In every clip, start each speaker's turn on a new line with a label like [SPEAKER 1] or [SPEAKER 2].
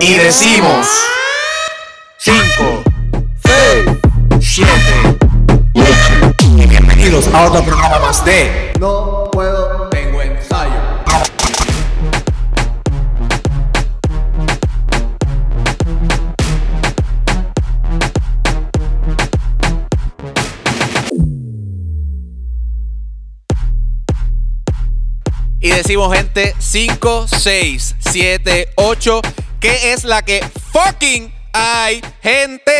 [SPEAKER 1] y decimos 5, 6, 7 y 8. Y bienvenidos a otro programa más de
[SPEAKER 2] No puedo.
[SPEAKER 1] Tengo Ensayo.
[SPEAKER 3] Y decimos, gente, 5, 6, 7, 8, que es la que fucking hay, gente.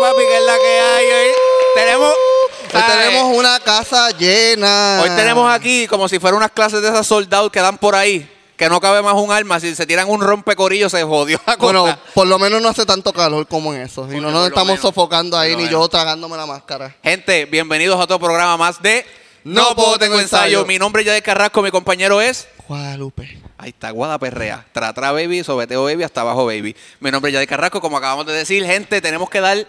[SPEAKER 3] Papi, que es la que hay hoy. Tenemos.
[SPEAKER 2] Hoy
[SPEAKER 3] ¿sabes?
[SPEAKER 2] tenemos una casa llena.
[SPEAKER 3] Hoy tenemos aquí como si fueran unas clases de esas soldados que dan por ahí. Que no cabe más un arma. Si se tiran un rompecorillo, se jodió la cosa.
[SPEAKER 2] Bueno, por lo menos no hace tanto calor como en eso. Y
[SPEAKER 3] Coño,
[SPEAKER 2] no
[SPEAKER 3] por lo
[SPEAKER 2] nos estamos
[SPEAKER 3] menos.
[SPEAKER 2] sofocando ahí,
[SPEAKER 3] Por lo
[SPEAKER 2] ni
[SPEAKER 3] menos.
[SPEAKER 2] yo tragándome la máscara.
[SPEAKER 3] Gente, bienvenidos a otro programa más de
[SPEAKER 2] No Puedo, Tengo Ensayo.
[SPEAKER 3] Mi nombre es Yadier Carrasco, mi compañero es.
[SPEAKER 2] Guadalupe.
[SPEAKER 3] Ahí está, Guada Perrea. Tratra Baby, Sobeteo Baby, hasta abajo Baby. Mi nombre es Yadier Carrasco. Como acabamos de decir, gente, tenemos que dar,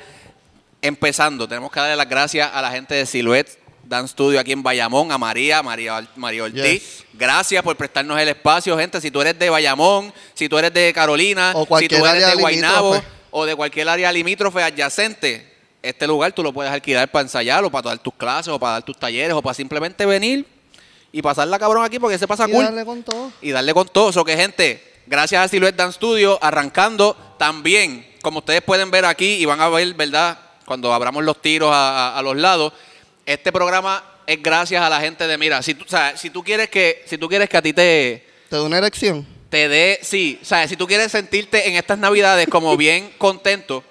[SPEAKER 3] empezando, tenemos que darle las gracias a la gente de Silhouette Dan Studio aquí en Bayamón, a María, María, María Ortiz.
[SPEAKER 2] Yes.
[SPEAKER 3] Gracias por prestarnos el espacio, gente. Si tú eres de Bayamón, si tú eres de Carolina,
[SPEAKER 2] O
[SPEAKER 3] si tú
[SPEAKER 2] cualquier
[SPEAKER 3] eres
[SPEAKER 2] área
[SPEAKER 3] de Guaynabo
[SPEAKER 2] limítrofe.
[SPEAKER 3] o de cualquier área limítrofe adyacente, este lugar tú lo puedes alquilar para ensayar o para dar tus clases o para dar tus talleres o para simplemente venir y pasar la cabrón aquí porque se pasa
[SPEAKER 2] Y
[SPEAKER 3] cool
[SPEAKER 2] darle con todo.
[SPEAKER 3] y darle con todo. Eso que, gente, gracias a Silhouette Dan Studio, arrancando también, como ustedes pueden ver aquí y van a ver, ¿verdad? Cuando abramos los tiros a, a- a los lados, este programa es gracias a la gente de, mira, si tú, o sea, si tú quieres que, si tú quieres que a ti te,
[SPEAKER 2] ¿Te doy una erección?
[SPEAKER 3] te dé, sí, o sea, si tú quieres sentirte en estas navidades como bien contento,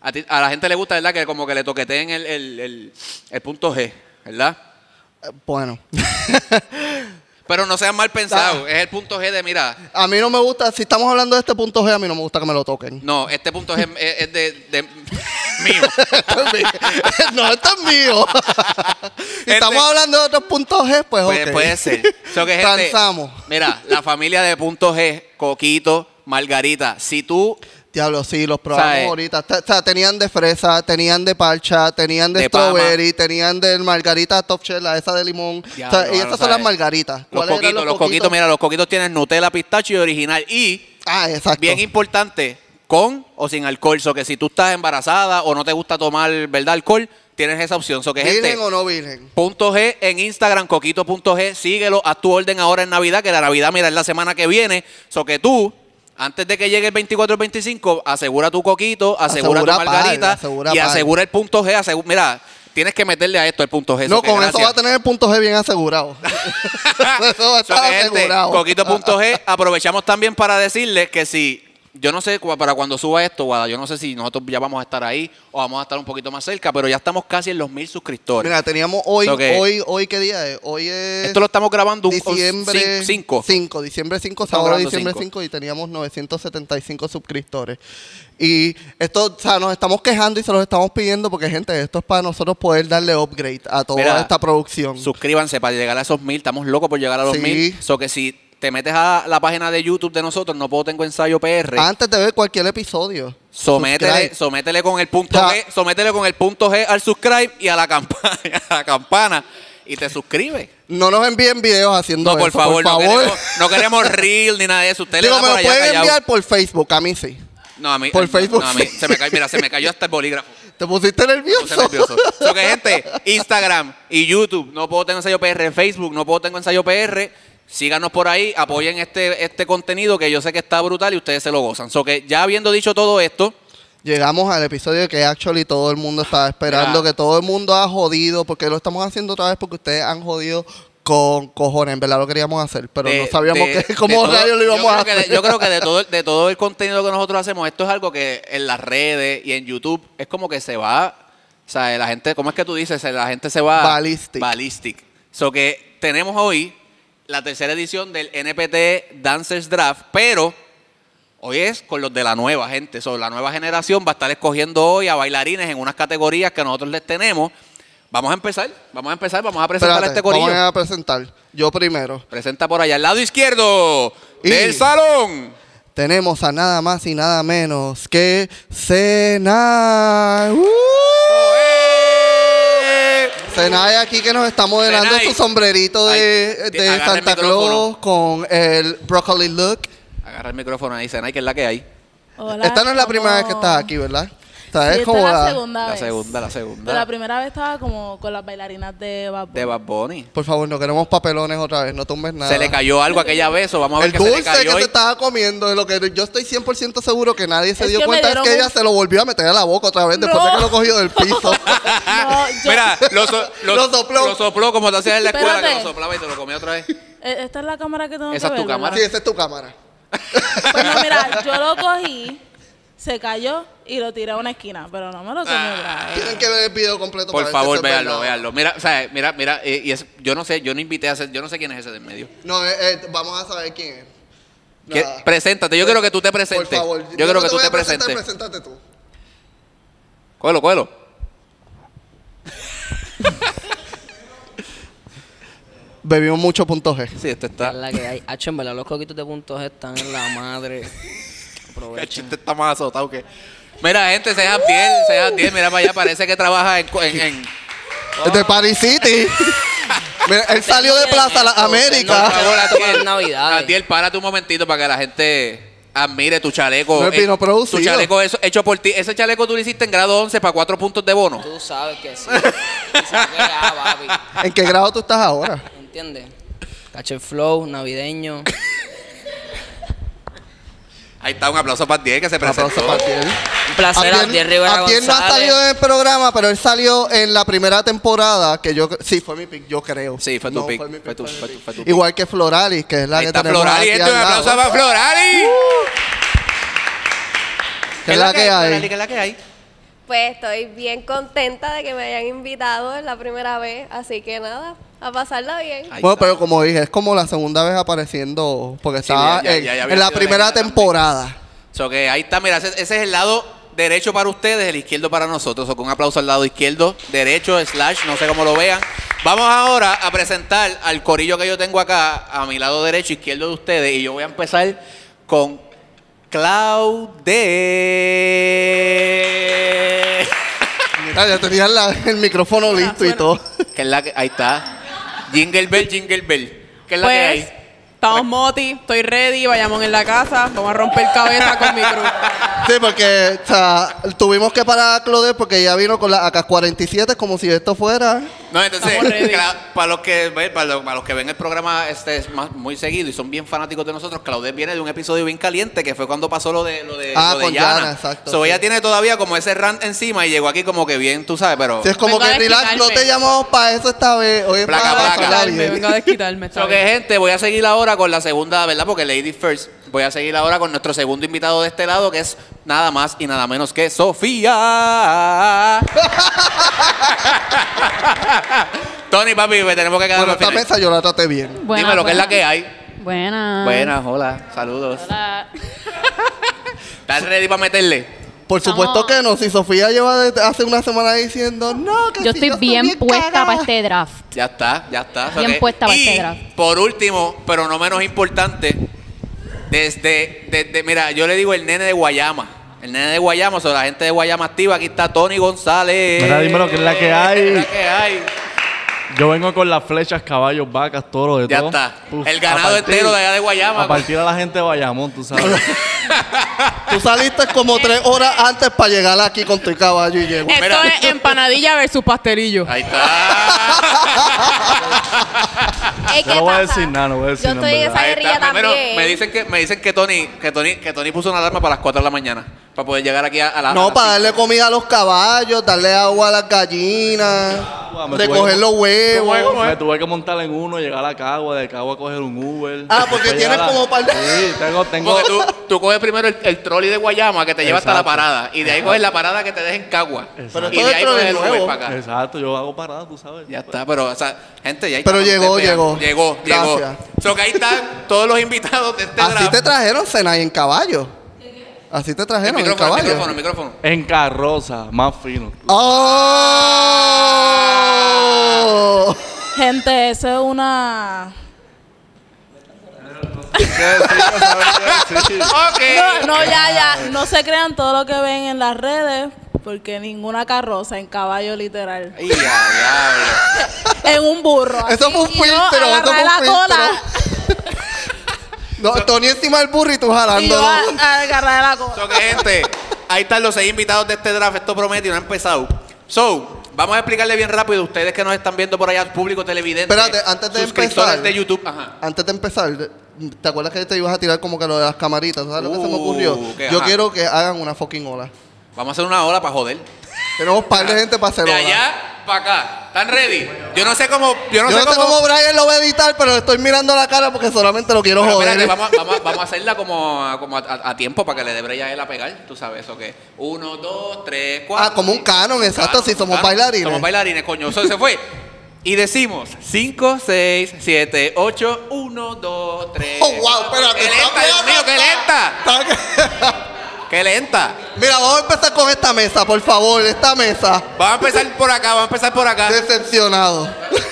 [SPEAKER 3] a, ti- a la gente le gusta, ¿verdad? Que como que le toqueteen el, el- el- el punto G, ¿verdad?
[SPEAKER 2] Eh, Bueno.
[SPEAKER 3] Pero no sean mal pensados, es el punto G de, mira,
[SPEAKER 2] A mí no me gusta, si estamos hablando de este punto G, a mí no me gusta que me lo toquen.
[SPEAKER 3] No, este punto es, es- es de, de- mío.
[SPEAKER 2] Esto es mío. no, esto es mío. si
[SPEAKER 3] Este-
[SPEAKER 2] estamos hablando de otros puntos G, pues
[SPEAKER 3] Puede,
[SPEAKER 2] ok.
[SPEAKER 3] puede ser. So que, gente,
[SPEAKER 2] Transamos.
[SPEAKER 3] Mira, la familia de punto G, Coquito, Margarita, si tú
[SPEAKER 2] Diablo, sí, los probamos
[SPEAKER 3] ¿Sabes?
[SPEAKER 2] ahorita. Te- O sea, tenían de fresa, tenían de parcha, tenían de,
[SPEAKER 3] De pama.
[SPEAKER 2] strawberry, tenían de margarita top shelf, la esa de limón. O sea, y
[SPEAKER 3] Diablo, mano,
[SPEAKER 2] esas son
[SPEAKER 3] ¿sabes?
[SPEAKER 2] las margaritas.
[SPEAKER 3] los
[SPEAKER 2] ¿Cuáles eran
[SPEAKER 3] coquitos, los, coquitos? mira, los coquitos tienen Nutella, pistacho y original. Y,
[SPEAKER 2] Ah, exacto.
[SPEAKER 3] bien importante, con o sin alcohol. So que si tú estás embarazada o no te gusta tomar, ¿verdad? Alcohol, tienes esa opción. So que,
[SPEAKER 2] ¿Virgen
[SPEAKER 3] gente,
[SPEAKER 2] o no virgen?
[SPEAKER 3] Punto G en Instagram, coquito.g. Síguelo, haz tu orden ahora en Navidad, que la Navidad, mira, es la semana que viene. So que tú, antes de que llegue el 24 o el 25, asegura tu coquito,
[SPEAKER 2] Asegura
[SPEAKER 3] asegura, tu margarita
[SPEAKER 2] par, asegura
[SPEAKER 3] y
[SPEAKER 2] par.
[SPEAKER 3] asegura el punto G. asegu- mira, tienes que meterle a esto el punto G. so
[SPEAKER 2] No,
[SPEAKER 3] que
[SPEAKER 2] con eso
[SPEAKER 3] gracias.
[SPEAKER 2] va a tener el punto G bien asegurado. eso va a
[SPEAKER 3] So
[SPEAKER 2] estar
[SPEAKER 3] que, gente,
[SPEAKER 2] asegurado.
[SPEAKER 3] Coquito.g. Aprovechamos también para decirles que si. Yo no sé cua- para cuando suba esto, Guada. Yo no sé si nosotros ya vamos a estar ahí o vamos a estar un poquito más cerca, pero ya estamos casi en los mil suscriptores.
[SPEAKER 2] Mira, teníamos hoy,
[SPEAKER 3] So que-
[SPEAKER 2] hoy, hoy, ¿qué día es? Hoy es...
[SPEAKER 3] Esto lo estamos grabando un
[SPEAKER 2] diciembre
[SPEAKER 3] cin- cinco.
[SPEAKER 2] 5, diciembre 5,
[SPEAKER 3] Estamos
[SPEAKER 2] sábado
[SPEAKER 3] grabando
[SPEAKER 2] diciembre
[SPEAKER 3] cinco.
[SPEAKER 2] 5 y teníamos 975 suscriptores. Y esto, o sea, nos estamos quejando y se los estamos pidiendo porque, gente, esto es para nosotros poder darle upgrade a toda
[SPEAKER 3] Mira,
[SPEAKER 2] esta producción.
[SPEAKER 3] Suscríbanse para llegar a esos mil. Estamos locos por llegar a los
[SPEAKER 2] Sí.
[SPEAKER 3] mil. So que si te metes a la página de YouTube de nosotros, no puedo tengo ensayo PR.
[SPEAKER 2] Antes de ver cualquier episodio.
[SPEAKER 3] Sométele,
[SPEAKER 2] Ah, subscribe.
[SPEAKER 3] sométele con el punto
[SPEAKER 2] Ah.
[SPEAKER 3] G, sométele con el punto G al subscribe y a la campana, a la campana y te suscribes.
[SPEAKER 2] No nos envíen videos haciendo
[SPEAKER 3] No, por
[SPEAKER 2] eso,
[SPEAKER 3] favor, no queremos, no queremos reel ni nada de eso. Usted
[SPEAKER 2] Digo,
[SPEAKER 3] le
[SPEAKER 2] me
[SPEAKER 3] da por
[SPEAKER 2] lo
[SPEAKER 3] allá
[SPEAKER 2] pueden
[SPEAKER 3] callado.
[SPEAKER 2] enviar por Facebook, a mí sí.
[SPEAKER 3] No, a mí,
[SPEAKER 2] por
[SPEAKER 3] ay,
[SPEAKER 2] Facebook,
[SPEAKER 3] no, a mí,
[SPEAKER 2] sí.
[SPEAKER 3] se me cayó, mira, se me cayó hasta el bolígrafo.
[SPEAKER 2] ¿Te pusiste nervioso?
[SPEAKER 3] Puse nervioso. Lo que gente, Instagram y YouTube, no puedo tener ensayo PR, Facebook, no puedo tengo ensayo PR. Síganos por ahí, apoyen este, este contenido que yo sé que está brutal y ustedes se lo gozan. So que ya habiendo dicho todo esto,
[SPEAKER 2] Llegamos al episodio que actually todo el mundo estaba esperando,
[SPEAKER 3] Mira.
[SPEAKER 2] que todo el mundo ha jodido, porque lo estamos haciendo otra vez porque ustedes han jodido con cojones. En verdad lo queríamos hacer, pero
[SPEAKER 3] de-
[SPEAKER 2] no sabíamos
[SPEAKER 3] de-
[SPEAKER 2] que, cómo
[SPEAKER 3] de todo-
[SPEAKER 2] rayos lo
[SPEAKER 3] yo
[SPEAKER 2] íbamos a
[SPEAKER 3] creo que de-
[SPEAKER 2] hacer.
[SPEAKER 3] yo creo que de todo, el- de todo el contenido que nosotros hacemos, esto es algo que en las redes y en YouTube es como que se va. O sea, la gente, ¿cómo es que tú dices? La gente se va.
[SPEAKER 2] Ballistic.
[SPEAKER 3] Ballistic. So que tenemos hoy la tercera edición del NPT Dancers Draft, pero hoy es con los de la nueva gente. So, la nueva generación va a estar escogiendo hoy a bailarines en unas categorías que nosotros les tenemos. Vamos a empezar, vamos a empezar, vamos a presentar
[SPEAKER 2] Espérate,
[SPEAKER 3] a este corillo.
[SPEAKER 2] vamos a presentar. Yo primero.
[SPEAKER 3] Presenta por allá, al lado izquierdo
[SPEAKER 2] Y-
[SPEAKER 3] del salón.
[SPEAKER 2] Tenemos a nada más y nada menos que Senai. ¡Uh!
[SPEAKER 3] ¡Oe!
[SPEAKER 2] Senai aquí que nos está modelando
[SPEAKER 3] Senai.
[SPEAKER 2] su sombrerito de,
[SPEAKER 3] Ay,
[SPEAKER 2] de
[SPEAKER 3] agarra el
[SPEAKER 2] Santa Claus
[SPEAKER 3] micrófono.
[SPEAKER 2] con el broccoli look.
[SPEAKER 3] Agarra el micrófono y dice, ay, que es la que hay.
[SPEAKER 2] Esta no es la primera vez que estás aquí, ¿verdad? Esta es como
[SPEAKER 4] la
[SPEAKER 2] la-
[SPEAKER 4] segunda
[SPEAKER 3] La
[SPEAKER 4] vez.
[SPEAKER 3] segunda, la
[SPEAKER 4] Pero la
[SPEAKER 3] segunda.
[SPEAKER 4] primera vez estaba como con las bailarinas de Bad Bunny.
[SPEAKER 3] De Bad Bunny.
[SPEAKER 2] Por favor, no queremos papelones otra vez, no tumbes nada.
[SPEAKER 3] Se le cayó algo aquella vez, o vamos a
[SPEAKER 2] Ah. El
[SPEAKER 3] ver que se le
[SPEAKER 2] dulce que
[SPEAKER 3] cayó.
[SPEAKER 2] se
[SPEAKER 3] hoy.
[SPEAKER 2] estaba comiendo, de lo que yo estoy 100% seguro que nadie se
[SPEAKER 4] Es
[SPEAKER 2] dio
[SPEAKER 4] que me
[SPEAKER 2] cuenta, es
[SPEAKER 4] dieron
[SPEAKER 2] que ella
[SPEAKER 4] un-
[SPEAKER 2] se lo volvió a meter a la boca otra vez después de que
[SPEAKER 4] No.
[SPEAKER 2] lo cogió del piso.
[SPEAKER 4] No, yo-
[SPEAKER 3] Mira, lo, so- lo-
[SPEAKER 2] Lo sopló.
[SPEAKER 3] lo sopló como te hacías en la escuela, que
[SPEAKER 4] Espérate.
[SPEAKER 3] lo soplaba y te lo comía otra vez.
[SPEAKER 4] e- Esta es la cámara que tengo
[SPEAKER 3] Esa
[SPEAKER 4] que
[SPEAKER 3] es tu
[SPEAKER 4] ver,
[SPEAKER 3] cámara.
[SPEAKER 2] sí,
[SPEAKER 4] ¿verdad?
[SPEAKER 2] esa es tu cámara.
[SPEAKER 4] Pues no, mira, yo lo cogí, se cayó y lo tiré a una esquina, pero no me lo comí
[SPEAKER 3] Ah.
[SPEAKER 4] otra vez.
[SPEAKER 2] Tienen que ver el video completo.
[SPEAKER 3] Por
[SPEAKER 2] para ver si
[SPEAKER 3] favor,
[SPEAKER 2] eso es
[SPEAKER 3] véanlo,
[SPEAKER 2] verdad.
[SPEAKER 3] véanlo. Mira, o sea, mira, mira, eh, y es- yo no sé, yo no invité a hacer, yo no sé quién es ese del medio.
[SPEAKER 2] No, eh, eh, vamos a saber quién es.
[SPEAKER 3] ¿Qué-
[SPEAKER 2] Nada.
[SPEAKER 3] Preséntate, yo quiero que tú te presentes.
[SPEAKER 2] Por favor.
[SPEAKER 3] Yo quiero
[SPEAKER 2] no
[SPEAKER 3] que tú
[SPEAKER 2] voy
[SPEAKER 3] te
[SPEAKER 2] a presentar,
[SPEAKER 3] presentes.
[SPEAKER 2] Preséntate tú.
[SPEAKER 3] Cuelo, cuelo.
[SPEAKER 2] Bebimos mucho punto G.
[SPEAKER 3] Sí, este
[SPEAKER 5] Es
[SPEAKER 3] está.
[SPEAKER 5] la que hay. Hacho, en verdad, los coquitos de puntos están en la madre.
[SPEAKER 3] El
[SPEAKER 5] Aprovechen.
[SPEAKER 3] chiste está más azotado que. Mira, gente, seis a 10, seis a 10, mira para allá, parece que trabaja en. co- en- en-
[SPEAKER 2] De Paris City. Mira, él salió de Plaza Las
[SPEAKER 5] No,
[SPEAKER 3] Por
[SPEAKER 2] Américas.
[SPEAKER 5] no,
[SPEAKER 3] favor,
[SPEAKER 5] Todas
[SPEAKER 3] Adiel,
[SPEAKER 5] las navidades.
[SPEAKER 3] Adiel, párate un momentito para que la gente admire tu chaleco. eh,
[SPEAKER 2] No, el vino producido.
[SPEAKER 3] tu chaleco eso- hecho por ti. Ese chaleco tú lo hiciste en grado 11 para cuatro puntos de bono.
[SPEAKER 5] Tú sabes que sí. Tú sabes que ya, papi.
[SPEAKER 2] ¿En qué grado tú estás ahora?
[SPEAKER 5] ¿Entiendes? Cacho el flow, navideño.
[SPEAKER 3] Ahí está, un aplauso para Adiel que se presentó.
[SPEAKER 2] aplauso para ti.
[SPEAKER 5] Un placer, Abdiel Rivera
[SPEAKER 2] Abdiel no ha salido en
[SPEAKER 5] González.
[SPEAKER 2] el programa, pero él salió en la primera temporada, que yo sí fue mi pick, yo creo.
[SPEAKER 3] Sí, fue tu
[SPEAKER 2] No,
[SPEAKER 3] pick,
[SPEAKER 2] mi
[SPEAKER 3] fue tu-
[SPEAKER 2] mi
[SPEAKER 3] fue tu-
[SPEAKER 2] pick.
[SPEAKER 3] fue tu pick.
[SPEAKER 2] Igual que Floralis, que es la
[SPEAKER 3] Ahí
[SPEAKER 2] que
[SPEAKER 3] está
[SPEAKER 2] tenemos
[SPEAKER 3] Florali,
[SPEAKER 2] aquí
[SPEAKER 3] gente,
[SPEAKER 2] al
[SPEAKER 3] un aplauso
[SPEAKER 2] lado,
[SPEAKER 3] para Florali.
[SPEAKER 2] que es la que
[SPEAKER 3] Florali,
[SPEAKER 2] hay.
[SPEAKER 3] ¿Qué es la que hay?
[SPEAKER 6] Pues estoy bien contenta de que me hayan invitado, es la primera vez, así que nada, a pasarla
[SPEAKER 7] Ah,
[SPEAKER 6] bien.
[SPEAKER 3] Ahí
[SPEAKER 2] Bueno,
[SPEAKER 3] está.
[SPEAKER 2] pero como dije, es como la segunda vez apareciendo, porque
[SPEAKER 3] Sí,
[SPEAKER 2] estaba
[SPEAKER 3] ya- ya-
[SPEAKER 2] en,
[SPEAKER 3] ya había
[SPEAKER 2] en
[SPEAKER 3] sido
[SPEAKER 2] la
[SPEAKER 3] la
[SPEAKER 2] primera
[SPEAKER 3] primera
[SPEAKER 2] temporada.
[SPEAKER 3] So que ahí está, mira, ese, ese es el lado derecho para ustedes, el izquierdo para nosotros. So, con un aplauso al lado izquierdo, derecho, slash, no sé cómo lo vean. Vamos ahora a presentar al corillo que yo tengo acá, a mi lado derecho, izquierdo de ustedes, y yo voy a empezar con Claude.
[SPEAKER 2] Mira, ya tenían la- el micrófono listo y
[SPEAKER 4] suena.
[SPEAKER 2] todo.
[SPEAKER 3] Que es la que, ahí está. Jingle Bell, Jingle Bell. ¿Qué es la que
[SPEAKER 8] Pues,
[SPEAKER 3] hay?
[SPEAKER 8] estamos moti, estoy ready, vayamos en la casa, vamos a romper cabeza con mi cruz.
[SPEAKER 2] Sí, porque o sea, tuvimos que parar a Claude porque ella vino con la AK-47 como si esto fuera.
[SPEAKER 3] No, entonces,
[SPEAKER 8] Estamos ready.
[SPEAKER 3] Cla- para los que ven, para los, para los que ven el programa este es más- muy seguido y son bien fanáticos de nosotros, Claudette viene de un episodio bien caliente que fue cuando pasó lo de lo de,
[SPEAKER 2] Ah,
[SPEAKER 3] lo de
[SPEAKER 2] con
[SPEAKER 3] Yana.
[SPEAKER 2] Yana, exacto,
[SPEAKER 3] So,
[SPEAKER 2] sí.
[SPEAKER 3] ella tiene todavía como ese rant encima y llegó aquí como que bien, tú sabes, pero
[SPEAKER 2] Sí, es como
[SPEAKER 8] Vengo a
[SPEAKER 2] que relax, no te
[SPEAKER 8] desquitarme.
[SPEAKER 2] llamamos para eso esta vez. Hoy es
[SPEAKER 3] Placa,
[SPEAKER 2] para
[SPEAKER 3] placa.
[SPEAKER 2] pasarla
[SPEAKER 8] Desquitarme,
[SPEAKER 2] bien.
[SPEAKER 8] vengo a desquitarme. está
[SPEAKER 3] So que
[SPEAKER 8] bien.
[SPEAKER 3] gente, voy a seguir ahora con la segunda, ¿verdad? Porque Lady First. Voy a seguir ahora con nuestro segundo invitado de este lado, que es nada más y nada menos que Sofía. Tony, papi, tenemos que quedar
[SPEAKER 2] Bueno, esta mesa yo la traté bien.
[SPEAKER 9] Buenas,
[SPEAKER 3] Dime lo que
[SPEAKER 9] buenas.
[SPEAKER 3] es la que hay.
[SPEAKER 9] Buenas.
[SPEAKER 3] Buenas, hola, saludos.
[SPEAKER 9] Hola.
[SPEAKER 3] ¿Estás ready para meterle?
[SPEAKER 2] Por
[SPEAKER 9] Estamos-
[SPEAKER 2] supuesto que no. Si Sofía lleva desde hace una semana diciendo, no, que
[SPEAKER 9] Yo
[SPEAKER 2] si
[SPEAKER 9] estoy
[SPEAKER 2] soy
[SPEAKER 9] bien, puesta
[SPEAKER 2] cagada".
[SPEAKER 9] para este draft.
[SPEAKER 3] Ya está, ya está.
[SPEAKER 9] Bien
[SPEAKER 3] ok.
[SPEAKER 9] puesta, este
[SPEAKER 3] y,
[SPEAKER 9] Valtedra.
[SPEAKER 3] Por último, pero no menos importante, desde, desde, mira, yo le digo el nene de Guayama. El nene de Guayama, o sea, la gente de Guayama activa, aquí está Tony González.
[SPEAKER 7] Mira, dímelo, ¿qué es la que hay?
[SPEAKER 3] ¿Qué es la que hay?
[SPEAKER 7] Yo vengo con las flechas, caballos, vacas, toros, de
[SPEAKER 3] Ya
[SPEAKER 7] todo.
[SPEAKER 3] está.
[SPEAKER 7] Uf,
[SPEAKER 3] El
[SPEAKER 7] a
[SPEAKER 3] ganado
[SPEAKER 7] partir-
[SPEAKER 3] entero de allá de Guayama.
[SPEAKER 7] A partir de la gente de Bayamón, tú sabes.
[SPEAKER 2] Tú saliste como tres horas antes para llegar aquí con tu caballo y llegó.
[SPEAKER 8] Esto
[SPEAKER 3] Mira.
[SPEAKER 8] es empanadilla versus pastelillo.
[SPEAKER 3] Ahí está.
[SPEAKER 6] Ey, Eh,
[SPEAKER 7] Yo
[SPEAKER 6] ¿qué
[SPEAKER 7] no voy a
[SPEAKER 6] pasa?
[SPEAKER 7] decir nada, no voy a decir
[SPEAKER 6] Yo
[SPEAKER 7] nada,
[SPEAKER 6] estoy en
[SPEAKER 7] en verdad.
[SPEAKER 6] esa
[SPEAKER 3] Ahí
[SPEAKER 6] guerrilla
[SPEAKER 3] está. Primero,
[SPEAKER 6] también.
[SPEAKER 3] me dicen que, me dicen que Tony, que Tony, que Tony puso una alarma para las 4 de la mañana. Para poder llegar aquí a, a la. a
[SPEAKER 2] No,
[SPEAKER 3] las
[SPEAKER 2] para
[SPEAKER 3] cinco.
[SPEAKER 2] darle comida a los caballos, darle agua a las gallinas,
[SPEAKER 7] Ah, me
[SPEAKER 2] recoger
[SPEAKER 7] tuve-
[SPEAKER 2] los huevos.
[SPEAKER 7] Me tuve que montar en uno, llegar a Cagua, de Cagua coger un Uber.
[SPEAKER 2] Ah, porque
[SPEAKER 7] Después
[SPEAKER 2] tienes
[SPEAKER 7] llegar a-
[SPEAKER 2] como par de-
[SPEAKER 7] Sí, tengo, tengo...
[SPEAKER 3] Porque tú, tú coges primero el, el trolley de Guayama que te lleva hasta la
[SPEAKER 7] Exacto.
[SPEAKER 3] parada. Y de ahí coges la parada que te deja en Cagua.
[SPEAKER 7] Exacto.
[SPEAKER 3] Y
[SPEAKER 2] Pero todo
[SPEAKER 3] de ahí
[SPEAKER 2] dentro
[SPEAKER 3] coges
[SPEAKER 2] del
[SPEAKER 3] el Uber
[SPEAKER 2] nuevo.
[SPEAKER 3] para acá.
[SPEAKER 7] Exacto, yo hago parada, tú sabes.
[SPEAKER 3] Ya está, pero, o sea, gente, ya
[SPEAKER 2] Pero
[SPEAKER 3] está,
[SPEAKER 2] llegó,
[SPEAKER 3] ustedes vean.
[SPEAKER 2] llegó.
[SPEAKER 3] Llegó, llegó.
[SPEAKER 2] Gracias.
[SPEAKER 3] So que ahí están todos los invitados de este
[SPEAKER 2] Así
[SPEAKER 3] draft.
[SPEAKER 2] te trajeron cena y en caballo. Así te
[SPEAKER 3] el
[SPEAKER 2] trajeron en
[SPEAKER 3] micrófono, el
[SPEAKER 2] caballo.
[SPEAKER 3] micrófono, el micrófono.
[SPEAKER 7] En carroza, más fino.
[SPEAKER 2] ¡Oh!
[SPEAKER 4] Gente, eso es una...
[SPEAKER 3] Ok.
[SPEAKER 4] No, no, ya, ya, no se crean todo lo que ven en las redes, porque ninguna carroza en caballo literal.
[SPEAKER 3] Ay, a diablo.
[SPEAKER 4] en un burro.
[SPEAKER 2] Eso
[SPEAKER 4] así,
[SPEAKER 2] fue un
[SPEAKER 4] y yo
[SPEAKER 2] filtro, eso
[SPEAKER 4] agarré
[SPEAKER 2] fue un
[SPEAKER 4] la cola.
[SPEAKER 2] No, Tony encima del burro y tú
[SPEAKER 4] Y yo ah,
[SPEAKER 2] jalándolo.
[SPEAKER 4] a, a agarrar la cosa.
[SPEAKER 3] So que, gente, ahí están los seis invitados de este draft. Esto promete y no ha empezado. So, vamos a explicarle bien rápido. Ustedes que nos están viendo por allá, público televidente.
[SPEAKER 2] Espérate, antes de
[SPEAKER 3] suscriptores
[SPEAKER 2] empezar.
[SPEAKER 3] de YouTube. Ajá.
[SPEAKER 2] Antes de empezar, ¿te acuerdas que te ibas a tirar como que lo de las camaritas? ¿Sabes lo que se me
[SPEAKER 3] Uh,
[SPEAKER 2] ocurrió?
[SPEAKER 3] que
[SPEAKER 2] Yo
[SPEAKER 3] ajá.
[SPEAKER 2] quiero que hagan una fucking ola.
[SPEAKER 3] Vamos a hacer una hora para joder.
[SPEAKER 2] Tenemos un par de gente para hacer
[SPEAKER 3] De
[SPEAKER 2] ola.
[SPEAKER 3] allá para acá. ¿Están ready? Yo no sé cómo. Yo no
[SPEAKER 2] Yo
[SPEAKER 3] sé cómo.
[SPEAKER 2] Brian lo va a editar, pero le estoy mirando la cara porque solamente lo quiero
[SPEAKER 3] Pero
[SPEAKER 2] joder.
[SPEAKER 3] espérate, vamos, a- vamos a- vamos a hacerla como, como a, a- a tiempo para que le dé brella a él a pegar. Tú sabes eso que. Uno, dos, tres, cuatro.
[SPEAKER 2] Ah, como un canon, exacto, sí, somos bailarines.
[SPEAKER 3] Somos bailarines, coño. Eso se fue. Y decimos 5, 6, 7, 8, 1, 2, 3.
[SPEAKER 2] Oh, wow, espérate.
[SPEAKER 3] ¡Qué lenta, Dios mío, qué lenta! ¡Qué lenta!
[SPEAKER 2] Mira, vamos a empezar con esta mesa, por favor, esta mesa.
[SPEAKER 3] Vamos a empezar por acá, vamos a empezar por acá.
[SPEAKER 2] Decepcionado.
[SPEAKER 3] Vamos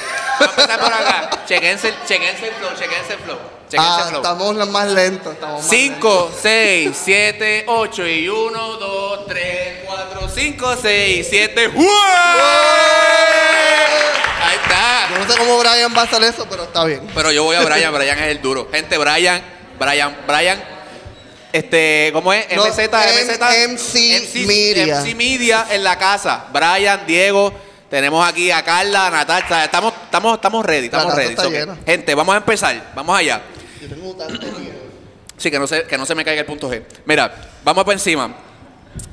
[SPEAKER 3] a empezar por acá. Chequense, el- chequense el flow, chequense el flow. Chequense
[SPEAKER 2] Ah,
[SPEAKER 3] el este flow.
[SPEAKER 2] estamos eh. las más lentos. estamos más
[SPEAKER 3] 5, 6, 7, 8 y 1, 2, 3, 4, 5, 6 7. Ahí
[SPEAKER 2] lentos.
[SPEAKER 3] está.
[SPEAKER 2] Yo no sé cómo Brian va a hacer eso, pero está bien.
[SPEAKER 3] Pero yo voy a Brian, Brian es el duro. Gente, Brian, Brian, Brian. Este, ¿cómo es?
[SPEAKER 2] No,
[SPEAKER 3] MZ,
[SPEAKER 2] M-
[SPEAKER 3] MZ.
[SPEAKER 2] MC Media.
[SPEAKER 3] MC Media en la casa. Brian, Diego, tenemos aquí a Carla, a Natacha. Estamos, estamos, estamos ready,
[SPEAKER 2] La
[SPEAKER 3] estamos
[SPEAKER 2] casa
[SPEAKER 3] ready.
[SPEAKER 2] está
[SPEAKER 3] So que-
[SPEAKER 2] llena.
[SPEAKER 3] Gente, vamos a empezar. Vamos allá.
[SPEAKER 2] Yo tengo tanto miedo.
[SPEAKER 3] Sí, que no, se, que no se me caiga el punto G. Mira, vamos para encima.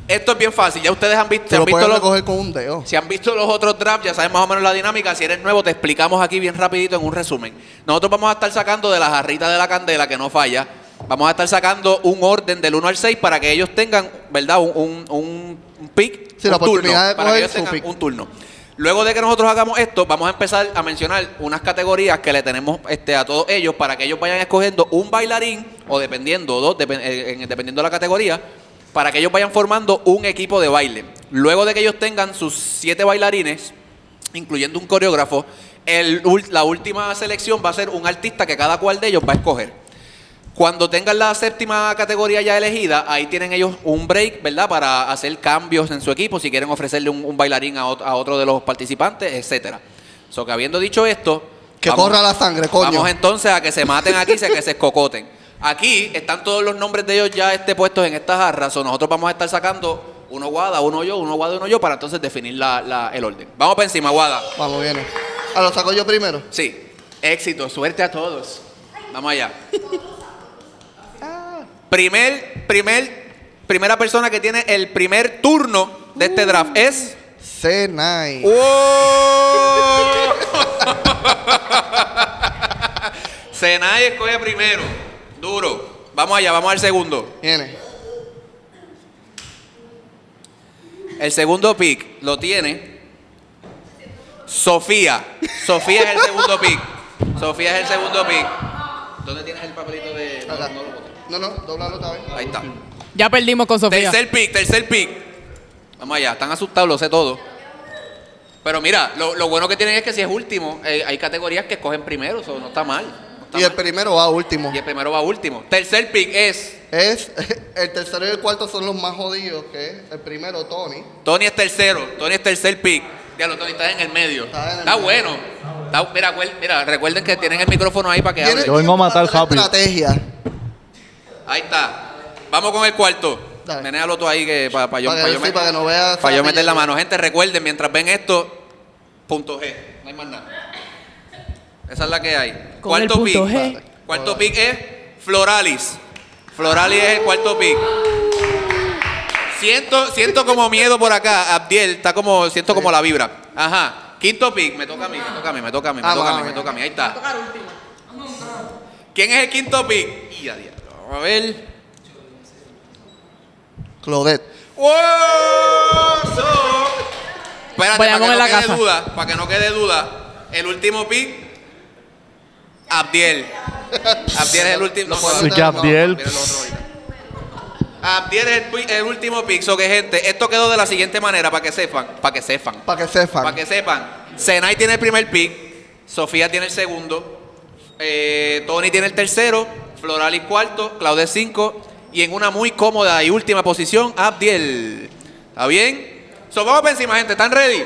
[SPEAKER 3] Esto es bien fácil. Ya ustedes han visto,
[SPEAKER 2] Te
[SPEAKER 3] se han
[SPEAKER 2] lo
[SPEAKER 3] visto
[SPEAKER 2] pueden
[SPEAKER 3] los,
[SPEAKER 2] recoger con un dedo.
[SPEAKER 3] si han visto los otros drafts, ya saben más o menos la dinámica. Si eres nuevo, te explicamos aquí bien rapidito en un resumen. Nosotros vamos a estar sacando de la jarrita de la candela, que no falla. Vamos a estar sacando un orden del 1 al 6 para que ellos tengan, ¿verdad? Un, un, un- un pick,
[SPEAKER 2] Sí,
[SPEAKER 3] un
[SPEAKER 2] la oportunidad de
[SPEAKER 3] para que
[SPEAKER 2] coger
[SPEAKER 3] ellos
[SPEAKER 2] su
[SPEAKER 3] tengan
[SPEAKER 2] pick.
[SPEAKER 3] un turno. Luego de que nosotros hagamos esto, vamos a empezar a mencionar unas categorías que le tenemos este, a todos ellos para que ellos vayan escogiendo un bailarín, o dependiendo, dos, depen- eh, en- dependiendo de la categoría, para que ellos vayan formando un equipo de baile. Luego de que ellos tengan sus siete bailarines, incluyendo un coreógrafo, el ul- la última selección va a ser un artista que cada cual de ellos va a escoger. Cuando tengan la séptima categoría ya elegida, ahí tienen ellos un break, ¿verdad? Para hacer cambios en su equipo, si quieren ofrecerle un, un bailarín a, ot- a otro de los participantes, etcétera. So que habiendo dicho esto,
[SPEAKER 2] Que corra la sangre, coño.
[SPEAKER 3] Vamos entonces a que se maten aquí, a que se escocoten. Aquí están todos los nombres de ellos ya este, puestos en estas jarra. So, nosotros vamos a estar sacando uno Guada, uno yo, uno Guada, uno yo, para entonces definir la- la- el orden. Vamos para encima, Guada.
[SPEAKER 2] Vamos, viene. Ah, lo saco yo primero.
[SPEAKER 3] Sí, éxito, suerte a todos. Vamos allá. primer, primer, primera persona que tiene el primer turno de este draft es.
[SPEAKER 2] C9.
[SPEAKER 3] ¡Wow! Senai escoge primero. Duro. Vamos allá, vamos al segundo.
[SPEAKER 2] Viene.
[SPEAKER 3] El segundo pick lo tiene Sofía. Sofía es el segundo pick. Sofía es el segundo pick. ¿Dónde tienes el papelito de.?
[SPEAKER 2] Acá.
[SPEAKER 3] no lo botes.
[SPEAKER 2] No, no, doblalo otra vez.
[SPEAKER 3] Ahí está.
[SPEAKER 8] Ya perdimos con Sofía.
[SPEAKER 3] Tercer pick, tercer pick. Vamos allá, están asustados, lo sé todo. Pero mira, lo, lo bueno que tienen es que si es último, eh, hay categorías que escogen primero, eso no está mal. no está
[SPEAKER 2] Y el
[SPEAKER 3] mal.
[SPEAKER 2] primero va último.
[SPEAKER 3] y el primero va último. Tercer pick es.
[SPEAKER 2] Es, el tercero y el cuarto son los más jodidos, que es el primero, Tony.
[SPEAKER 3] Tony es tercero, Tony es tercer pick. Diablo, Tony, estás en el medio.
[SPEAKER 2] Está
[SPEAKER 3] Está,
[SPEAKER 2] en el medio.
[SPEAKER 3] bueno. Está- mira, cuel- mira, recuerden que tienen el micrófono ahí para que
[SPEAKER 2] Tiene
[SPEAKER 3] hable.
[SPEAKER 7] Yo vengo a matar
[SPEAKER 2] tiempo para
[SPEAKER 7] rápido.
[SPEAKER 2] hacer Estrategia.
[SPEAKER 3] Ahí está. Vamos con el cuarto.
[SPEAKER 2] Dale.
[SPEAKER 3] Menéalo tú ahí que para yo,
[SPEAKER 2] Para que no-
[SPEAKER 3] pa' yo
[SPEAKER 2] sí, para que no vea-
[SPEAKER 3] pa' yo meter la mano. Gente, recuerden, mientras ven esto, punto G. No hay más nada. Esa es la que hay.
[SPEAKER 8] Con el punto
[SPEAKER 3] pick.
[SPEAKER 8] G.
[SPEAKER 3] Cuarto pick es Floralis. Floralis es el cuarto pick. Siento, siento como miedo por acá. Abdiel está como, siento como la vibra. Ajá. Quinto pick, me toca a mí, me toca a mí, me toca a mí, me
[SPEAKER 2] Ah,
[SPEAKER 3] toca a mí,
[SPEAKER 2] mami.
[SPEAKER 3] me toca a mí. Ahí está. ¿Quién es el quinto pick? Y a diablo. Vamos a ver.
[SPEAKER 2] Claudette.
[SPEAKER 3] ¡Wow! So- Espérate, para
[SPEAKER 8] Vayamos
[SPEAKER 3] que
[SPEAKER 8] en
[SPEAKER 3] no
[SPEAKER 8] la
[SPEAKER 3] quede
[SPEAKER 8] casa.
[SPEAKER 3] duda, para que no quede duda. El último pick, Abdiel. Abdiel es el último.
[SPEAKER 2] No puedo
[SPEAKER 7] Soy
[SPEAKER 2] meter la mano.
[SPEAKER 7] Gabriel.
[SPEAKER 3] Mira el otro ahorita. Abdiel es el, pi- el último pick. So que gente, esto quedó de la siguiente manera, para que sepan, para que sepan.
[SPEAKER 2] Para que sepan.
[SPEAKER 3] Para que sepan, Senai tiene el primer pick, Sofía tiene el segundo, eh, Tony tiene el tercero, Floralis cuarto, Claudia cinco, y en una muy cómoda y última posición, Abdiel. ¿Está bien? So, vamos para encima, gente. ¿Están ready?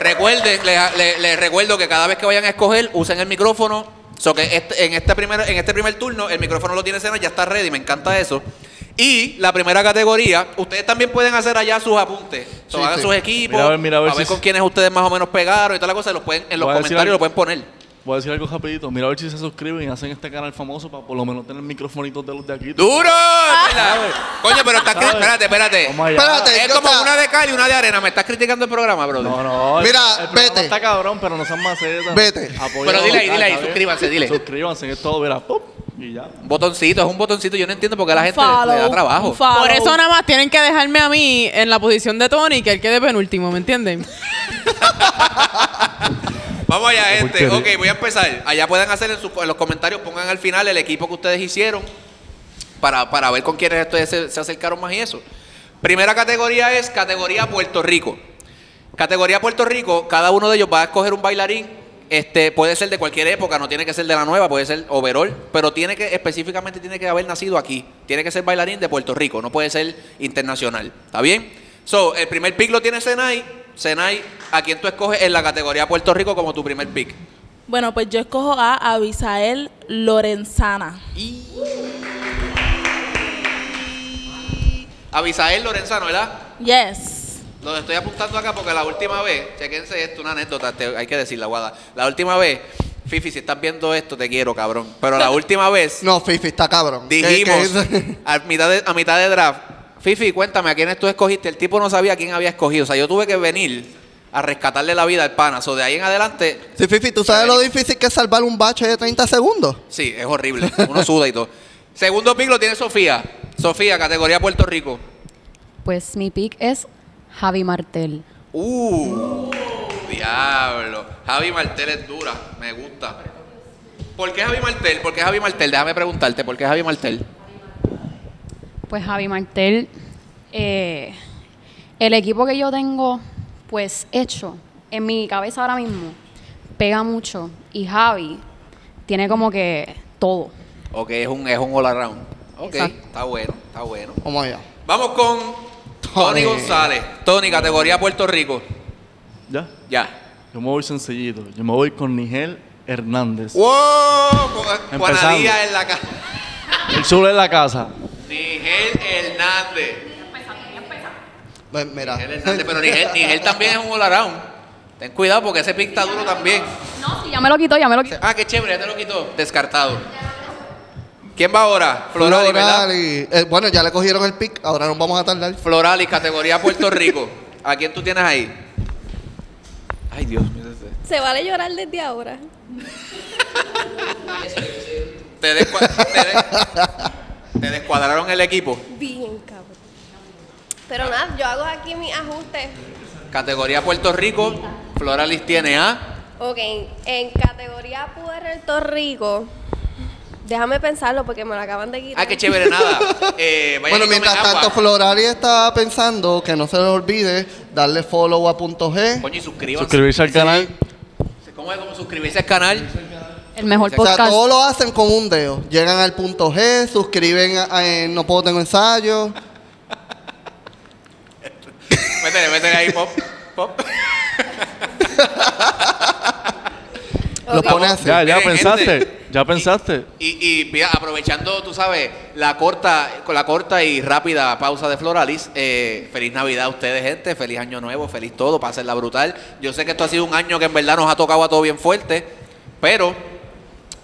[SPEAKER 3] Recuerden, les, les- les recuerdo que cada vez que vayan a escoger, usen el micrófono, So que este- en, este primer, en este primer turno el micrófono lo tiene Sena, ya está ready, me encanta eso. Y la primera categoría, ustedes también pueden hacer allá sus apuntes. So,
[SPEAKER 2] Sí,
[SPEAKER 3] hagan
[SPEAKER 2] sí.
[SPEAKER 3] sus equipos,
[SPEAKER 7] Mira a ver, mira a ver si
[SPEAKER 3] con
[SPEAKER 7] es-
[SPEAKER 3] quiénes ustedes más o menos pegaron y toda la cosa, los pueden, en los
[SPEAKER 7] Voy a decir
[SPEAKER 3] comentarios
[SPEAKER 7] algo.
[SPEAKER 3] lo pueden poner.
[SPEAKER 7] Voy a decir algo rapidito. Mira a ver si se suscriben y hacen este canal famoso para por lo menos tener microfonitos de los de aquí.
[SPEAKER 3] ¡Duro! Ah. Coño, pero estás cri-
[SPEAKER 7] ¿Sabes?
[SPEAKER 3] espérate, espérate.
[SPEAKER 7] Vamos allá.
[SPEAKER 2] Espérate.
[SPEAKER 3] Es
[SPEAKER 2] yo
[SPEAKER 3] como
[SPEAKER 2] estaba-
[SPEAKER 3] una de cal y una de arena. Me estás criticando el programa, brother.
[SPEAKER 7] No, no. el-
[SPEAKER 2] Mira,
[SPEAKER 7] el programa
[SPEAKER 2] vete.
[SPEAKER 7] Está cabrón, pero no sean macetas.
[SPEAKER 2] Vete.
[SPEAKER 7] Apoya
[SPEAKER 3] Pero
[SPEAKER 7] lo
[SPEAKER 3] dile ahí, dile
[SPEAKER 7] local,
[SPEAKER 3] ahí,
[SPEAKER 7] ¿está bien?
[SPEAKER 3] suscríbanse, dile.
[SPEAKER 7] Suscríbanse, que es todo, verá. pop, Y ya.
[SPEAKER 3] Un botoncito, es un botoncito. Yo no entiendo por qué a la gente le da
[SPEAKER 4] Follow,
[SPEAKER 3] trabajo.
[SPEAKER 4] follow.
[SPEAKER 8] Por eso nada más tienen que dejarme a mí en la posición de Tony, que él quede penúltimo, ¿me entienden?
[SPEAKER 3] Vamos allá, gente. Ok,
[SPEAKER 7] porquería.
[SPEAKER 3] voy a empezar. Allá pueden hacer en, sus- en los comentarios, pongan al final el equipo que ustedes hicieron para, para ver con quiénes ustedes se, se acercaron más y eso. Primera categoría es categoría Puerto Rico. Categoría Puerto Rico, cada uno de ellos va a escoger un bailarín. Este, puede ser de cualquier época, no tiene que ser de la nueva, puede ser overall, pero tiene que, específicamente tiene que haber nacido aquí. Tiene que ser bailarín de Puerto Rico, no puede ser internacional. ¿Está bien? So, el primer pick lo tiene Senai. Senai, ¿a quién tú escoges en la categoría Puerto Rico como tu primer pick?
[SPEAKER 4] Bueno, pues yo escojo a Abisael Lorenzana.
[SPEAKER 3] Avisael Lorenzano, ¿verdad?
[SPEAKER 4] Yes.
[SPEAKER 3] Lo estoy apuntando acá porque la última vez, chequense esto, una anécdota, te- hay que decirla, Guada. La última vez, Fifi, si estás viendo esto, te quiero, cabrón. Pero la última vez
[SPEAKER 2] No, Fifi, está cabrón. ¿Qué-
[SPEAKER 3] dijimos,
[SPEAKER 2] qué-
[SPEAKER 3] a, mitad de, a mitad de draft, Fifi, cuéntame, ¿a quiénes tú escogiste? El tipo no sabía a quién había escogido. O sea, yo tuve que venir a rescatarle la vida al pana. O de ahí en adelante,
[SPEAKER 2] Sí, Fifi, ¿tú sabes lo difícil que es salvar un bache de 30 segundos?
[SPEAKER 3] sí, es horrible. Uno suda y todo. Segundo pick lo tiene Sofía. Sofía, categoría Puerto Rico.
[SPEAKER 9] Pues mi pick es Javi Martel.
[SPEAKER 3] Uh, diablo. Javi Martel es dura, me gusta. ¿Por qué Javi Martel? ¿Por qué Javi Martel? Déjame preguntarte, ¿por qué Javi Martel?
[SPEAKER 9] Pues Javi Martel, eh, el equipo que yo tengo, pues hecho en mi cabeza ahora mismo, pega mucho. Y Javi tiene como que todo.
[SPEAKER 3] Ok, es un, es un all around. Ok,
[SPEAKER 9] Exacto.
[SPEAKER 3] está bueno, está bueno.
[SPEAKER 2] Vamos allá.
[SPEAKER 3] Vamos con Tony
[SPEAKER 2] Tony.
[SPEAKER 3] González. Tony, categoría Puerto Rico.
[SPEAKER 7] Ya.
[SPEAKER 3] Ya.
[SPEAKER 7] Yo me voy sencillito. Yo me voy con Nigel Hernández.
[SPEAKER 3] ¡Wow!
[SPEAKER 7] Empezando.
[SPEAKER 3] Juanadía en la casa.
[SPEAKER 7] El chulo en la casa.
[SPEAKER 3] Nigel Hernández.
[SPEAKER 2] Pues, mira.
[SPEAKER 3] Nigel Hernández, pero Nigel, Nigel también es un all around. Ten cuidado porque ese pinta duro también.
[SPEAKER 9] No, si ya me lo quitó, ya me lo quitó.
[SPEAKER 3] Ah, qué chévere, ya te lo quitó. Descartado. ¿Quién va ahora? Florali, ¿verdad?
[SPEAKER 2] Florali. Eh, bueno, ya le cogieron el pick, ahora nos vamos a tardar.
[SPEAKER 3] Florali, categoría Puerto Rico. ¿A quién tú tienes ahí? Ay, Dios mío. este-
[SPEAKER 6] Se vale llorar desde ahora.
[SPEAKER 3] Te, descua- te de- te descuadraron el equipo.
[SPEAKER 6] Bien, cabrón. Pero nada, yo hago aquí mis ajustes.
[SPEAKER 3] Categoría Puerto Rico. Floralis tiene a.
[SPEAKER 6] Ok, en categoría Puerto Rico. Déjame pensarlo porque me lo acaban de quitar.
[SPEAKER 3] Ah, qué chévere, nada. Eh, vayan
[SPEAKER 2] Bueno,
[SPEAKER 3] y tomen
[SPEAKER 2] mientras
[SPEAKER 3] agua.
[SPEAKER 2] tanto, Florali está pensando que no se le olvide darle follow a punto G.
[SPEAKER 3] Coño, y suscríbanse.
[SPEAKER 7] Suscribirse al canal.
[SPEAKER 3] ¿Cómo es? ¿Cómo suscribirse al canal?
[SPEAKER 9] El mejor
[SPEAKER 2] O sea,
[SPEAKER 9] podcast.
[SPEAKER 2] todo lo hacen con un dedo. Llegan al punto G, suscriben a, a- en No Puedo Tengo Ensayo.
[SPEAKER 3] Métele, métele ahí, pop. Pop.
[SPEAKER 2] Lo
[SPEAKER 6] Ok.
[SPEAKER 2] pone así.
[SPEAKER 7] Ya, ya
[SPEAKER 3] Miren,
[SPEAKER 7] pensaste.
[SPEAKER 3] gente.
[SPEAKER 7] Ya pensaste.
[SPEAKER 3] Y, y mira, aprovechando, tú sabes, la corta, con la corta y rápida pausa de Floralis, eh, feliz Navidad a ustedes, gente, feliz año nuevo, feliz todo, pásenla brutal. Yo sé que esto ha sido un año que en verdad nos ha tocado a todos bien fuerte, pero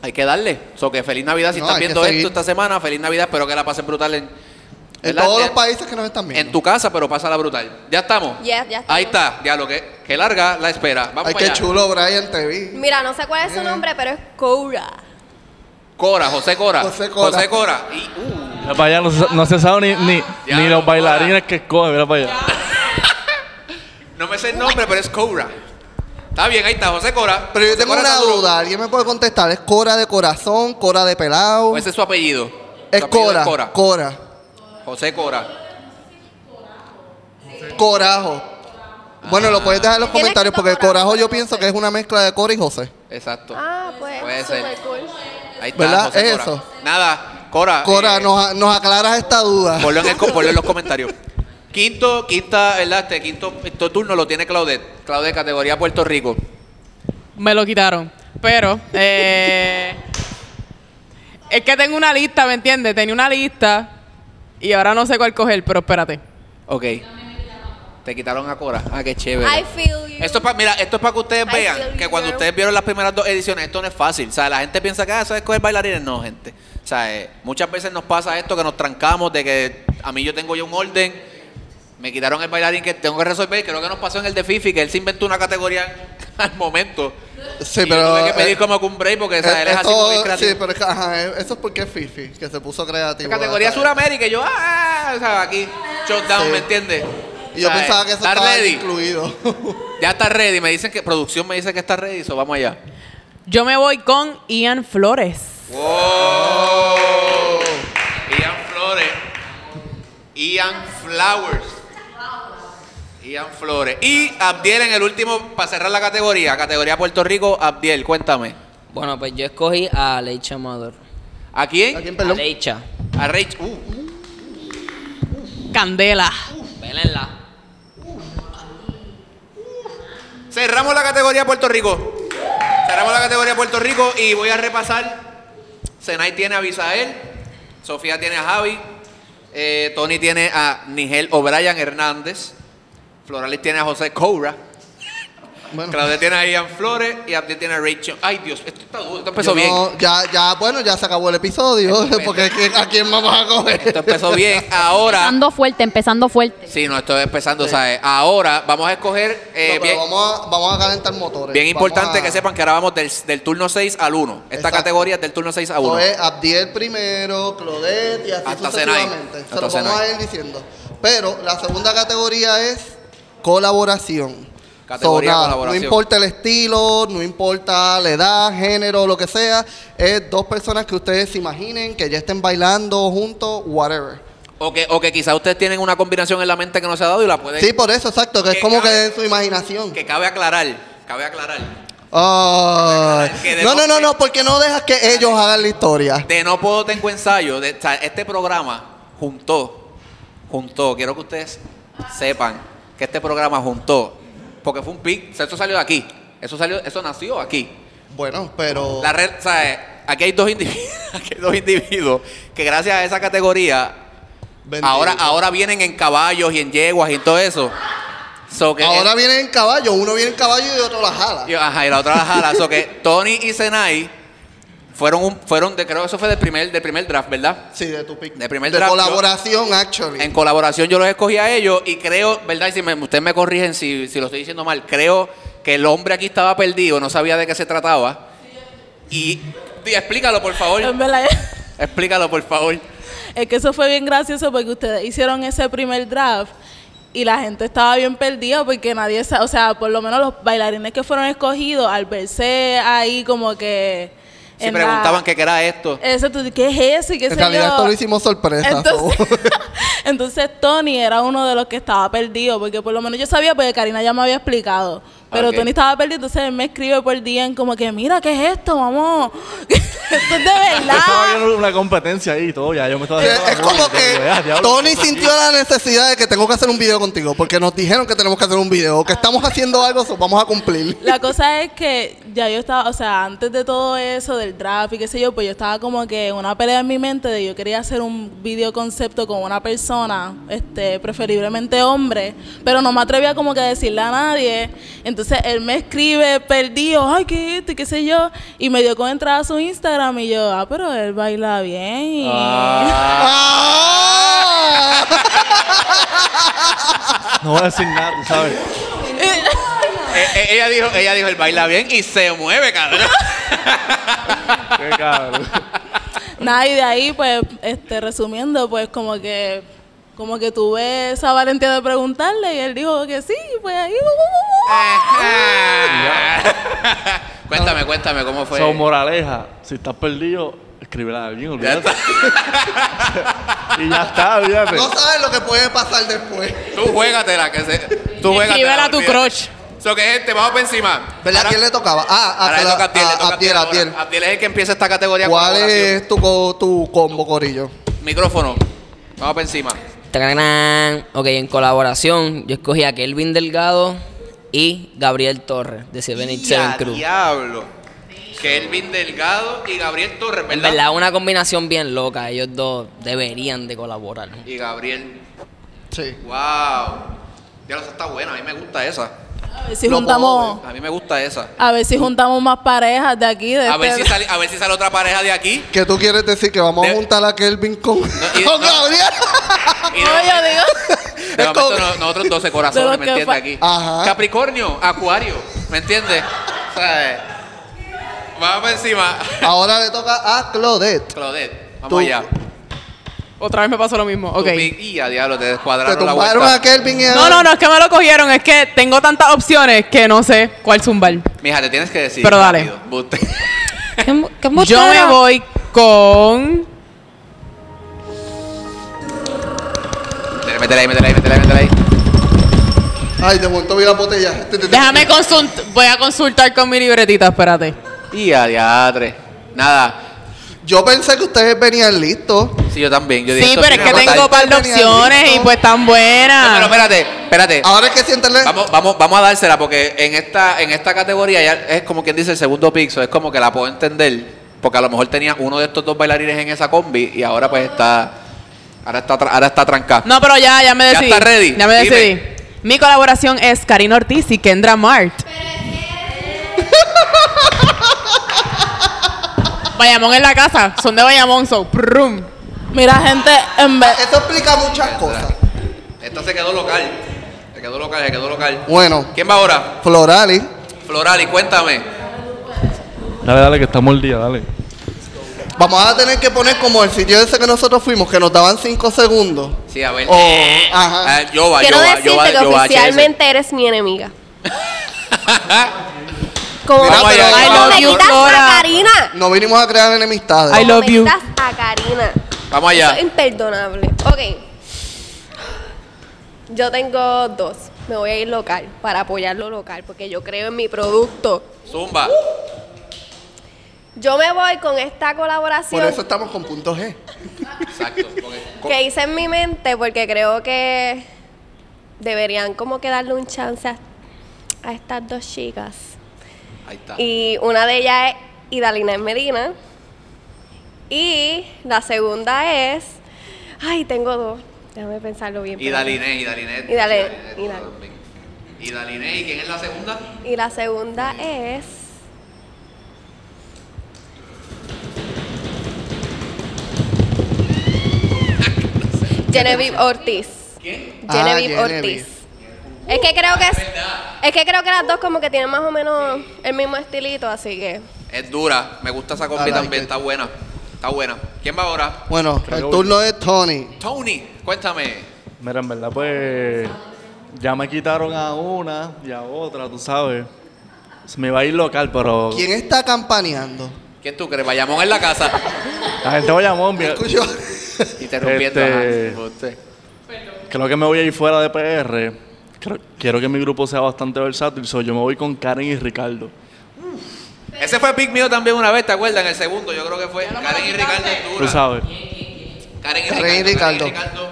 [SPEAKER 3] hay que darle. So que feliz Navidad, si
[SPEAKER 2] No,
[SPEAKER 3] estás
[SPEAKER 2] hay que
[SPEAKER 3] viendo
[SPEAKER 2] seguir.
[SPEAKER 3] esto esta semana, feliz Navidad, espero que la pasen brutal en,
[SPEAKER 2] En
[SPEAKER 3] ¿verdad?
[SPEAKER 2] todos los
[SPEAKER 3] Eh,
[SPEAKER 2] países que nos están viendo.
[SPEAKER 3] en tu casa, pero pásala brutal. Ya estamos.
[SPEAKER 6] Ya, ya
[SPEAKER 3] Ahí
[SPEAKER 6] estamos.
[SPEAKER 3] está, ya lo que, que larga la espera. Vamos
[SPEAKER 2] Ay,
[SPEAKER 3] para
[SPEAKER 2] qué
[SPEAKER 3] allá.
[SPEAKER 2] chulo, Brian, te vi.
[SPEAKER 6] Mira, no sé cuál es su nombre, pero es Cora.
[SPEAKER 3] Cora, José Cora.
[SPEAKER 2] José Cora.
[SPEAKER 3] José Cora. Y, uh,
[SPEAKER 7] Ya para allá no se, no se sabe ni, ni,
[SPEAKER 3] Ya,
[SPEAKER 7] ni
[SPEAKER 3] no,
[SPEAKER 7] los bailarines que escoge. Mira para allá.
[SPEAKER 3] No me sé el nombre, pero es Cobra. Está bien, ahí está, José Cora.
[SPEAKER 2] Pero yo
[SPEAKER 3] José
[SPEAKER 2] tengo
[SPEAKER 3] Cora
[SPEAKER 2] una
[SPEAKER 3] está duro.
[SPEAKER 2] duda. ¿Alguien me puede contestar? ¿Es Cora de corazón? ¿Cora de pelado?
[SPEAKER 3] ¿O Pues ese es su apellido?
[SPEAKER 2] es
[SPEAKER 3] Su apellido
[SPEAKER 2] Cora.
[SPEAKER 3] es
[SPEAKER 2] Cora.
[SPEAKER 3] Cora.
[SPEAKER 2] Cora.
[SPEAKER 3] José Cora.
[SPEAKER 2] Corajo. Bueno, lo puedes dejar en los
[SPEAKER 6] Tiene
[SPEAKER 2] comentarios
[SPEAKER 6] escrito
[SPEAKER 2] porque
[SPEAKER 6] Cora,
[SPEAKER 2] Corajo yo
[SPEAKER 6] pero no
[SPEAKER 2] pienso Ah.
[SPEAKER 6] sé.
[SPEAKER 2] que es una mezcla de Cora y José.
[SPEAKER 3] Exacto.
[SPEAKER 6] Ah, pues.
[SPEAKER 3] Puede ser.
[SPEAKER 6] super cool.
[SPEAKER 3] Ahí está,
[SPEAKER 2] ¿verdad?
[SPEAKER 3] José
[SPEAKER 2] ¿Es
[SPEAKER 3] Cora.
[SPEAKER 2] eso?
[SPEAKER 3] Nada, Cora.
[SPEAKER 2] Cora,
[SPEAKER 3] eh,
[SPEAKER 2] nos, nos aclaras esta duda.
[SPEAKER 3] Ponlo en, el co- ponlo en los comentarios. Quinto, quinta, ¿verdad? Este quinto, quinto turno lo tiene Claudette. Claudette, categoría Puerto Rico.
[SPEAKER 8] Me lo quitaron. Pero, eh, es que tengo una lista, ¿me entiendes? Tenía una lista y ahora no sé cuál coger, pero espérate.
[SPEAKER 3] Ok. Te quitaron a Cora.
[SPEAKER 5] Ah, qué chévere.
[SPEAKER 6] I feel you.
[SPEAKER 3] Esto es para, mira, esto es para que ustedes
[SPEAKER 6] I feel
[SPEAKER 3] vean que
[SPEAKER 6] you,
[SPEAKER 3] cuando
[SPEAKER 6] girl.
[SPEAKER 3] ustedes vieron las primeras dos ediciones, esto no es fácil. O sea, la gente piensa que ah, eso es coger bailarines. No, gente. O sea, eh, muchas veces nos pasa esto que nos trancamos de que a mí yo tengo ya un orden, me quitaron el bailarín que tengo que resolver. Creo que nos pasó en el de Fifi, que él se inventó una categoría al momento.
[SPEAKER 2] Sí,
[SPEAKER 3] Y yo
[SPEAKER 2] pero.
[SPEAKER 3] tuve que pedir
[SPEAKER 2] eh,
[SPEAKER 3] como que un break porque o sea,
[SPEAKER 2] eh,
[SPEAKER 3] él es así
[SPEAKER 2] esto-
[SPEAKER 3] como bien creativo.
[SPEAKER 2] Sí, pero es que, ajá, eh, eso es porque es Fifi, que se puso creativo.
[SPEAKER 3] categoría
[SPEAKER 2] ¿sabes?
[SPEAKER 3] Suramérica, y yo, ah, o sea, aquí, shutdown,
[SPEAKER 2] Sí.
[SPEAKER 3] ¿me entiendes?
[SPEAKER 2] Y yo
[SPEAKER 3] O sea,
[SPEAKER 2] pensaba que eso
[SPEAKER 3] ¿estás
[SPEAKER 2] estaba
[SPEAKER 3] ready?
[SPEAKER 2] incluido.
[SPEAKER 3] Ya está ready, me dicen que, producción me dice que está ready, so vamos allá.
[SPEAKER 8] Yo me voy con Ian Flores.
[SPEAKER 3] ¡Wow! Ian Flores. Ian Flowers. Ian Flores. Y Abdiel en el último, para cerrar la categoría, categoría Puerto Rico, Abdiel, cuéntame.
[SPEAKER 5] Bueno, pues yo escogí a Leicha Amador.
[SPEAKER 3] ¿A
[SPEAKER 2] ¿A
[SPEAKER 3] quién?
[SPEAKER 2] quién, perdón?
[SPEAKER 5] Leicha.
[SPEAKER 3] A Rachel. Uh,
[SPEAKER 8] Candela.
[SPEAKER 5] Vélenla.
[SPEAKER 3] Cerramos la categoría Puerto Rico. Cerramos la categoría Puerto Rico y voy a repasar. Senay tiene a Bisael, Sofía tiene a Javi, eh, Tony tiene a Nigel O'Brien Hernández, Floralis tiene a José Coura,
[SPEAKER 2] Bueno.
[SPEAKER 3] Claudia tiene a Ian Flores y Abdiel tiene a Rachel. Ay Dios, esto está duro, esto empezó
[SPEAKER 2] Yo
[SPEAKER 3] bien.
[SPEAKER 2] no- ya, ya, bueno, ya se acabó el episodio, porque es que, ¿a quién vamos a
[SPEAKER 3] Esto
[SPEAKER 2] coger?
[SPEAKER 3] empezó bien. Ahora,
[SPEAKER 9] Empezando fuerte, empezando fuerte.
[SPEAKER 3] sí, no, estoy empezando, ¿sabes? Ahora vamos a escoger eh,
[SPEAKER 2] No, pero
[SPEAKER 3] bien,
[SPEAKER 2] vamos, a, vamos a calentar motores.
[SPEAKER 3] bien
[SPEAKER 2] Vamos
[SPEAKER 3] importante
[SPEAKER 2] a-
[SPEAKER 3] que sepan que ahora vamos del, del turno 6 al 1. Esta
[SPEAKER 2] Exacto.
[SPEAKER 3] categoría es del turno 6 a 1.
[SPEAKER 2] Esto es Abdiel primero, Claudette y así
[SPEAKER 3] Hasta
[SPEAKER 2] sucesivamente.
[SPEAKER 3] Senai.
[SPEAKER 2] Se
[SPEAKER 3] Hasta
[SPEAKER 2] lo vamos a
[SPEAKER 3] Senai.
[SPEAKER 2] ir diciendo. Pero la segunda categoría es colaboración.
[SPEAKER 3] Categoría
[SPEAKER 2] nada,
[SPEAKER 3] colaboración.
[SPEAKER 2] No importa el estilo, no importa la edad, género, lo que sea. Es dos personas que ustedes se imaginen que ya estén bailando juntos, whatever.
[SPEAKER 3] O que, o que quizás ustedes tienen una combinación en la mente que no se ha dado y la pueden.
[SPEAKER 2] Sí, por eso, exacto, que es
[SPEAKER 3] Que
[SPEAKER 2] como que
[SPEAKER 3] cabe-
[SPEAKER 2] en su imaginación.
[SPEAKER 3] Que cabe aclarar. Cabe aclarar.
[SPEAKER 2] Ay.
[SPEAKER 3] Que de
[SPEAKER 2] No, no, no,
[SPEAKER 3] noche-
[SPEAKER 2] no, porque no dejas que ellos hagan la historia.
[SPEAKER 3] De No Puedo Tengo Ensayo. de- o sea, este programa juntó. Juntó. Quiero que ustedes sepan que este programa juntó. Porque fue un pic. O sea, eso salió de aquí. Eso salió, eso nació aquí.
[SPEAKER 2] Bueno, pero.
[SPEAKER 3] La red, o sea, aquí hay dos individuos, aquí hay dos individuos que gracias a esa categoría
[SPEAKER 2] bendito.
[SPEAKER 3] ahora, ahora vienen en caballos y en yeguas y en todo eso. So que
[SPEAKER 2] Ahora viene en caballo, uno viene en caballo y otro la jala.
[SPEAKER 3] Y, ajá, y la otra la jala. So que Tony y Senai fueron un, fueron de, creo que eso fue del primer, del primer draft, ¿verdad?
[SPEAKER 2] Sí, de tu pick.
[SPEAKER 3] De primer
[SPEAKER 2] de
[SPEAKER 3] draft,
[SPEAKER 2] colaboración, actually.
[SPEAKER 3] En colaboración yo los escogí a ellos y creo, ¿verdad? Y si me, ustedes me corrigen si, si lo estoy diciendo mal, creo que el hombre aquí estaba perdido, no sabía de qué se trataba. Y, y explícalo, por favor.
[SPEAKER 8] Um,
[SPEAKER 4] En verdad,
[SPEAKER 3] Explícalo, por favor.
[SPEAKER 4] es que eso fue bien gracioso porque ustedes hicieron ese primer draft y la gente estaba bien perdida porque nadie, sa- o sea, por lo menos los bailarines que fueron escogidos al verse ahí como que...
[SPEAKER 3] Si
[SPEAKER 4] en la-
[SPEAKER 3] preguntaban qué era esto.
[SPEAKER 4] Eso, tú, ¿qué es eso? Y qué
[SPEAKER 2] En
[SPEAKER 4] sé
[SPEAKER 2] realidad
[SPEAKER 4] yo.
[SPEAKER 2] esto lo hicimos sorpresa.
[SPEAKER 4] Entonces,
[SPEAKER 2] so.
[SPEAKER 4] entonces Tony era uno de los que estaba perdido, porque por lo menos yo sabía, porque Karina ya me había explicado. Pero
[SPEAKER 3] Ok.
[SPEAKER 4] Tony estaba perdido, entonces él me escribe por día en como que, mira, ¿qué es esto? Vamos, esto es de
[SPEAKER 7] Yo estaba
[SPEAKER 4] verdad.
[SPEAKER 7] viendo una competencia ahí y todo, ya yo me estaba...
[SPEAKER 2] Eh, es es como
[SPEAKER 7] Digo, ya,
[SPEAKER 2] que
[SPEAKER 7] diablo,
[SPEAKER 2] Tony
[SPEAKER 7] esto aquí.
[SPEAKER 2] sintió la necesidad de que tengo que hacer un video contigo, porque nos dijeron que tenemos que hacer un video, o que estamos haciendo algo, so vamos a cumplir.
[SPEAKER 4] La cosa es que ya yo estaba, o sea, antes de todo eso del draft y qué sé yo, pues yo estaba como que en una pelea en mi mente de yo quería hacer un video concepto con una persona, este, preferiblemente hombre, pero no me atrevía como que a decirle a nadie. Entonces él me escribe perdido, ay, qué es esto y qué sé yo, y me dio con entrar a su Instagram y yo, ah, pero él baila bien. y-
[SPEAKER 2] ¡Ah!
[SPEAKER 7] No voy a decir nada, tú sabes.
[SPEAKER 3] Eh, eh, ella dijo, ella dijo, él baila bien y se mueve, cabrón.
[SPEAKER 7] Qué cabrón.
[SPEAKER 4] Nada, y de ahí, pues, este, resumiendo, pues, como que, como que tuve esa valentía de preguntarle y él dijo que sí, pues ahí. uh, uh, uh, uh.
[SPEAKER 3] Ah, Ajá. cuéntame, cuéntame cómo fue.
[SPEAKER 7] Son moraleja, si estás perdido, escríbela a alguien,
[SPEAKER 3] Pues Ya
[SPEAKER 7] olvídate.
[SPEAKER 3] está.
[SPEAKER 7] y ya está, olvídate.
[SPEAKER 2] No sabes lo que puede pasar después.
[SPEAKER 3] Tú juégatela, que se. Tú juégatela.
[SPEAKER 8] Escríbela a tu
[SPEAKER 3] olvídate.
[SPEAKER 8] crush.
[SPEAKER 3] So que gente, vamos por encima.
[SPEAKER 2] ¿Verdad? ¿A
[SPEAKER 3] Ahora-
[SPEAKER 2] quién le tocaba? Ah, a-
[SPEAKER 3] ahora le toca a Abdiel,
[SPEAKER 2] a-
[SPEAKER 3] le toca a Abdiel
[SPEAKER 2] a
[SPEAKER 3] ahora.
[SPEAKER 2] Abdiel.
[SPEAKER 3] Abdiel es el que empieza esta categoría.
[SPEAKER 2] ¿Cuál
[SPEAKER 3] colaboración.
[SPEAKER 2] es tu, co- tu combo, Corillo?
[SPEAKER 3] Micrófono. Vamos por encima.
[SPEAKER 5] Tacarán. Ok, en colaboración yo escogí a Kelvin Delgado y Gabriel Torres de Seven Eight Seven
[SPEAKER 3] Ya,
[SPEAKER 5] Crew.
[SPEAKER 3] Diablo. Kelvin Delgado y Gabriel Torres,
[SPEAKER 5] En
[SPEAKER 3] ¿verdad?
[SPEAKER 5] verdad, una combinación bien loca. Ellos dos deberían de colaborar.
[SPEAKER 3] Y Gabriel.
[SPEAKER 2] Sí.
[SPEAKER 3] ¡Wow! Ya esa está buena, a mí me gusta esa.
[SPEAKER 4] A ver si
[SPEAKER 2] Lo
[SPEAKER 4] juntamos,
[SPEAKER 2] podemos
[SPEAKER 3] A mí me gusta esa.
[SPEAKER 4] a ver si juntamos más parejas de aquí. De
[SPEAKER 3] A ver
[SPEAKER 4] este-
[SPEAKER 3] si sale, a ver si sale otra pareja de aquí.
[SPEAKER 2] ¿Qué tú quieres decir? ¿Que vamos
[SPEAKER 3] De-
[SPEAKER 2] a juntar a Kelvin con,
[SPEAKER 3] y-
[SPEAKER 2] con
[SPEAKER 3] no.
[SPEAKER 2] Gabriel?
[SPEAKER 3] Y de
[SPEAKER 4] No,
[SPEAKER 3] momento-
[SPEAKER 4] yo digo.
[SPEAKER 3] De
[SPEAKER 2] Es como-
[SPEAKER 3] momento no- nosotros 12
[SPEAKER 4] De
[SPEAKER 3] corazones,
[SPEAKER 4] los
[SPEAKER 3] ¿me
[SPEAKER 4] que
[SPEAKER 3] entiendes?
[SPEAKER 4] fa-
[SPEAKER 3] Aquí.
[SPEAKER 2] Ajá.
[SPEAKER 3] Capricornio, Acuario, ¿me entiendes? O sea, eh, vamos para encima.
[SPEAKER 2] Ahora le toca a Claudette.
[SPEAKER 3] Claudette, vamos
[SPEAKER 2] Tú-
[SPEAKER 3] allá.
[SPEAKER 8] Otra vez me pasó lo mismo.
[SPEAKER 3] Tu
[SPEAKER 8] Ok.
[SPEAKER 3] pick- y a diablo, te
[SPEAKER 2] Te
[SPEAKER 3] descuadraron la
[SPEAKER 2] tumbaron
[SPEAKER 3] vuelta.
[SPEAKER 2] a Kelvin y a...
[SPEAKER 8] No, no, no, es que me lo cogieron. Es que tengo tantas opciones que no sé cuál zumbar.
[SPEAKER 3] Mija, te tienes que decir.
[SPEAKER 8] Pero dale. Yo me voy con.
[SPEAKER 3] Métela ahí, métela ahí, métela ahí, métela ahí.
[SPEAKER 2] Ay, de momento vi la botella.
[SPEAKER 8] Déjame consultar. Voy a consultar con mi libretita, espérate.
[SPEAKER 3] Y a diadre. Nada.
[SPEAKER 2] Yo pensé que ustedes venían listos.
[SPEAKER 3] Sí, yo también. Yo dije,
[SPEAKER 8] Sí,
[SPEAKER 3] esto
[SPEAKER 8] pero es
[SPEAKER 3] tiene
[SPEAKER 8] que
[SPEAKER 3] botar.
[SPEAKER 8] tengo par de
[SPEAKER 2] Tenía
[SPEAKER 8] opciones y
[SPEAKER 2] listo.
[SPEAKER 8] pues están
[SPEAKER 3] No, pero
[SPEAKER 8] buenas.
[SPEAKER 3] espérate, espérate.
[SPEAKER 2] Ahora es que siéntenle...
[SPEAKER 3] Vamos, vamos, vamos a dársela porque en esta, en esta categoría ya es como quien dice el segundo pixel, es como que la puedo entender. Porque a lo mejor tenía uno de estos dos bailarines en esa combi y ahora pues está. Ahora está, tra- ahora está trancada.
[SPEAKER 8] No, pero ya, ya me
[SPEAKER 3] Ya
[SPEAKER 8] decidí.
[SPEAKER 3] está ready.
[SPEAKER 8] Ya me
[SPEAKER 3] Dime.
[SPEAKER 8] decidí. Mi colaboración es Karina Ortiz y Kendra Mart. Bayamón en la casa, son de Bayamón, so prum.
[SPEAKER 4] Mira, gente, en vez.
[SPEAKER 2] Eso explica muchas cosas.
[SPEAKER 3] Esta se quedó local. Se quedó local, se quedó local.
[SPEAKER 2] Bueno,
[SPEAKER 3] ¿Quién va ahora?
[SPEAKER 2] Florali.
[SPEAKER 3] Florali, cuéntame.
[SPEAKER 7] Dale, dale, que estamos el día, dale.
[SPEAKER 2] Vamos a tener que poner como el sitio ese que nosotros fuimos, que nos daban 5 segundos.
[SPEAKER 3] Sí, a ver.
[SPEAKER 2] O, ajá.
[SPEAKER 3] Ah, yo va,
[SPEAKER 6] Quiero
[SPEAKER 3] yo va,
[SPEAKER 6] decirte
[SPEAKER 3] yo va,
[SPEAKER 6] que
[SPEAKER 3] yo va,
[SPEAKER 6] oficialmente eres mi enemiga. Como
[SPEAKER 3] Mira,
[SPEAKER 6] me
[SPEAKER 3] pero-
[SPEAKER 6] quitas
[SPEAKER 3] I love you,
[SPEAKER 8] Flora.
[SPEAKER 6] a Karina.
[SPEAKER 2] No vinimos a crear enemistades.
[SPEAKER 8] I love
[SPEAKER 6] Como me
[SPEAKER 8] you.
[SPEAKER 6] quitas a Karina.
[SPEAKER 3] HS. Vamos
[SPEAKER 6] Eso
[SPEAKER 3] allá.
[SPEAKER 6] es imperdonable. Ok. Yo tengo dos. Me voy a ir local para apoyar lo local porque yo creo en mi producto.
[SPEAKER 3] Zumba.
[SPEAKER 6] Yo me voy con esta
[SPEAKER 2] Por
[SPEAKER 6] colaboración
[SPEAKER 2] eso estamos con punto G.
[SPEAKER 3] Exacto. porque-
[SPEAKER 6] que hice en mi mente porque creo que deberían como que darle un chance a, a estas dos chicas.
[SPEAKER 3] Ahí está.
[SPEAKER 6] Y una de ellas es Idalina Medina. Y la segunda es. Ay, tengo dos. Déjame pensarlo bien.
[SPEAKER 3] Y Daliné, y Daliné.
[SPEAKER 6] Y Dale-
[SPEAKER 3] Y
[SPEAKER 6] y
[SPEAKER 3] Daliné.
[SPEAKER 6] Dal-
[SPEAKER 3] Y Daliné, ¿y quién es la segunda?
[SPEAKER 6] Y la segunda es. Genevieve Ortiz.
[SPEAKER 3] ¿Quién?
[SPEAKER 2] Ah,
[SPEAKER 6] Genevieve
[SPEAKER 2] Genevieve.
[SPEAKER 6] Ortiz. Es que creo que es, es que creo que las dos como que tienen más o menos el mismo estilito, así que
[SPEAKER 3] Es dura. Me gusta esa combi
[SPEAKER 2] I like
[SPEAKER 3] también.
[SPEAKER 2] it.
[SPEAKER 3] Está buena. Está buena. ¿Quién va ahora?
[SPEAKER 2] Bueno, el turno es Tony.
[SPEAKER 3] Tony, cuéntame.
[SPEAKER 7] Mira, en verdad, pues ya me quitaron a una y a otra, tú sabes. Se me va a ir local, pero
[SPEAKER 2] ¿Quién está campaneando?
[SPEAKER 3] ¿Quién tú crees? Vayamón en la casa.
[SPEAKER 7] la gente va a llamar. mira,
[SPEAKER 2] Escucho.
[SPEAKER 3] Interrumpiendo.
[SPEAKER 7] Este-
[SPEAKER 3] ajá, usted.
[SPEAKER 7] Creo que me voy a ir fuera de PR. Creo- quiero que mi grupo sea bastante versátil, so yo me voy con Karen y Ricardo.
[SPEAKER 3] Ese fue pick mío también una vez, ¿te acuerdas? En el segundo, yo creo que fue Karen y Ricardo es
[SPEAKER 7] Tú
[SPEAKER 3] dura.
[SPEAKER 7] sabes.
[SPEAKER 3] Karen y
[SPEAKER 2] Karen y
[SPEAKER 3] Ricardo. Karen y
[SPEAKER 2] Ricardo.
[SPEAKER 3] Ricardo.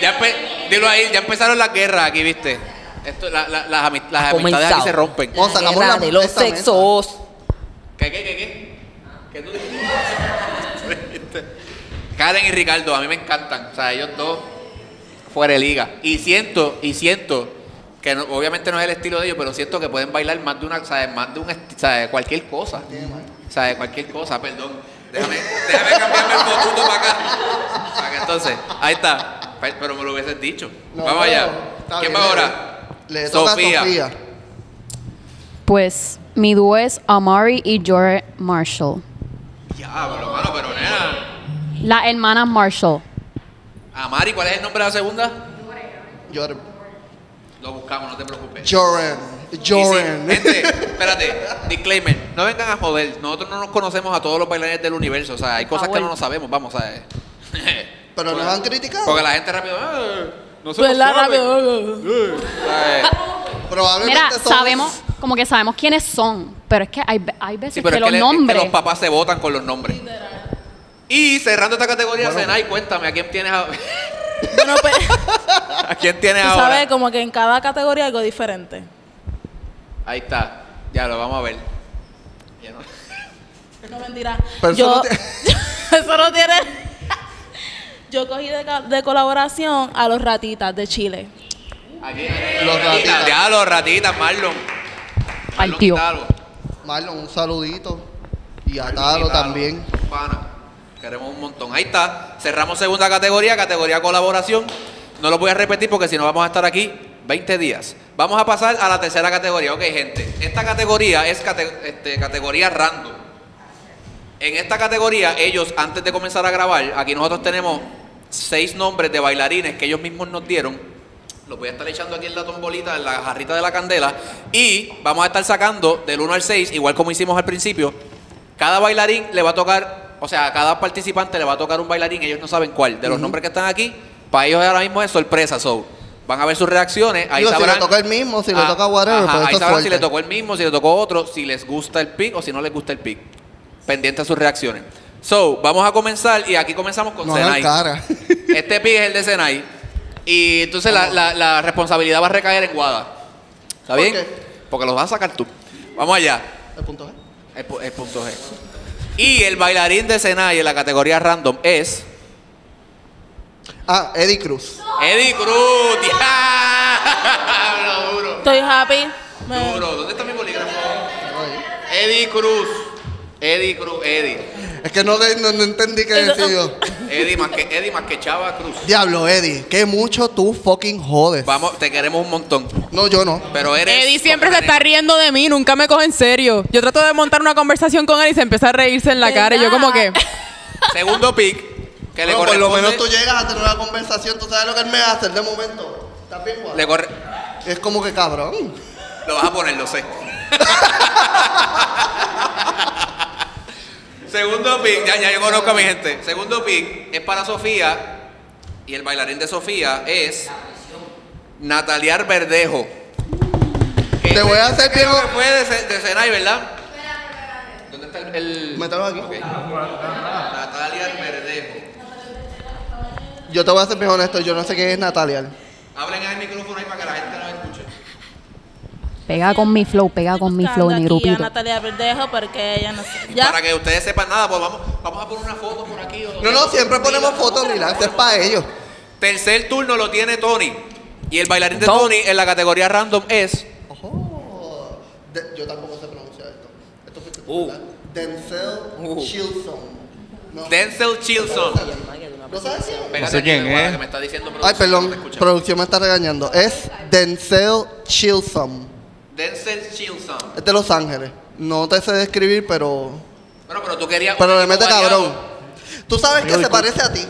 [SPEAKER 3] Ya empe- dilo ahí, ya empezaron las guerras aquí, ¿viste? Esto, la- la- las ami- las amistades aquí
[SPEAKER 5] Comenzado.
[SPEAKER 3] se rompen.
[SPEAKER 2] Vamos, sacamos
[SPEAKER 5] Guerra
[SPEAKER 2] la-
[SPEAKER 5] de los
[SPEAKER 2] esta mesa.
[SPEAKER 5] sexos.
[SPEAKER 3] ¿Qué, qué, qué, qué? ¿Qué tú dijiste? Karen y Ricardo, a mí me encantan. O sea, ellos dos fuera de liga. Y siento, y siento, que no- obviamente no es el estilo de ellos, pero siento que pueden bailar más de una, o sea, más de un esti- o sea, de cualquier cosa. O sea, de cualquier cosa, perdón. Déjame, déjame cambiarme el fotuto para acá. Para que entonces, ahí está. Pe- Pero me lo hubieses dicho.
[SPEAKER 2] No,
[SPEAKER 3] Vamos allá.
[SPEAKER 2] está
[SPEAKER 3] ¿Quién
[SPEAKER 2] bien,
[SPEAKER 3] va
[SPEAKER 2] le-
[SPEAKER 3] ahora?
[SPEAKER 2] Le toca a
[SPEAKER 3] Sofía.
[SPEAKER 2] Sofía.
[SPEAKER 9] Pues mi dúo es Amari y George Marshall.
[SPEAKER 3] Diablo, mano, pero nena.
[SPEAKER 9] La hermana Marshall.
[SPEAKER 3] Amari, Ah, ¿cuál es el nombre de la segunda?
[SPEAKER 2] Jordan.
[SPEAKER 3] Lo buscamos, no te preocupes.
[SPEAKER 2] Jordan. Jordan.
[SPEAKER 3] Y sí, gente, espérate, disclaimer, no vengan a joder, nosotros no nos conocemos a todos los bailarines del universo, o sea, hay cosas que no nos sabemos, vamos, ¿sabes?
[SPEAKER 2] Pero nos han criticado.
[SPEAKER 3] Porque la gente rápido, "Ah, no se lo
[SPEAKER 4] ¿Verdad?
[SPEAKER 3] sabe".
[SPEAKER 4] Pues Rápido.
[SPEAKER 3] ¿Sabes?
[SPEAKER 2] Probablemente
[SPEAKER 9] Mira,
[SPEAKER 2] somos-
[SPEAKER 9] sabemos, como que sabemos quiénes son, pero es que hay, ve- hay veces
[SPEAKER 3] Sí, pero
[SPEAKER 9] que
[SPEAKER 3] es
[SPEAKER 9] los
[SPEAKER 3] que, le- es que
[SPEAKER 9] nombres.
[SPEAKER 3] los papás se votan con los nombres. Y cerrando esta categoría, Senay, cuéntame, ¿a quién tienes a...
[SPEAKER 4] Bueno, pues, tú
[SPEAKER 3] ¿A quién tienes ahora?
[SPEAKER 4] sabes, como que en cada categoría algo diferente.
[SPEAKER 3] Ahí está. Ya lo vamos a ver. Ya no.
[SPEAKER 4] No mentira.
[SPEAKER 2] Pero eso
[SPEAKER 4] yo,
[SPEAKER 2] no tiene-
[SPEAKER 4] eso no tiene. Yo cogí de, ca- de colaboración a los ratitas de Chile.
[SPEAKER 3] Aquí.
[SPEAKER 2] Los ratitas.
[SPEAKER 3] Ya, los ratitas, Marlon. Marlon,
[SPEAKER 9] Partió.
[SPEAKER 3] quítalo.
[SPEAKER 2] Marlon, un saludito. Y a Taro
[SPEAKER 3] Quítalo,
[SPEAKER 2] también.
[SPEAKER 3] Pana. Queremos un montón. Ahí está. Cerramos segunda categoría, categoría colaboración. No lo voy a repetir porque si no vamos a estar aquí 20 días. Vamos a pasar a la tercera categoría. Ok, gente. Esta categoría es cate- este, categoría random. En esta categoría, ellos, antes de comenzar a grabar, aquí nosotros tenemos seis nombres de bailarines que ellos mismos nos dieron. Los voy a estar echando aquí en la tombolita, en la jarrita de la candela. Y vamos a estar sacando del 1 al 6, igual como hicimos al principio. Cada bailarín le va a tocar, o sea, a cada participante le va a tocar un bailarín, ellos no saben cuál. De los nombres que están aquí, para ellos ahora mismo es sorpresa, so. Van a ver sus reacciones. Ahí
[SPEAKER 2] Digo, si
[SPEAKER 3] sabrán.
[SPEAKER 2] le toca el mismo, si le
[SPEAKER 3] Ah,
[SPEAKER 2] toca whatever,
[SPEAKER 3] ajá,
[SPEAKER 2] pero
[SPEAKER 3] ahí
[SPEAKER 2] esto es
[SPEAKER 3] sabrán si le
[SPEAKER 2] fuerte.
[SPEAKER 3] tocó el mismo, si le tocó otro, si les gusta el pick o si no les gusta el pick. Pendiente a sus reacciones. So, vamos a comenzar y aquí comenzamos con
[SPEAKER 2] No
[SPEAKER 3] Senai.
[SPEAKER 2] dan cara.
[SPEAKER 3] Este pick es el de Senai. Y entonces la, la- la responsabilidad va a recaer en Guada. ¿Está
[SPEAKER 2] ¿Por
[SPEAKER 3] bien?
[SPEAKER 2] qué?
[SPEAKER 3] Porque los vas a sacar tú. Vamos allá.
[SPEAKER 2] El punto G.
[SPEAKER 3] El, pu- el punto G. Y el bailarín de Senai en la categoría random es
[SPEAKER 2] Ah, Eddie Cruz.
[SPEAKER 3] Eddie Cruz. ¡Diablo! Duro.
[SPEAKER 4] Estoy happy. Me-
[SPEAKER 3] Duro. ¿Dónde está mi bolígrafo? Eddie Cruz. Eddie Cruz, Eddie.
[SPEAKER 2] Es que no, de- no, no entendí qué
[SPEAKER 4] Eso-
[SPEAKER 2] decía yo.
[SPEAKER 3] Eddie más que, Eddie más que Chava Cruz.
[SPEAKER 2] Diablo, Eddie, que mucho tú fucking jodes.
[SPEAKER 3] Vamos, te queremos un montón.
[SPEAKER 2] No, yo no.
[SPEAKER 3] Pero eres.
[SPEAKER 8] Eddie siempre se está riendo de mí, nunca me coge en serio. Yo trato de montar una conversación con él y se empieza a reírse en la cara. Y yo como que,
[SPEAKER 3] Segundo pick. Que le
[SPEAKER 2] No, por lo
[SPEAKER 3] corresponde.
[SPEAKER 2] menos tú llegas a tener una conversación, tú sabes lo que él me hace de momento. ¿Estás bien, Juan?
[SPEAKER 3] le corre-
[SPEAKER 2] Es como que cabrón.
[SPEAKER 3] Lo vas a poner, lo sé. Segundo pick. Ya, ya, yo conozco a mi gente. Segundo pick es para Sofía. Y el bailarín de Sofía es. Nataliar Verdejo.
[SPEAKER 2] Te voy a hacer
[SPEAKER 3] Creo
[SPEAKER 2] bien-
[SPEAKER 3] que fue de, Ce- de Senai, ¿verdad? ¿Dónde está el.? el-
[SPEAKER 2] Mételo aquí.
[SPEAKER 3] Ok. Natalia Verdejo.
[SPEAKER 2] Yo te voy a ser bien honesto, yo no sé quién es Natalia.
[SPEAKER 3] Hablen al micrófono ahí para que la gente la escuche.
[SPEAKER 9] Pega con mi flow, pega con mi flow,
[SPEAKER 4] Buscando aquí a
[SPEAKER 9] negrupito.
[SPEAKER 4] Natalia Verdejo porque ella no sé. Ya.
[SPEAKER 3] Para que ustedes sepan nada, pues vamos, vamos a poner una foto por aquí. o-
[SPEAKER 2] No, no, siempre ponemos fotos, relax, es para ellos.
[SPEAKER 3] Tercer turno lo tiene Tony. Y el bailarín de Tony en la categoría random es.
[SPEAKER 2] Ojo. De- yo tampoco sé pronunciar esto. Esto fue
[SPEAKER 3] Uh.
[SPEAKER 2] ¿verdad? Denzel
[SPEAKER 3] Uh.
[SPEAKER 2] Chilson. No.
[SPEAKER 3] Denzel Chilson.
[SPEAKER 2] ¿No sabes quién es?
[SPEAKER 3] Pégate
[SPEAKER 7] sé
[SPEAKER 3] aquí,
[SPEAKER 7] quién
[SPEAKER 3] Guada,
[SPEAKER 7] es.
[SPEAKER 3] que me está diciendo
[SPEAKER 2] Ay,
[SPEAKER 3] producción, pues no te
[SPEAKER 2] perdón,
[SPEAKER 3] escucha.
[SPEAKER 2] producción me está regañando. Es Denzel Chilson.
[SPEAKER 3] Denzel Chilson.
[SPEAKER 2] Es de Los Ángeles. No te sé describir, pero.
[SPEAKER 3] Bueno, pero tú querías. un
[SPEAKER 2] Pero le
[SPEAKER 3] tipo
[SPEAKER 2] mete
[SPEAKER 3] variado.
[SPEAKER 2] cabrón. Tú sabes que se parece a ti.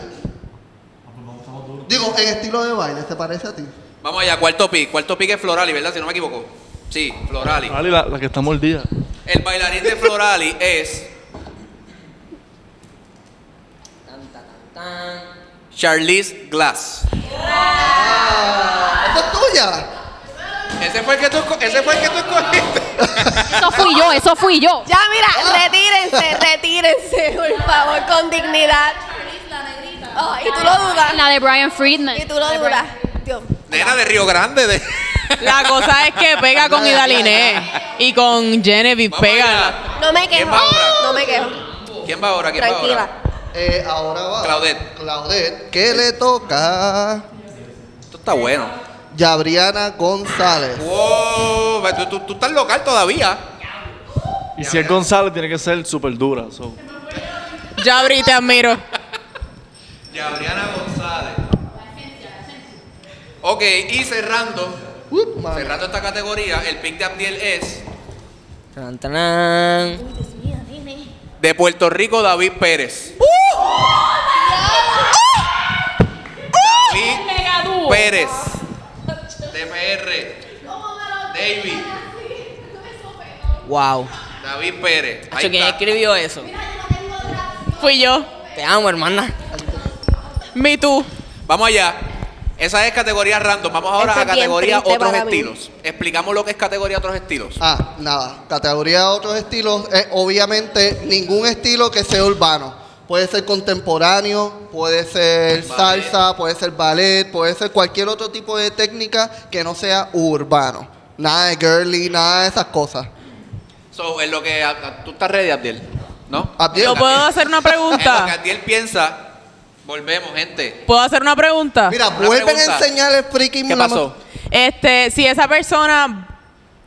[SPEAKER 2] Digo, en estilo de baile, se parece a ti.
[SPEAKER 3] Vamos allá, cuarto pick. Cuarto pick es Florali, ¿verdad? Si no me equivoco. Sí, Florali.
[SPEAKER 7] Dale, la, la que está mordida.
[SPEAKER 3] El bailarín de Florali es. Charlize Glass.
[SPEAKER 2] ¡Esa es tuya!
[SPEAKER 3] Ese fue el que tú, esco- ese fue el que tú escogiste.
[SPEAKER 9] Eso fui yo, eso fui yo.
[SPEAKER 6] Ya, mira, retírense, retírense, por favor, con dignidad. Oh, y tú lo dudas.
[SPEAKER 9] La de Brian Friedman.
[SPEAKER 6] Y tú lo
[SPEAKER 9] De
[SPEAKER 6] dudas.
[SPEAKER 9] Brian-
[SPEAKER 6] Dios.
[SPEAKER 3] Nena de Río Grande. De...
[SPEAKER 8] la cosa es que pega con Idaliné y con Genevieve,
[SPEAKER 3] Vamos
[SPEAKER 8] pega.
[SPEAKER 3] allá.
[SPEAKER 6] No me
[SPEAKER 3] ¿Quién
[SPEAKER 6] quejo.
[SPEAKER 3] va ahora?
[SPEAKER 6] No me quejo.
[SPEAKER 3] ¿Quién va ahora? ¿Quién va ahora?
[SPEAKER 6] Tranquila.
[SPEAKER 2] Eh, ahora va.
[SPEAKER 3] Claudette.
[SPEAKER 2] Claudette. ¿Qué le toca?
[SPEAKER 3] Esto está bueno.
[SPEAKER 2] Yabriana González.
[SPEAKER 3] Wow, ve, tú, tú- tú estás local todavía.
[SPEAKER 7] Y si es González, tiene que ser súper dura. so.
[SPEAKER 8] Ya abrí, te admiro.
[SPEAKER 3] Yabriana González. Ok, y cerrando,
[SPEAKER 2] Uh, mami.
[SPEAKER 3] cerrando esta categoría, el pick de Abdiel es
[SPEAKER 5] Tan, tan, tan.
[SPEAKER 3] de Puerto Rico David Pérez. David Pérez. DPR. David.
[SPEAKER 5] Wow.
[SPEAKER 3] David Pérez. Ahí
[SPEAKER 5] Hacho, ¿Quién
[SPEAKER 3] está.
[SPEAKER 5] escribió eso?
[SPEAKER 8] Fui yo.
[SPEAKER 5] Te amo, hermana.
[SPEAKER 8] Me tú.
[SPEAKER 3] Vamos allá. Esa es categoría random. Vamos ahora
[SPEAKER 6] Esto
[SPEAKER 3] a
[SPEAKER 6] es bien
[SPEAKER 3] categoría
[SPEAKER 6] triste
[SPEAKER 3] otros
[SPEAKER 6] para mí.
[SPEAKER 3] estilos. Explicamos lo que es categoría otros estilos.
[SPEAKER 2] eh, Ah, nada. Categoría de otros estilos es obviamente ningún estilo que sea urbano. Puede ser contemporáneo, puede ser salsa, puede ser ballet, puede ser cualquier otro tipo de técnica que no sea urbano. Nada de girly, nada de esas cosas.
[SPEAKER 3] So, en lo que a- a- tú estás ready, Abdiel, ¿no?
[SPEAKER 2] Abdiel.
[SPEAKER 8] ¿Yo
[SPEAKER 2] Yo
[SPEAKER 8] puedo hacer una
[SPEAKER 3] En lo que
[SPEAKER 8] pregunta?
[SPEAKER 3] Abdiel piensa, volvemos, gente.
[SPEAKER 8] ¿Puedo hacer una pregunta?
[SPEAKER 2] Mira,
[SPEAKER 3] Una
[SPEAKER 2] vuelven
[SPEAKER 3] pregunta.
[SPEAKER 2] a enseñar el freaking
[SPEAKER 3] ¿Qué
[SPEAKER 2] mamá-
[SPEAKER 3] pasó?
[SPEAKER 8] Este, si esa persona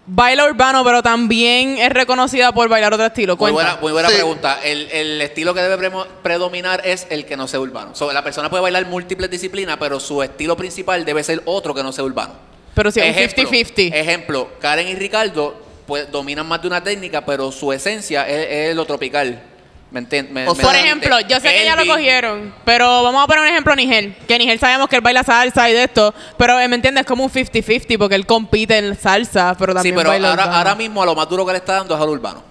[SPEAKER 8] baila urbano, pero también es reconocida por bailar otro estilo,
[SPEAKER 3] Muy
[SPEAKER 8] cuenta.
[SPEAKER 3] buena, muy buena
[SPEAKER 2] Sí.
[SPEAKER 3] pregunta. El, el estilo que debe premo- predominar es el que no sea urbano. So, la persona puede bailar múltiples disciplinas, pero su estilo principal debe ser otro que no sea urbano.
[SPEAKER 8] Pero si es un
[SPEAKER 3] Ejemplo,
[SPEAKER 8] 50-50.
[SPEAKER 3] Ejemplo, Karen y Ricardo pues, dominan más de una técnica, pero su esencia es, es lo tropical. ¿Me entiendes?
[SPEAKER 2] O sea,
[SPEAKER 8] Por ejemplo, yo sé que ya lo cogieron, pero vamos a poner un ejemplo a Nigel. Que Nigel sabemos que él baila salsa y de esto, pero eh, ¿me entiendes? Es como un 50-50 porque él compite en salsa, pero
[SPEAKER 3] Sí,
[SPEAKER 8] también
[SPEAKER 3] pero
[SPEAKER 8] baila
[SPEAKER 3] ahora,
[SPEAKER 8] urbano.
[SPEAKER 3] ahora mismo a lo más duro que le está dando es al urbano.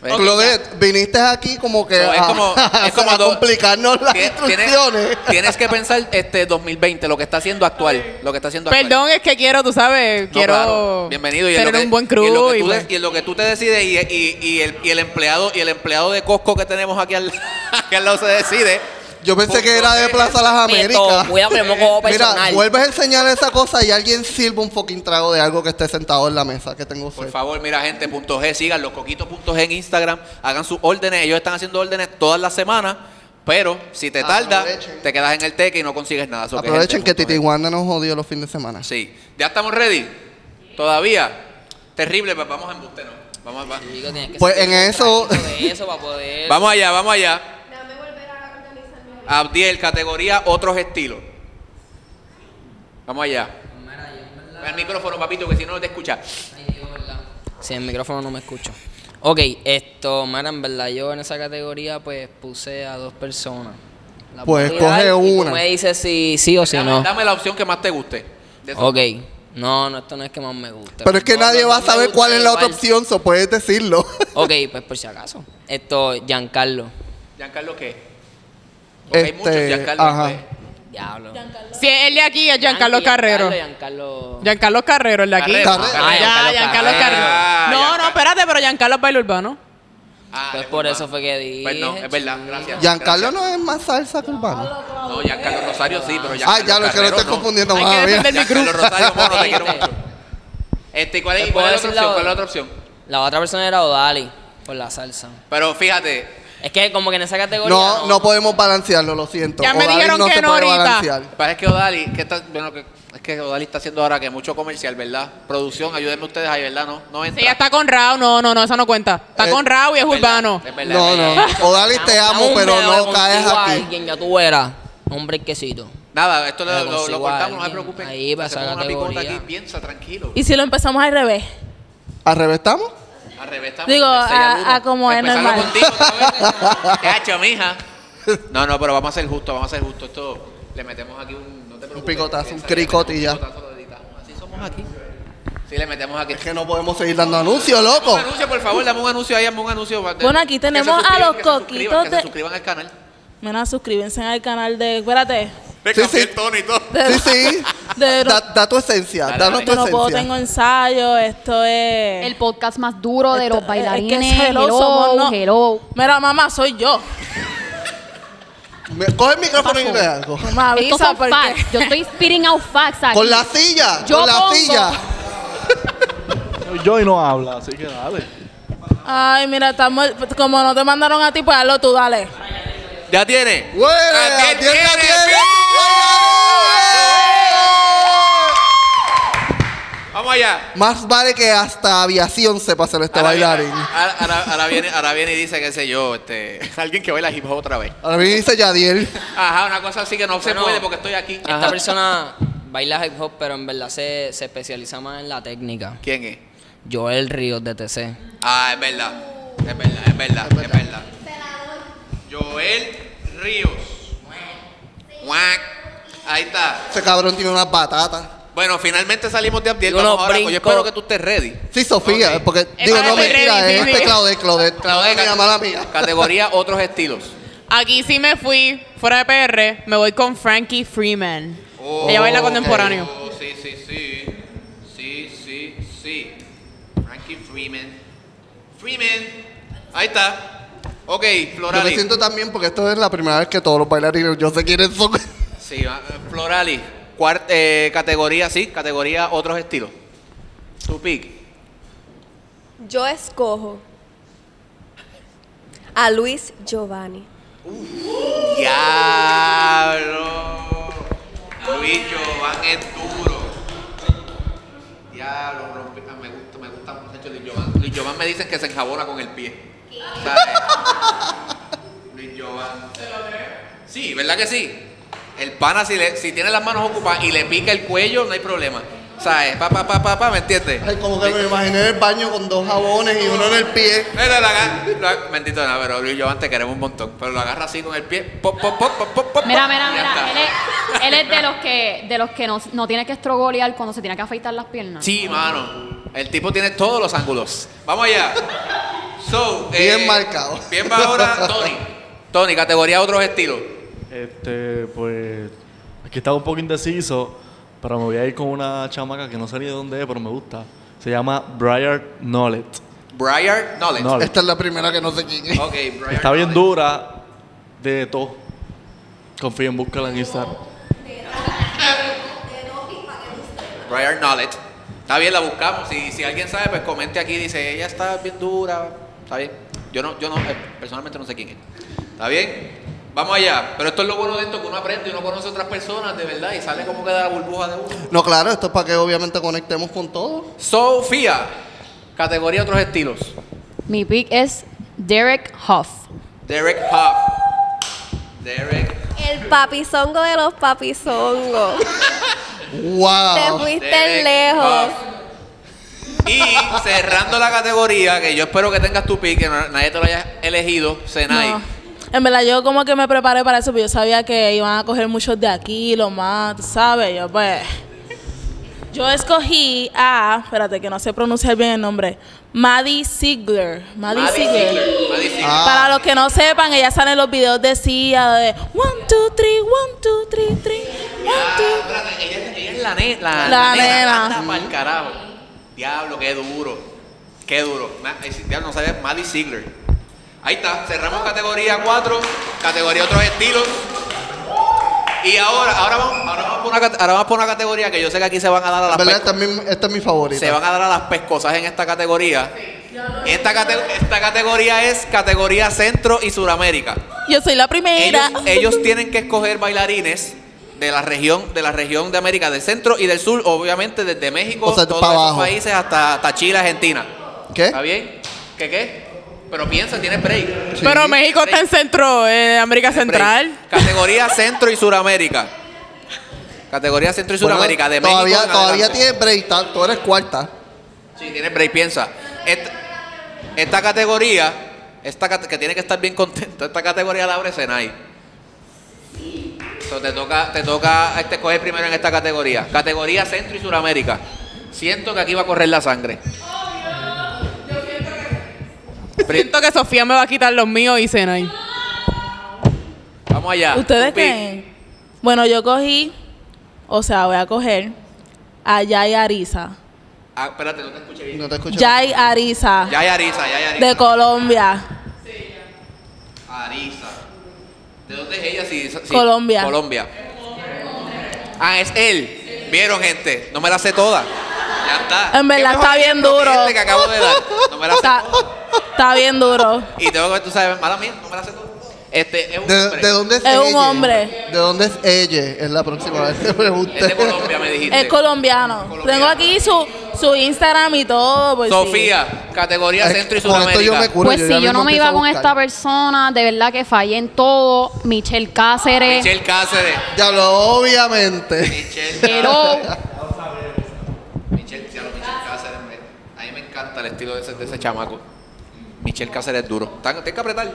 [SPEAKER 3] ¿Ves?
[SPEAKER 2] Eh, Claudette, viniste aquí como que
[SPEAKER 3] So, es
[SPEAKER 2] a,
[SPEAKER 3] como- es como
[SPEAKER 2] a
[SPEAKER 3] do-
[SPEAKER 2] complicarnos las
[SPEAKER 3] Tien- tienes-
[SPEAKER 2] instrucciones.
[SPEAKER 3] Tienes que pensar este 2020, lo que está haciendo actual, lo que está haciendo actual.
[SPEAKER 8] Perdón, es que quiero, tú sabes,
[SPEAKER 3] No,
[SPEAKER 8] quiero
[SPEAKER 3] claro. Bienvenido. Y en
[SPEAKER 8] tener
[SPEAKER 3] lo que-
[SPEAKER 8] un buen
[SPEAKER 3] Y en lo
[SPEAKER 8] crew.
[SPEAKER 3] que
[SPEAKER 8] y
[SPEAKER 3] tú,
[SPEAKER 8] pues-
[SPEAKER 3] de- y en lo que tú te decides y, y- y el, y el empleado y el empleado de Costco que tenemos aquí al, aquí al lado se decide.
[SPEAKER 2] Yo pensé que era de Plaza Las Américas.
[SPEAKER 5] Beto, Cuidado que me cojo
[SPEAKER 2] Mira,
[SPEAKER 5] personal.
[SPEAKER 2] vuelves a enseñar esa cosa y alguien sirve un fucking trago de algo que esté sentado en la mesa que tengo
[SPEAKER 3] Por
[SPEAKER 2] sed.
[SPEAKER 3] favor, mira gente, punto G, sigan los coquitos.g en Instagram, hagan sus órdenes, ellos están haciendo órdenes todas las semanas, pero si
[SPEAKER 2] Ah,
[SPEAKER 3] te tarda,
[SPEAKER 2] Aprovechen.
[SPEAKER 3] te quedas en el teque y no consigues nada. So
[SPEAKER 2] Aprovechen que
[SPEAKER 3] gente,
[SPEAKER 2] Titi
[SPEAKER 3] punto G.
[SPEAKER 2] Wanda nos jodió los fines de semana.
[SPEAKER 3] Sí. ¿Ya estamos ready? ¿Todavía? Terrible, pues vamos a embuste, ¿no? Vamos, a- va-
[SPEAKER 5] Chico, tienes que
[SPEAKER 2] Pues
[SPEAKER 5] sentir
[SPEAKER 2] en eso-
[SPEAKER 5] un poquito de eso para poder-
[SPEAKER 3] vamos allá, vamos allá. Abdiel, categoría otros estilos. Vamos allá. El micrófono, papito, que si no no te escucha.
[SPEAKER 5] Si el micrófono no me escucho. Ok, esto, mira, en verdad yo en esa categoría pues puse a dos personas. La
[SPEAKER 2] Pues,
[SPEAKER 5] puedo tirar
[SPEAKER 2] coge
[SPEAKER 5] y tú
[SPEAKER 2] una.
[SPEAKER 5] me dices si sí o si
[SPEAKER 3] dame,
[SPEAKER 5] no.
[SPEAKER 3] dame la opción que más te guste. De esos-
[SPEAKER 5] Ok. No, no, esto no es que más me gusta.
[SPEAKER 2] Pero es que nadie va a saber cuál es la otra
[SPEAKER 5] opción
[SPEAKER 2] opción, so puedes decirlo.
[SPEAKER 5] Ok, pues por si acaso. Esto, Giancarlo.
[SPEAKER 3] ¿Giancarlo qué? Porque hay
[SPEAKER 2] Este,
[SPEAKER 3] muchos Giancarlo.
[SPEAKER 2] ajá.
[SPEAKER 3] pues.
[SPEAKER 5] Diablo.
[SPEAKER 8] Si es el de aquí, es Giancarlo Carrero.
[SPEAKER 5] Giancarlo.
[SPEAKER 8] Giancarlo Carrero, el de aquí.
[SPEAKER 3] Carrero.
[SPEAKER 2] Carrero.
[SPEAKER 5] Ah,
[SPEAKER 8] Ya,
[SPEAKER 5] Giancarlo
[SPEAKER 8] Giancarlo
[SPEAKER 5] Carrero.
[SPEAKER 8] Carrero.
[SPEAKER 3] Ah,
[SPEAKER 8] No,
[SPEAKER 3] Giancarlo.
[SPEAKER 8] no, espérate, pero Giancarlo es baile urbano.
[SPEAKER 3] Ah,
[SPEAKER 5] Pues
[SPEAKER 3] es
[SPEAKER 5] por
[SPEAKER 3] verdad.
[SPEAKER 5] eso fue que dije.
[SPEAKER 3] Pues no, es verdad, gracias.
[SPEAKER 2] Giancarlo no es más salsa que urbano.
[SPEAKER 3] gracias. No, Giancarlo Rosario sí, pero Giancarlo
[SPEAKER 2] Ah, ya lo que lo
[SPEAKER 3] Carrero
[SPEAKER 2] estoy
[SPEAKER 3] no.
[SPEAKER 2] confundiendo
[SPEAKER 8] Hay
[SPEAKER 2] más.
[SPEAKER 8] que
[SPEAKER 2] bien.
[SPEAKER 8] defender mi
[SPEAKER 3] Giancarlo
[SPEAKER 8] cruz.
[SPEAKER 3] Rosario, mono, te quiero
[SPEAKER 5] Gente.
[SPEAKER 3] mucho. Este, ¿y ¿cuál es,
[SPEAKER 5] ¿Te
[SPEAKER 3] y cuál es la otra
[SPEAKER 5] puedo decir la
[SPEAKER 3] opción? ¿Cuál es la
[SPEAKER 5] otra?
[SPEAKER 3] otra opción?
[SPEAKER 5] La otra persona era Odali, por la salsa.
[SPEAKER 3] Pero fíjate,
[SPEAKER 5] Es que como que en esa categoría.
[SPEAKER 2] No, no podemos balancearlo, lo siento.
[SPEAKER 8] Ya me
[SPEAKER 2] Odali
[SPEAKER 8] dijeron
[SPEAKER 2] no
[SPEAKER 8] que
[SPEAKER 2] se
[SPEAKER 8] no
[SPEAKER 2] puede
[SPEAKER 8] ahorita.
[SPEAKER 3] lo
[SPEAKER 2] balancear.
[SPEAKER 3] que pasa es que Odali, que está, bueno, que, es que Odali está haciendo ahora que mucho comercial, ¿verdad? Producción, ayúdenme ustedes ahí, ¿verdad? No, no entra.
[SPEAKER 8] Sí, ya está con Rao, no, no, no, esa no cuenta. Está
[SPEAKER 2] Eh,
[SPEAKER 8] con Rao y es
[SPEAKER 3] Es verdad,
[SPEAKER 8] urbano.
[SPEAKER 3] es verdad,
[SPEAKER 2] No,
[SPEAKER 3] es
[SPEAKER 2] no.
[SPEAKER 3] verdad.
[SPEAKER 2] Odali te
[SPEAKER 5] Dame
[SPEAKER 2] amo,
[SPEAKER 5] un
[SPEAKER 2] pero
[SPEAKER 5] dedo,
[SPEAKER 2] no caes
[SPEAKER 5] consigo a
[SPEAKER 2] aquí.
[SPEAKER 5] Alguien, ya tú eras. Un brequecito.
[SPEAKER 3] Nada, esto lo,
[SPEAKER 5] Me
[SPEAKER 3] lo- lo
[SPEAKER 5] consigo a
[SPEAKER 3] cortamos, no se
[SPEAKER 5] alguien
[SPEAKER 3] preocupen.
[SPEAKER 5] ahí para
[SPEAKER 3] Hacemos
[SPEAKER 5] esa
[SPEAKER 3] una picota
[SPEAKER 5] categoría.
[SPEAKER 3] aquí, piensa, tranquilo.
[SPEAKER 4] ¿Y si lo empezamos al revés?
[SPEAKER 2] ¿Al revés estamos?
[SPEAKER 3] Al revés estamos,
[SPEAKER 4] Digo,
[SPEAKER 3] de seis
[SPEAKER 4] a-
[SPEAKER 3] uno.
[SPEAKER 4] a como es
[SPEAKER 3] Empezarlo
[SPEAKER 4] normal.
[SPEAKER 3] contigo otra vez. Cacho, mija. No, no, pero vamos a ser justos, vamos a ser justos. Esto le metemos aquí un. No te preocupes,
[SPEAKER 2] picotazo, un
[SPEAKER 3] piensa,
[SPEAKER 2] cricote y
[SPEAKER 3] le
[SPEAKER 2] ya.
[SPEAKER 3] metemos un picotazo, lo editamos. Así somos aquí. Sí, le metemos aquí.
[SPEAKER 2] Es que no podemos seguir dando anuncios, loco.
[SPEAKER 3] Un anuncio, por favor, dame un anuncio ahí, dame un anuncio.
[SPEAKER 4] Bueno, aquí
[SPEAKER 3] Que se
[SPEAKER 4] tenemos a
[SPEAKER 3] suscriban,
[SPEAKER 4] los
[SPEAKER 3] que se suscriban,
[SPEAKER 4] coquitos
[SPEAKER 3] Que se
[SPEAKER 4] de-
[SPEAKER 3] suscriban al canal.
[SPEAKER 4] Mira, suscríbanse al canal de. Espérate.
[SPEAKER 3] Le
[SPEAKER 2] Sí, sí.
[SPEAKER 3] y todo.
[SPEAKER 4] De-
[SPEAKER 2] Sí, sí.
[SPEAKER 4] de-
[SPEAKER 2] Da, da tu esencia,
[SPEAKER 3] Dale,
[SPEAKER 2] danos
[SPEAKER 3] dale.
[SPEAKER 2] tu
[SPEAKER 4] Yo no puedo, tengo
[SPEAKER 2] esencia.
[SPEAKER 4] ensayo, esto es.
[SPEAKER 9] El podcast más duro de
[SPEAKER 4] esto-
[SPEAKER 9] los bailarines.
[SPEAKER 4] es que es
[SPEAKER 9] hello,
[SPEAKER 4] somos, no.
[SPEAKER 9] hello.
[SPEAKER 4] Mira, mamá, soy yo.
[SPEAKER 2] Me- Coge el micrófono y le algo.
[SPEAKER 4] No me avisa
[SPEAKER 9] Estos son
[SPEAKER 4] porque-
[SPEAKER 9] facts. Yo estoy spitting out facts aquí.
[SPEAKER 2] Con la silla,
[SPEAKER 9] Yo
[SPEAKER 2] con la
[SPEAKER 9] pongo-
[SPEAKER 2] silla.
[SPEAKER 7] Yo y no habla, así que dale.
[SPEAKER 4] Ay, mira, estamos. Como no te mandaron a ti, pues hazlo tú, dale.
[SPEAKER 3] Ya tiene.
[SPEAKER 2] ¡Güey!
[SPEAKER 3] También
[SPEAKER 2] ¡Atiende,
[SPEAKER 3] tiene,
[SPEAKER 2] atiende!
[SPEAKER 3] Vamos allá.
[SPEAKER 2] Más vale que hasta aviación sepa hacer este
[SPEAKER 3] Ahora viene-
[SPEAKER 2] bailarín.
[SPEAKER 3] Ahora, ahora- ahora viene, ahora viene y dice, qué sé yo, este, alguien que baila hip hop otra vez.
[SPEAKER 2] Ahora viene y dice Yadiel.
[SPEAKER 3] Ajá, una cosa así que no se
[SPEAKER 5] Bueno,
[SPEAKER 3] puede porque estoy aquí.
[SPEAKER 5] Esta
[SPEAKER 3] Ajá.
[SPEAKER 5] persona baila hip hop, pero en verdad se, se especializa más en la técnica.
[SPEAKER 3] ¿Quién es?
[SPEAKER 5] Joel Ríos de TC.
[SPEAKER 3] Ah, es verdad. Es verdad, es verdad, es verdad. Joel Ríos. Guac. Ahí está.
[SPEAKER 2] Ese cabrón tiene unas batatas.
[SPEAKER 3] Bueno, finalmente salimos de Abdiel.
[SPEAKER 5] Unos
[SPEAKER 3] Vamos ahora, pues yo
[SPEAKER 5] brincos.
[SPEAKER 3] espero que tú estés ready.
[SPEAKER 2] Sí, Sofía,
[SPEAKER 3] Ok.
[SPEAKER 2] porque digo, no
[SPEAKER 8] Estoy
[SPEAKER 2] mentira,
[SPEAKER 8] ready,
[SPEAKER 2] es
[SPEAKER 8] sí,
[SPEAKER 2] este
[SPEAKER 8] sí.
[SPEAKER 2] Claudette, Claudette, Claudette, mía, mala mía.
[SPEAKER 3] Categoría otros estilos.
[SPEAKER 8] Aquí sí me fui, fuera de PR, me voy con Frankie Freeman. Ella baila contemporáneo.
[SPEAKER 3] Oh, sí, sí, sí. Sí, sí, sí. Frankie Freeman. Freeman. Ahí está. Ok,
[SPEAKER 2] Yo me
[SPEAKER 3] Florali.
[SPEAKER 2] siento también porque esto es la primera vez que todos los bailarines yo sé quiénes son.
[SPEAKER 3] Sí, va- Florali. Cuart- eh, categoría, sí, categoría otros estilos. Tu pick.
[SPEAKER 6] Yo escojo a Luis Giovanni.
[SPEAKER 3] Diablo. Luis Giovanni es duro. Diablo, rompe- ah, me gusta, me gusta mucho Luis Giovanni. Luis Giovanni me dicen que se enjabona con el pie. ¿Sabes? Luis Giovanni. Sí, ¿verdad que sí? El pana, si, le- si tiene las manos ocupadas y le pica el cuello, no hay problema. ¿Sabes? Pa, pa, pa, pa, pa, ¿me entiendes?
[SPEAKER 2] Ay, como que me imaginé el baño con dos jabones y uno en el pie.
[SPEAKER 3] Mira, lo aga- lo aga- Bendito, no, pero Luis Giovanni te queremos un montón. Pero lo agarra así con el pie. Pop, pop, pop, pop, pop, pop,
[SPEAKER 9] Mira,
[SPEAKER 3] y
[SPEAKER 9] mira,
[SPEAKER 3] ya está.
[SPEAKER 9] mira, él es, él es de los que, de los que no, no tiene que estrogolear cuando se tiene que afeitar las piernas.
[SPEAKER 3] Sí, mano. El tipo tiene todos los ángulos. Vamos allá. So, eh,
[SPEAKER 2] Bien marcado.
[SPEAKER 3] Bien va ahora Tony. Tony, categoría otros estilos.
[SPEAKER 7] Este, pues. Aquí estaba un poco indeciso, pero me voy a ir con una chamaca que no sé ni de dónde es, pero me gusta. Se llama Briar Knowlet.
[SPEAKER 3] Briar Knowledge.
[SPEAKER 7] Knowlet.
[SPEAKER 2] Esta es la primera que no sé quién es.
[SPEAKER 3] Ok, Briar
[SPEAKER 7] Está bien
[SPEAKER 3] Knowledge.
[SPEAKER 7] dura de todo. Confíen, búscala en Instagram.
[SPEAKER 3] Briar Knowledge. Está bien, la buscamos. Si, si alguien sabe, pues comente aquí. Dice, ella está bien dura. Está bien. Yo no, yo no, eh, personalmente no sé quién es. ¿Está bien? Vamos allá. Pero esto es lo bueno de esto, que uno aprende y uno conoce a otras personas de verdad y sale como queda la burbuja de uno.
[SPEAKER 2] No, claro, esto es para que obviamente conectemos con todo.
[SPEAKER 3] Sofía, categoría otros estilos.
[SPEAKER 9] Mi pick es Derek Hoff.
[SPEAKER 3] Derek Huff. Derek.
[SPEAKER 6] El papizongo de los papizongos. Te
[SPEAKER 2] ¡Wow!
[SPEAKER 6] fuiste
[SPEAKER 3] Derek
[SPEAKER 6] lejos.
[SPEAKER 3] Huff. Y cerrando la categoría, que yo espero que tengas tu pick, que no- nadie te lo haya elegido, Senai.
[SPEAKER 4] No. En verdad, yo como que me preparé para eso, pero yo sabía que iban a coger muchos de aquí, lo más, tú ¿sabes? Yo, pues. Yo escogí a. Espérate, que no sé pronunciar bien el nombre. Maddie Ziegler. Maddie,
[SPEAKER 3] Maddie
[SPEAKER 4] Ziegler.
[SPEAKER 3] Ziegler, Maddie Ziegler.
[SPEAKER 2] Ah.
[SPEAKER 4] Para los que no sepan, ella sale en los videos de Sia de 1, 2, 3, 1, 2, 3, 3, 1, 2.
[SPEAKER 3] Espérate, ella, ella es la, ne- la,
[SPEAKER 4] La nena. Mm.
[SPEAKER 3] Anda pa'l carajo. Diablo, qué duro. Qué duro. Ma- es- Diablo, no sabía. Maddie Ziegler. Ahí está. Cerramos categoría 4. Categoría otros estilos. Y ahora, ahora vamos, ahora vamos por una, cate- ahora vamos por una categoría que yo sé que aquí se van a dar a
[SPEAKER 2] En
[SPEAKER 3] las
[SPEAKER 2] verdad,
[SPEAKER 3] pesco-
[SPEAKER 2] esta es mi, esta es mi favorita.
[SPEAKER 3] se van a dar a las pescosas en esta categoría. Esta, cate- esta categoría es categoría Centro y Suramérica.
[SPEAKER 4] Yo soy la
[SPEAKER 3] Ellos,
[SPEAKER 4] primera.
[SPEAKER 3] ellos tienen que escoger bailarines de la región de la región de América del Centro y del Sur, obviamente desde México,
[SPEAKER 2] O sea,
[SPEAKER 3] todos
[SPEAKER 2] pa'
[SPEAKER 3] esos
[SPEAKER 2] abajo. ¿Eh?
[SPEAKER 3] países hasta, hasta Chile, Argentina.
[SPEAKER 2] ¿Qué?
[SPEAKER 3] ¿Está bien? ¿Qué qué? Pero piensa, tienes break.
[SPEAKER 2] Sí.
[SPEAKER 8] Pero México está en centro, eh, América
[SPEAKER 3] Tienes
[SPEAKER 8] Central.
[SPEAKER 3] break. Categoría Centro y Suramérica. Categoría Centro y
[SPEAKER 2] Bueno,
[SPEAKER 3] Suramérica de
[SPEAKER 2] todavía,
[SPEAKER 3] México. en
[SPEAKER 2] Todavía
[SPEAKER 3] adelante.
[SPEAKER 2] tienes break, ta- tú eres cuarta.
[SPEAKER 3] Sí, tiene break, piensa. Esta, esta categoría, esta cate- que tiene que estar bien contento, esta categoría la abre Senai. So, te toca, te toca este, coger primero en esta categoría. Categoría Centro y Suramérica. Siento que aquí va a correr la sangre. Pri-
[SPEAKER 8] Siento que Sofía me va a quitar los míos y cena ahí.
[SPEAKER 3] Vamos allá.
[SPEAKER 4] ¿Ustedes
[SPEAKER 3] Tu pick.
[SPEAKER 4] creen? Bueno, yo cogí, o sea, voy a coger a Yay Ariza.
[SPEAKER 3] Ah, espérate, no te escuché bien.
[SPEAKER 2] No te escucho.
[SPEAKER 4] Yay Ariza,
[SPEAKER 3] Ya hay Arisa, ya hay Arisa.
[SPEAKER 4] de Colombia.
[SPEAKER 3] Arisa. ¿De dónde es ella? Sí, sí.
[SPEAKER 4] Colombia.
[SPEAKER 3] Colombia. Ah, es él. Vieron, gente. No me la sé toda. Ya está.
[SPEAKER 4] En verdad
[SPEAKER 3] Qué mejor
[SPEAKER 4] está bien
[SPEAKER 3] ejemplo que
[SPEAKER 4] duro.
[SPEAKER 3] Este que acabo de dar. No me la sé
[SPEAKER 4] Está,
[SPEAKER 3] toda.
[SPEAKER 4] está bien duro.
[SPEAKER 3] Y tengo que, tú sabes, mala mía, no me la sé toda. Este es un
[SPEAKER 2] ¿De,
[SPEAKER 3] hombre.
[SPEAKER 2] de dónde es,
[SPEAKER 4] Es un
[SPEAKER 2] ella?
[SPEAKER 4] hombre.
[SPEAKER 2] ¿De dónde es ella? Es la próxima vez que pregunte.
[SPEAKER 3] Es de Colombia, me dijiste.
[SPEAKER 4] Es colombiano.
[SPEAKER 3] Colombiano.
[SPEAKER 4] Tengo aquí su, su Instagram y todo. pues sí.
[SPEAKER 3] Sofía, categoría
[SPEAKER 2] Ay,
[SPEAKER 3] Centro y
[SPEAKER 2] con esto
[SPEAKER 3] Sudamérica.
[SPEAKER 2] yo me curo,
[SPEAKER 9] Pues
[SPEAKER 2] ya
[SPEAKER 9] si yo
[SPEAKER 2] mismo
[SPEAKER 9] no me
[SPEAKER 2] empiezo
[SPEAKER 9] iba
[SPEAKER 2] a
[SPEAKER 9] con
[SPEAKER 2] buscar.
[SPEAKER 9] esta persona, de verdad que fallé en todo. Michelle Cáceres.
[SPEAKER 3] Michelle Cáceres.
[SPEAKER 2] Ya lo, obviamente.
[SPEAKER 3] Michelle
[SPEAKER 9] Hello.
[SPEAKER 3] Michelle, diablo, Michelle Cáceres, me- a mí me encanta el estilo de ese, de ese chamaco. Michelle Cáceres es duro. Tan- Tienen que apretar.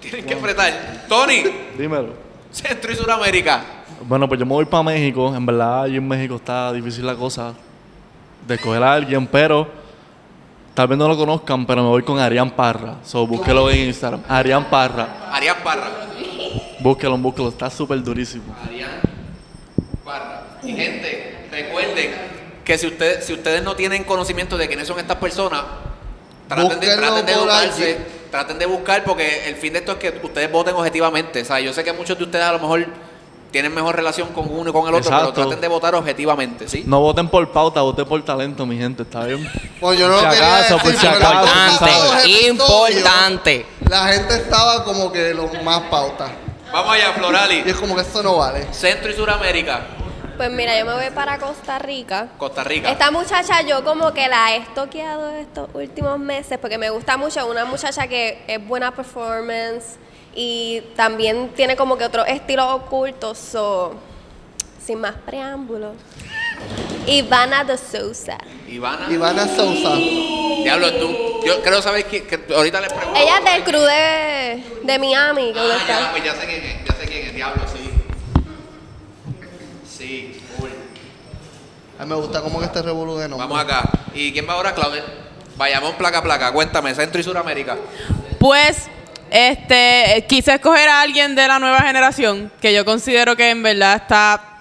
[SPEAKER 3] Tienen que apretar. Tony,
[SPEAKER 7] Dímelo.
[SPEAKER 3] Centro y Sudamérica.
[SPEAKER 7] Bueno, pues yo me voy para México. En verdad, allí en México está difícil la cosa de escoger a alguien, pero tal vez no lo conozcan, pero me voy con Arián Parra. So, búsquelo en Instagram. Arián Parra.
[SPEAKER 3] Arián Parra.
[SPEAKER 7] Búsquelo, búsquelo. Está súper durísimo.
[SPEAKER 3] Arián Parra. Y gente, recuerden que si, usted- si ustedes no tienen conocimiento de quiénes son estas personas, Traten de,
[SPEAKER 2] Búsquenlo
[SPEAKER 3] traten de
[SPEAKER 2] por
[SPEAKER 3] educarse,
[SPEAKER 2] allí.
[SPEAKER 3] traten de buscar, porque el fin de esto es que ustedes voten objetivamente. O sea, yo sé que muchos de ustedes a lo mejor tienen mejor relación con uno y con el otro,
[SPEAKER 7] Exacto.
[SPEAKER 3] pero traten de votar objetivamente, ¿sí?
[SPEAKER 7] No voten por pauta, voten por talento, mi gente, ¿está bien?
[SPEAKER 2] Pues yo no
[SPEAKER 7] Por
[SPEAKER 2] lo
[SPEAKER 7] si
[SPEAKER 2] quería
[SPEAKER 7] acaso,
[SPEAKER 2] decir,
[SPEAKER 7] por si
[SPEAKER 2] pero la
[SPEAKER 7] acaso,
[SPEAKER 2] cosa
[SPEAKER 7] ¿sabes?
[SPEAKER 2] todos
[SPEAKER 5] Importante,
[SPEAKER 2] estos
[SPEAKER 5] importante.
[SPEAKER 2] días, La gente estaba como que los más pautas.
[SPEAKER 3] Vamos allá, Florali.
[SPEAKER 2] Y es como que esto no vale.
[SPEAKER 3] Centro y Suramérica,
[SPEAKER 6] Pues mira, yo me voy para Costa Rica.
[SPEAKER 3] Costa Rica.
[SPEAKER 6] Esta muchacha yo como que la he estoqueado estos últimos meses porque me gusta mucho. Una muchacha que es buena performance y también tiene como que otros estilos ocultos. So, sin más preámbulos. Ivana de Sousa.
[SPEAKER 3] Ivana.
[SPEAKER 2] Ivana Sousa.
[SPEAKER 3] Diablo, tú. Yo creo saber que, que ahorita les pregunto.
[SPEAKER 6] Ella es del crew de, de Miami. que uno
[SPEAKER 3] Ah,
[SPEAKER 6] está.
[SPEAKER 3] ya, pues ya sé quién es, ya sé quién es, Diablo, sí. Sí, cool.
[SPEAKER 2] A mí me gusta como que este revolú de nombre.
[SPEAKER 3] Vamos acá. ¿Y quién va ahora, Claudia? Vayamos placa a placa. Cuéntame, Centro y Suramérica.
[SPEAKER 8] Pues, este, quise escoger a alguien de la nueva generación que yo considero que en verdad está,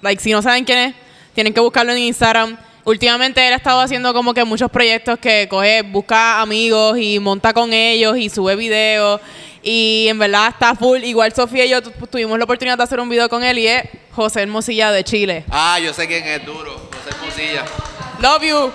[SPEAKER 8] like, si no saben quién es, tienen que buscarlo en Instagram. Últimamente él ha estado haciendo como que muchos proyectos que coge, busca amigos y monta con ellos y sube videos. Y en verdad está full. Igual Sofía y yo tu- tuvimos la oportunidad de hacer un video con él y es José Hermosilla de Chile.
[SPEAKER 3] Ah, yo sé quién es duro. José Hermosilla.
[SPEAKER 8] Love you.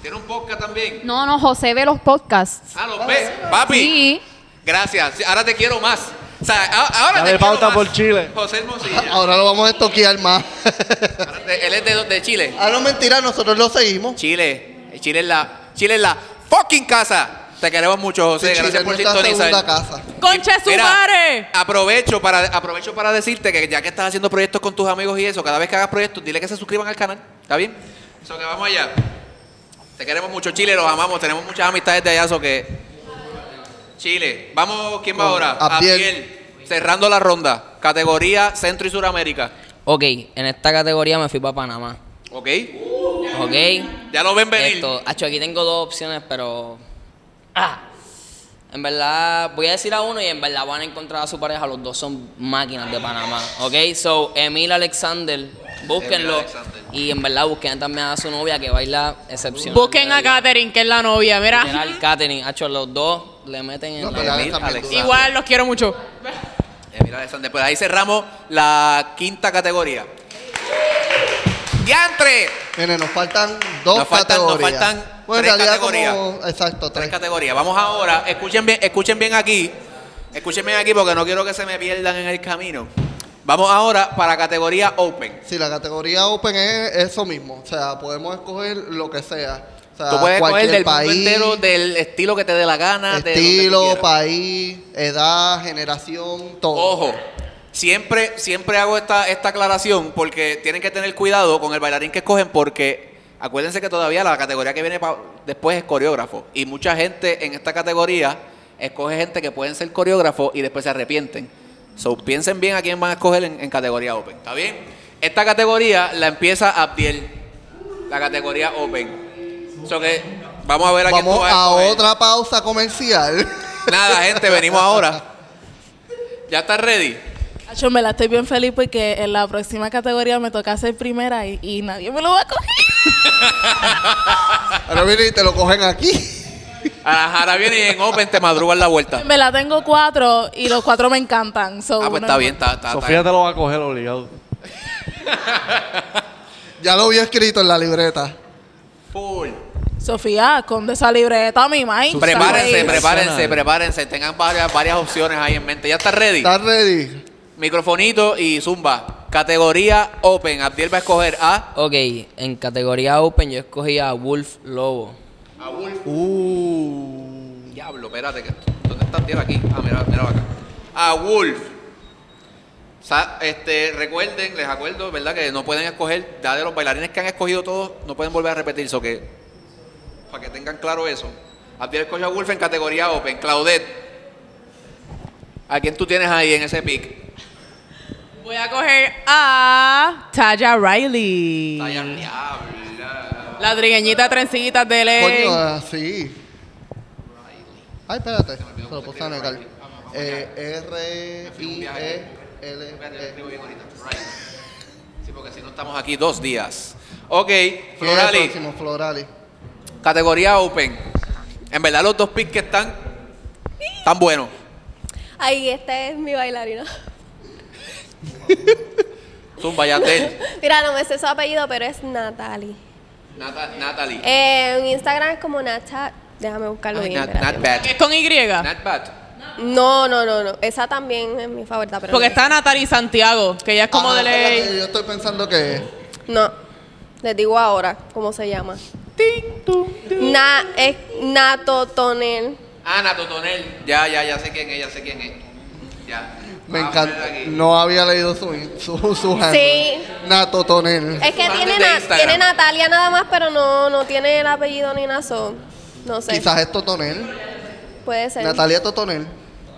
[SPEAKER 3] ¿Tiene un podcast también?
[SPEAKER 9] No, no, José ve los podcasts.
[SPEAKER 3] Ah, lo ve. Papi.
[SPEAKER 9] Sí.
[SPEAKER 3] Gracias. Sí, Ahora te quiero más. O sea, a- ahora
[SPEAKER 7] Dale
[SPEAKER 3] te quiero
[SPEAKER 7] pauta
[SPEAKER 3] más.
[SPEAKER 7] por Chile.
[SPEAKER 3] José Hermosilla.
[SPEAKER 2] Ahora lo vamos a estoquear más.
[SPEAKER 3] Ahora te- Él es de, de Chile.
[SPEAKER 2] ah, no, mentira, nosotros lo seguimos.
[SPEAKER 3] Chile. Chile es la, Chile es la fucking casa. Te queremos mucho, José.
[SPEAKER 2] Chile
[SPEAKER 3] Gracias
[SPEAKER 2] es
[SPEAKER 3] por
[SPEAKER 2] nuestra segunda
[SPEAKER 3] sintonizar.
[SPEAKER 2] casa.
[SPEAKER 8] Concha su
[SPEAKER 3] Mira,
[SPEAKER 8] madre.
[SPEAKER 3] Aprovecho para, aprovecho para decirte que ya que estás haciendo proyectos con tus amigos y eso, cada vez que hagas proyectos, dile que se suscriban al canal. ¿Está bien? Eso que vamos allá. Te queremos mucho, Chile, los amamos. Tenemos muchas amistades de allá, so que. Chile. Vamos, ¿quién va
[SPEAKER 2] Con
[SPEAKER 3] ahora?
[SPEAKER 2] Abdiel.
[SPEAKER 3] Cerrando la ronda. Categoría Centro y Suramérica.
[SPEAKER 5] Ok, en esta categoría me fui para Panamá.
[SPEAKER 3] ¿Ok?
[SPEAKER 5] Ok.
[SPEAKER 3] Ya lo ven venir.
[SPEAKER 5] Esto, acho, aquí tengo dos opciones, pero. Ah. En verdad, voy a decir a uno y en verdad van a encontrar a su pareja. Los dos son máquinas de Panamá. Ok, so, Emil Alexander, búsquenlo.
[SPEAKER 3] Alexander.
[SPEAKER 5] Y en verdad, busquen también a su novia que baila excepcional.
[SPEAKER 8] Busquen
[SPEAKER 5] de
[SPEAKER 8] a
[SPEAKER 5] verdad.
[SPEAKER 8] Katherine, que es la novia. Mira.
[SPEAKER 5] Literal, Katherine. Acho, los dos le meten en
[SPEAKER 2] No,
[SPEAKER 5] la-
[SPEAKER 2] pero la
[SPEAKER 3] Emil
[SPEAKER 2] dejan bien
[SPEAKER 3] Alexander.
[SPEAKER 2] dura.
[SPEAKER 8] Igual los quiero mucho.
[SPEAKER 3] Eh, mira, Alexander, pues ahí cerramos la quinta categoría. ¡Diantre!
[SPEAKER 2] Miren, nos faltan dos
[SPEAKER 3] Nos faltan- nos
[SPEAKER 2] categorías.
[SPEAKER 3] faltan
[SPEAKER 2] bueno,
[SPEAKER 3] tres
[SPEAKER 2] en realidad
[SPEAKER 3] categorías.
[SPEAKER 2] como... Exacto,
[SPEAKER 3] Tres
[SPEAKER 2] tres.
[SPEAKER 3] categorías. Vamos ahora. Escuchen bien, escuchen bien aquí. Escuchen bien aquí porque no quiero que se me pierdan en el camino. Vamos ahora para categoría Open.
[SPEAKER 2] Sí, la categoría Open es eso mismo. O sea, podemos escoger lo que sea. O sea
[SPEAKER 3] Tú puedes coger
[SPEAKER 2] cualquier
[SPEAKER 3] del
[SPEAKER 2] país,
[SPEAKER 3] mundo entero, del estilo que te dé la gana, de donde tú
[SPEAKER 2] estilo,
[SPEAKER 3] quieras.
[SPEAKER 2] país, edad, generación, todo.
[SPEAKER 3] Ojo, siempre, siempre hago esta, esta aclaración porque tienen que tener cuidado con el bailarín que escogen porque acuérdense que todavía la categoría que viene pa- después es coreógrafo y mucha gente en esta categoría escoge gente que pueden ser coreógrafos y después se arrepienten. So, piensen bien a quién van a escoger en, en categoría Open, ¿está bien? Esta categoría la empieza Abdiel, la categoría Open. So que vamos a ver a quién tú
[SPEAKER 2] Vamos
[SPEAKER 3] vas
[SPEAKER 2] a
[SPEAKER 3] escoger.
[SPEAKER 2] otra pausa comercial.
[SPEAKER 3] Nada, gente, venimos ahora. ¿Ya estás ready?
[SPEAKER 4] Acho, me la estoy bien feliz porque en la próxima categoría me toca ser primera y, y nadie me lo va a coger.
[SPEAKER 2] Ahora viene y te lo cogen aquí.
[SPEAKER 3] Ajá, ahora viene y en Open te madrugan la vuelta.
[SPEAKER 4] Me la tengo cuatro y los cuatro me encantan. so,
[SPEAKER 3] Ah, pues
[SPEAKER 4] no
[SPEAKER 3] está
[SPEAKER 4] importa.
[SPEAKER 3] bien, está, está, está
[SPEAKER 7] Sofía te lo va a coger obligado.
[SPEAKER 2] Ya lo había escrito en la libreta.
[SPEAKER 3] Full.
[SPEAKER 4] Sofía, esconde esa libreta, mi maíz.
[SPEAKER 3] Prepárense,
[SPEAKER 4] ¿sabes?
[SPEAKER 3] prepárense, prepárense. Tengan varias, varias opciones ahí en mente. ¿Ya estás ready?
[SPEAKER 2] ¿Estás ready?
[SPEAKER 3] Microfonito y Zumba. Categoría Open. Abdiel va a escoger a.
[SPEAKER 5] Ok, en categoría Open yo escogí a Wolf Lobo.
[SPEAKER 2] Uh.
[SPEAKER 3] Diablo, espérate. que- ¿Dónde está Abdiel aquí? Ah, mira, mira acá. A Wolf. Sa- este, recuerden, les acuerdo, ¿verdad? Que no pueden escoger, ya de los bailarines que han escogido todos, no pueden volver a repetir. So que, para que tengan claro eso. Abdiel escogió a Wolf en categoría Open. Claudette, ¿a quién tú tienes ahí en ese pick?
[SPEAKER 8] Voy a coger a Taya Riley.
[SPEAKER 3] Ay, al diablo.
[SPEAKER 8] La trigueñita trencitas de
[SPEAKER 2] Coño,
[SPEAKER 8] ley.
[SPEAKER 2] así. Ay, espérate. Se lo puse a negar. Eh, R-I-E-L-E.
[SPEAKER 3] Sí, porque si no estamos aquí dos días. Ok,
[SPEAKER 2] Florali.
[SPEAKER 3] Florali,
[SPEAKER 2] Próximo, Florali.
[SPEAKER 3] categoría Open. En verdad, los dos picks que están, están buenos.
[SPEAKER 6] Ay, esta este es mi bailarina.
[SPEAKER 3] Zumba, Yatel.
[SPEAKER 6] Mira, no me sé su apellido, pero es Natalie.
[SPEAKER 3] Nata- Natalie.
[SPEAKER 6] Eh, en Instagram es como Nacha. Déjame buscarlo
[SPEAKER 3] Ay,
[SPEAKER 6] bien.
[SPEAKER 3] not,
[SPEAKER 6] espérate.
[SPEAKER 3] not bad.
[SPEAKER 8] Es con Y.
[SPEAKER 3] Not bad.
[SPEAKER 6] No, no, no, no. Esa también es mi favorita, pero.
[SPEAKER 8] Porque
[SPEAKER 6] no.
[SPEAKER 8] está Natalie Santiago, que ella es como
[SPEAKER 2] Ah,
[SPEAKER 8] de
[SPEAKER 2] esa es la
[SPEAKER 8] ley.
[SPEAKER 2] que Yo estoy pensando que es.
[SPEAKER 6] No. Les digo ahora cómo se llama. Na, es Nato Tonel.
[SPEAKER 3] Ana Totonel. Ya, ya, ya sé quién es, ya sé quién es. Ya.
[SPEAKER 2] Me
[SPEAKER 3] Vamos a poner
[SPEAKER 2] encanta.
[SPEAKER 3] Ah, aquí.
[SPEAKER 2] No había leído su, su, su handle. Nato Tonel.
[SPEAKER 6] Es que
[SPEAKER 3] Su
[SPEAKER 6] tiene,
[SPEAKER 3] handle de
[SPEAKER 6] Na-
[SPEAKER 3] Instagram.
[SPEAKER 6] tiene Natalia nada más, pero no, no tiene el apellido ni Naso. No sé.
[SPEAKER 2] Quizás es Totonel.
[SPEAKER 6] Puede ser.
[SPEAKER 2] Natalia Totonel.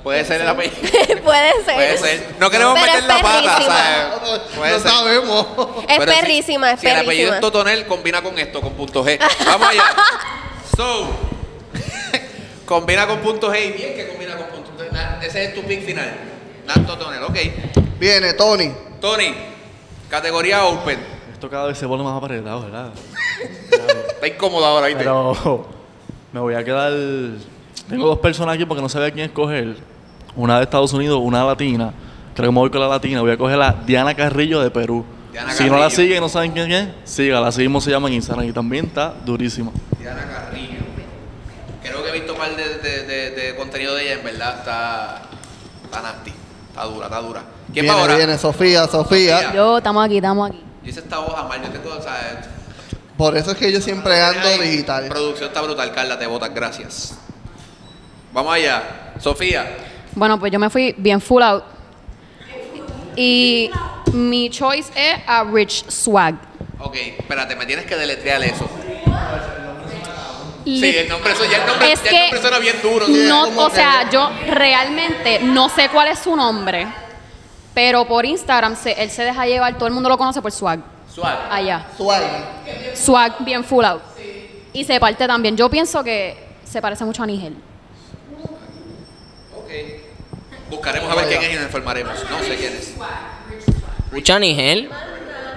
[SPEAKER 3] Puede ser el apellido.
[SPEAKER 6] Puede ser.
[SPEAKER 3] Puede ser. No queremos
[SPEAKER 6] Pero
[SPEAKER 3] meter
[SPEAKER 6] es
[SPEAKER 3] la pata,
[SPEAKER 6] perrísima.
[SPEAKER 3] ¿sabes? Eh, Puede
[SPEAKER 2] no
[SPEAKER 3] ser.
[SPEAKER 2] sabemos.
[SPEAKER 6] Es
[SPEAKER 3] Pero si-
[SPEAKER 6] perrísima, es
[SPEAKER 3] si el apellido
[SPEAKER 6] perrísima.
[SPEAKER 3] es Totonel, combina con esto, con punto G. Vamos allá. So, combina con punto G y bien que combina con punto G. Na- Ese es tu pick final. Nat Totonel, ok.
[SPEAKER 2] Viene Tony.
[SPEAKER 3] Tony, categoría Open.
[SPEAKER 7] Esto cada vez se pone más apretado, ¿verdad?
[SPEAKER 3] Está incómodo ahora, ¿viste?
[SPEAKER 7] Pero me voy a quedar. Tengo dos personas aquí porque no sabía quién escoger. Una de Estados Unidos, una latina. Creo que me voy con la latina. Voy a coger la Diana Carrillo de Perú.
[SPEAKER 3] Diana
[SPEAKER 7] si no la
[SPEAKER 3] Carrillo.
[SPEAKER 7] siguen y no saben quién es, sígala. Así mismo se llama en Instagram y también está durísima.
[SPEAKER 3] Diana Carrillo. Creo que he visto mal de, de- de- de contenido de ella, en verdad. Está, está nasty. Está dura, está dura. ¿Quién
[SPEAKER 2] viene,
[SPEAKER 3] va ahora?
[SPEAKER 2] viene Sofía, Sofía,
[SPEAKER 3] Sofía.
[SPEAKER 9] Yo, estamos aquí, estamos aquí.
[SPEAKER 3] Yo hice esta hoja mal, yo tengo, o sea, eh,
[SPEAKER 2] Por eso es que yo siempre ando
[SPEAKER 3] Ay,
[SPEAKER 2] digital.
[SPEAKER 3] Producción está brutal, Carla, te botas, gracias. Vamos allá. Sofía,
[SPEAKER 9] Bueno, pues yo me fui bien full out. Y mi choice es a Rich Swag.
[SPEAKER 3] ok, espérate, me tienes que deletrear eso.
[SPEAKER 9] Li-
[SPEAKER 3] Sí, el nombre, eso, ya el nombre,
[SPEAKER 9] Es
[SPEAKER 3] ya el nombre
[SPEAKER 9] que
[SPEAKER 3] suena bien duro.
[SPEAKER 9] no,
[SPEAKER 2] como
[SPEAKER 9] o
[SPEAKER 2] que-
[SPEAKER 9] sea, yo realmente no sé cuál es su nombre, pero por Instagram se- él se deja llevar, todo el mundo lo conoce por Swag.
[SPEAKER 3] Suave.
[SPEAKER 9] Allá.
[SPEAKER 2] Suave.
[SPEAKER 9] Swag bien full out. Y se parte también. Yo pienso que se parece mucho a Nigel.
[SPEAKER 3] Ok. Buscaremos a ver quién es y nos enfermaremos. No sé quién es.
[SPEAKER 5] Escucha, Nigel.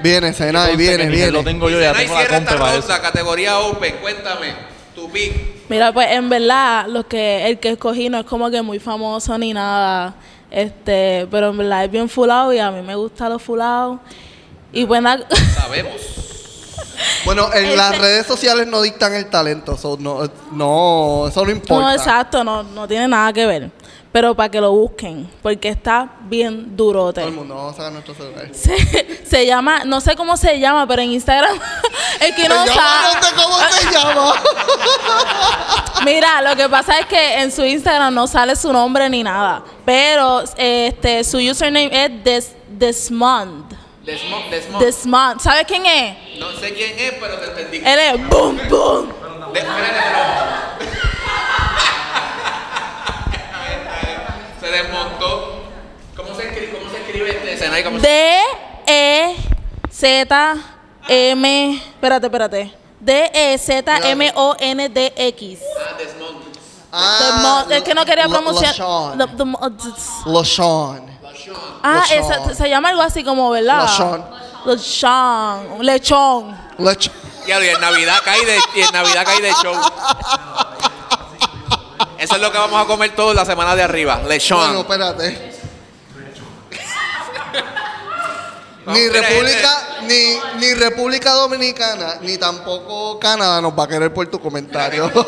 [SPEAKER 2] Viene Senai, viene,
[SPEAKER 7] Lo
[SPEAKER 2] viene.
[SPEAKER 7] tengo yo, ya
[SPEAKER 3] Dice, "Nay,
[SPEAKER 7] tengo la
[SPEAKER 3] cierra esta
[SPEAKER 7] compra para
[SPEAKER 3] ronda,
[SPEAKER 7] eso.
[SPEAKER 3] categoría Open, cuéntame. Tu pick.
[SPEAKER 4] Mira, pues en verdad, los que, el que escogí no es como que muy famoso ni nada. Este, pero en verdad es bien fulado y a mí me gusta los fulados. Y pues nada,
[SPEAKER 3] Sabemos.
[SPEAKER 2] Bueno, en
[SPEAKER 4] Este-
[SPEAKER 2] las redes sociales no dictan el talento. so no, no, eso no importa.
[SPEAKER 4] no, exacto, no, no tiene nada que ver. Pero para que lo busquen, porque está bien durote.
[SPEAKER 2] Todo el mundo, vamos a sacar nuestro celular.
[SPEAKER 4] Se, se llama, no sé cómo se llama, pero en Instagram es que no
[SPEAKER 2] Yo
[SPEAKER 4] sabe.
[SPEAKER 2] no sé cómo se llama.
[SPEAKER 4] Mira, lo que pasa es que en su Instagram no sale su nombre ni nada, pero este su username es Des, Desmond.
[SPEAKER 3] Desmond, Desmond.
[SPEAKER 4] Desmond, ¿sabes quién es?
[SPEAKER 3] no sé quién es, pero te entendí.
[SPEAKER 4] Él es boom boom.
[SPEAKER 3] De- espérate, pero- Se desmontó. ¿Cómo se escribe, cómo se escribe este escenario? ¿Cómo se-
[SPEAKER 4] D E Z M, espérate, espérate. D E Z M O N D X.
[SPEAKER 3] Ah, Desmond.
[SPEAKER 2] Ah,
[SPEAKER 4] Desmond, es que no quería
[SPEAKER 2] Lo-
[SPEAKER 4] pronunciar.
[SPEAKER 2] Loshon.
[SPEAKER 4] The- the mo- the-
[SPEAKER 2] Loshon.
[SPEAKER 4] Ah,
[SPEAKER 2] Loshon.
[SPEAKER 4] esa- se llama algo así como, ¿verdad?
[SPEAKER 2] Loshon.
[SPEAKER 4] Loshon. Lechón.
[SPEAKER 2] Loshon.
[SPEAKER 3] Diablo, y en Navidad cae de, y en Navidad cae de show. Eso es lo que vamos a comer todos la semana de arriba.
[SPEAKER 2] Bueno,
[SPEAKER 3] Lechón.
[SPEAKER 2] espérate.
[SPEAKER 3] Vamos,
[SPEAKER 2] Ni
[SPEAKER 3] mira,
[SPEAKER 2] República, ni, ni República Dominicana, ni tampoco Canadá nos va a querer por tu comentario.
[SPEAKER 3] No,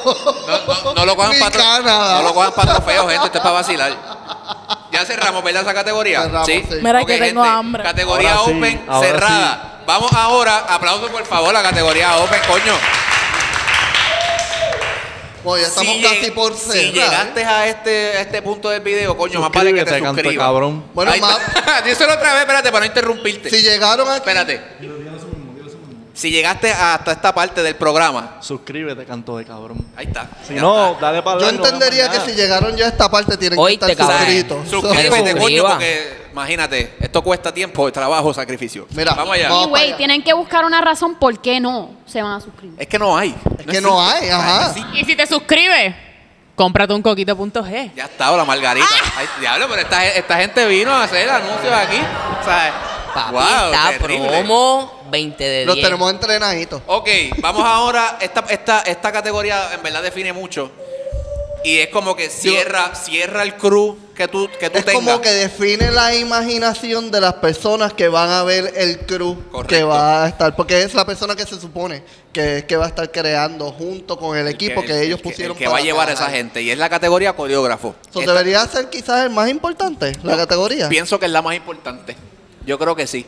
[SPEAKER 3] no- no lo cojan
[SPEAKER 2] Ni
[SPEAKER 3] para
[SPEAKER 2] Canadá.
[SPEAKER 3] no lo cojan para trofeo, gente. Esto es para vacilar. Ya cerramos, ¿verdad? Esa categoría.
[SPEAKER 2] Cerramos,
[SPEAKER 3] sí.
[SPEAKER 2] sí.
[SPEAKER 4] Mira
[SPEAKER 3] Ok,
[SPEAKER 4] que tengo
[SPEAKER 3] gente,
[SPEAKER 4] hambre.
[SPEAKER 3] Categoría
[SPEAKER 7] Ahora sí,
[SPEAKER 3] Open
[SPEAKER 7] ahora
[SPEAKER 3] cerrada. Vamos ahora, aplauso por favor, la categoría Open, coño.
[SPEAKER 2] Bueno, ya estamos
[SPEAKER 3] Si
[SPEAKER 2] casi
[SPEAKER 3] lleg-
[SPEAKER 2] por cerrar. ¿eh?
[SPEAKER 3] Si llegaste a este, a este punto del video, coño, más vale que te
[SPEAKER 7] Suscríbete, canto de
[SPEAKER 3] suscribas.
[SPEAKER 7] cabrón.
[SPEAKER 2] Bueno,
[SPEAKER 3] Ahí
[SPEAKER 2] más-
[SPEAKER 3] está. Díselo otra vez, espérate, para no interrumpirte.
[SPEAKER 2] Si llegaron aquí,
[SPEAKER 3] Espérate. Si llegaste hasta esta parte del programa,
[SPEAKER 7] Suscríbete, canto de cabrón.
[SPEAKER 3] ahí está.
[SPEAKER 7] Si
[SPEAKER 3] Ya
[SPEAKER 7] no,
[SPEAKER 3] está.
[SPEAKER 7] dale para
[SPEAKER 2] yo entendería que si llegaron ya a esta parte tienen
[SPEAKER 5] Oíste,
[SPEAKER 2] que estar
[SPEAKER 5] cabrón.
[SPEAKER 2] suscritos.
[SPEAKER 5] Suscríbete.
[SPEAKER 3] suscríbete, coño,
[SPEAKER 5] Suscriba.
[SPEAKER 3] porque imagínate, esto cuesta tiempo, trabajo, sacrificio.
[SPEAKER 2] Mira,
[SPEAKER 3] vamos allá.
[SPEAKER 2] vamos.
[SPEAKER 9] Y, güey,
[SPEAKER 2] allá.
[SPEAKER 9] tienen que buscar una razón por qué no se van a suscribir.
[SPEAKER 3] Es que no hay.
[SPEAKER 2] Es que no
[SPEAKER 3] existe.
[SPEAKER 2] hay, ajá.
[SPEAKER 3] Sí,
[SPEAKER 8] Y si te suscribes, cómprate un coquito.g.
[SPEAKER 3] Ya está, o la margarita.
[SPEAKER 5] Ah.
[SPEAKER 3] Ay, diablo, pero esta, esta gente vino a hacer anuncios aquí. O sea,
[SPEAKER 5] Papi,
[SPEAKER 3] wow,
[SPEAKER 5] está
[SPEAKER 3] terrible.
[SPEAKER 5] promo 20 de 10.
[SPEAKER 2] Los tenemos entrenaditos.
[SPEAKER 3] Ok, vamos ahora. Esta, esta, esta categoría en verdad define mucho. Y es como que cierra, cierra el crew que tú, que tú
[SPEAKER 2] Es
[SPEAKER 3] tengas.
[SPEAKER 2] como que define la imaginación de las personas que van a ver el crew que
[SPEAKER 3] Correcto.
[SPEAKER 2] va a estar. Porque es la persona que se supone que, que va a estar creando junto con el equipo que,
[SPEAKER 3] el- el
[SPEAKER 2] ellos pusieron.
[SPEAKER 3] El que va a
[SPEAKER 2] para
[SPEAKER 3] llevar a esa
[SPEAKER 2] trabajar.
[SPEAKER 3] gente. Y es la categoría coreógrafo.
[SPEAKER 2] So,
[SPEAKER 3] Esta-
[SPEAKER 2] debería ser quizás el más importante, la categoría.
[SPEAKER 3] Pienso que es la más importante. Yo creo que sí.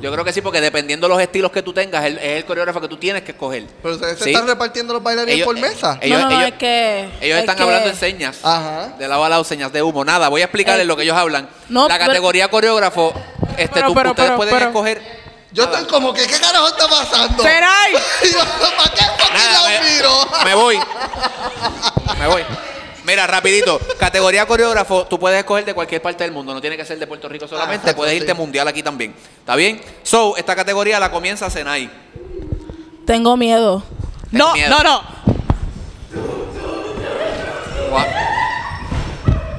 [SPEAKER 3] Yo creo que sí, porque dependiendo de los estilos que tú tengas, el- es el coreógrafo que tú tienes que escoger.
[SPEAKER 2] Pero se, se
[SPEAKER 3] Sí.
[SPEAKER 2] están repartiendo los bailarines
[SPEAKER 3] Ellos-
[SPEAKER 2] por mesa.
[SPEAKER 3] eh, ellos-
[SPEAKER 4] no, no, no,
[SPEAKER 3] ellos-
[SPEAKER 4] es que.
[SPEAKER 3] Ellos
[SPEAKER 4] es
[SPEAKER 3] están
[SPEAKER 4] que- Ah.
[SPEAKER 3] hablando en señas.
[SPEAKER 2] Ajá.
[SPEAKER 3] De lado a lado, señas de humo. Nada, voy a explicarles
[SPEAKER 4] Eh,
[SPEAKER 3] lo que ellos hablan.
[SPEAKER 4] no,
[SPEAKER 3] la
[SPEAKER 4] pero-
[SPEAKER 3] categoría coreógrafo, este,
[SPEAKER 8] Pero,
[SPEAKER 3] tú-
[SPEAKER 8] pero,
[SPEAKER 3] ustedes
[SPEAKER 8] pero,
[SPEAKER 3] pueden
[SPEAKER 8] pero.
[SPEAKER 3] escoger.
[SPEAKER 2] Yo
[SPEAKER 3] Nada.
[SPEAKER 2] estoy como que, ¿qué carajo está pasando?
[SPEAKER 8] ¡Seray!
[SPEAKER 2] Y yo, ¿Para qué fucking
[SPEAKER 3] Nada,
[SPEAKER 2] la miro?
[SPEAKER 3] me, me voy. Me voy. Mira, rapidito. Categoría coreógrafo, tú puedes escoger de cualquier parte del mundo. No tiene que ser de Puerto Rico solamente.
[SPEAKER 2] Ah, exacto,
[SPEAKER 3] puedes
[SPEAKER 2] sí.
[SPEAKER 3] irte mundial aquí también. ¿Está bien? So, esta categoría la comienza Senai.
[SPEAKER 4] Tengo miedo.
[SPEAKER 8] No,
[SPEAKER 3] miedo.
[SPEAKER 8] no, no.
[SPEAKER 3] Gua-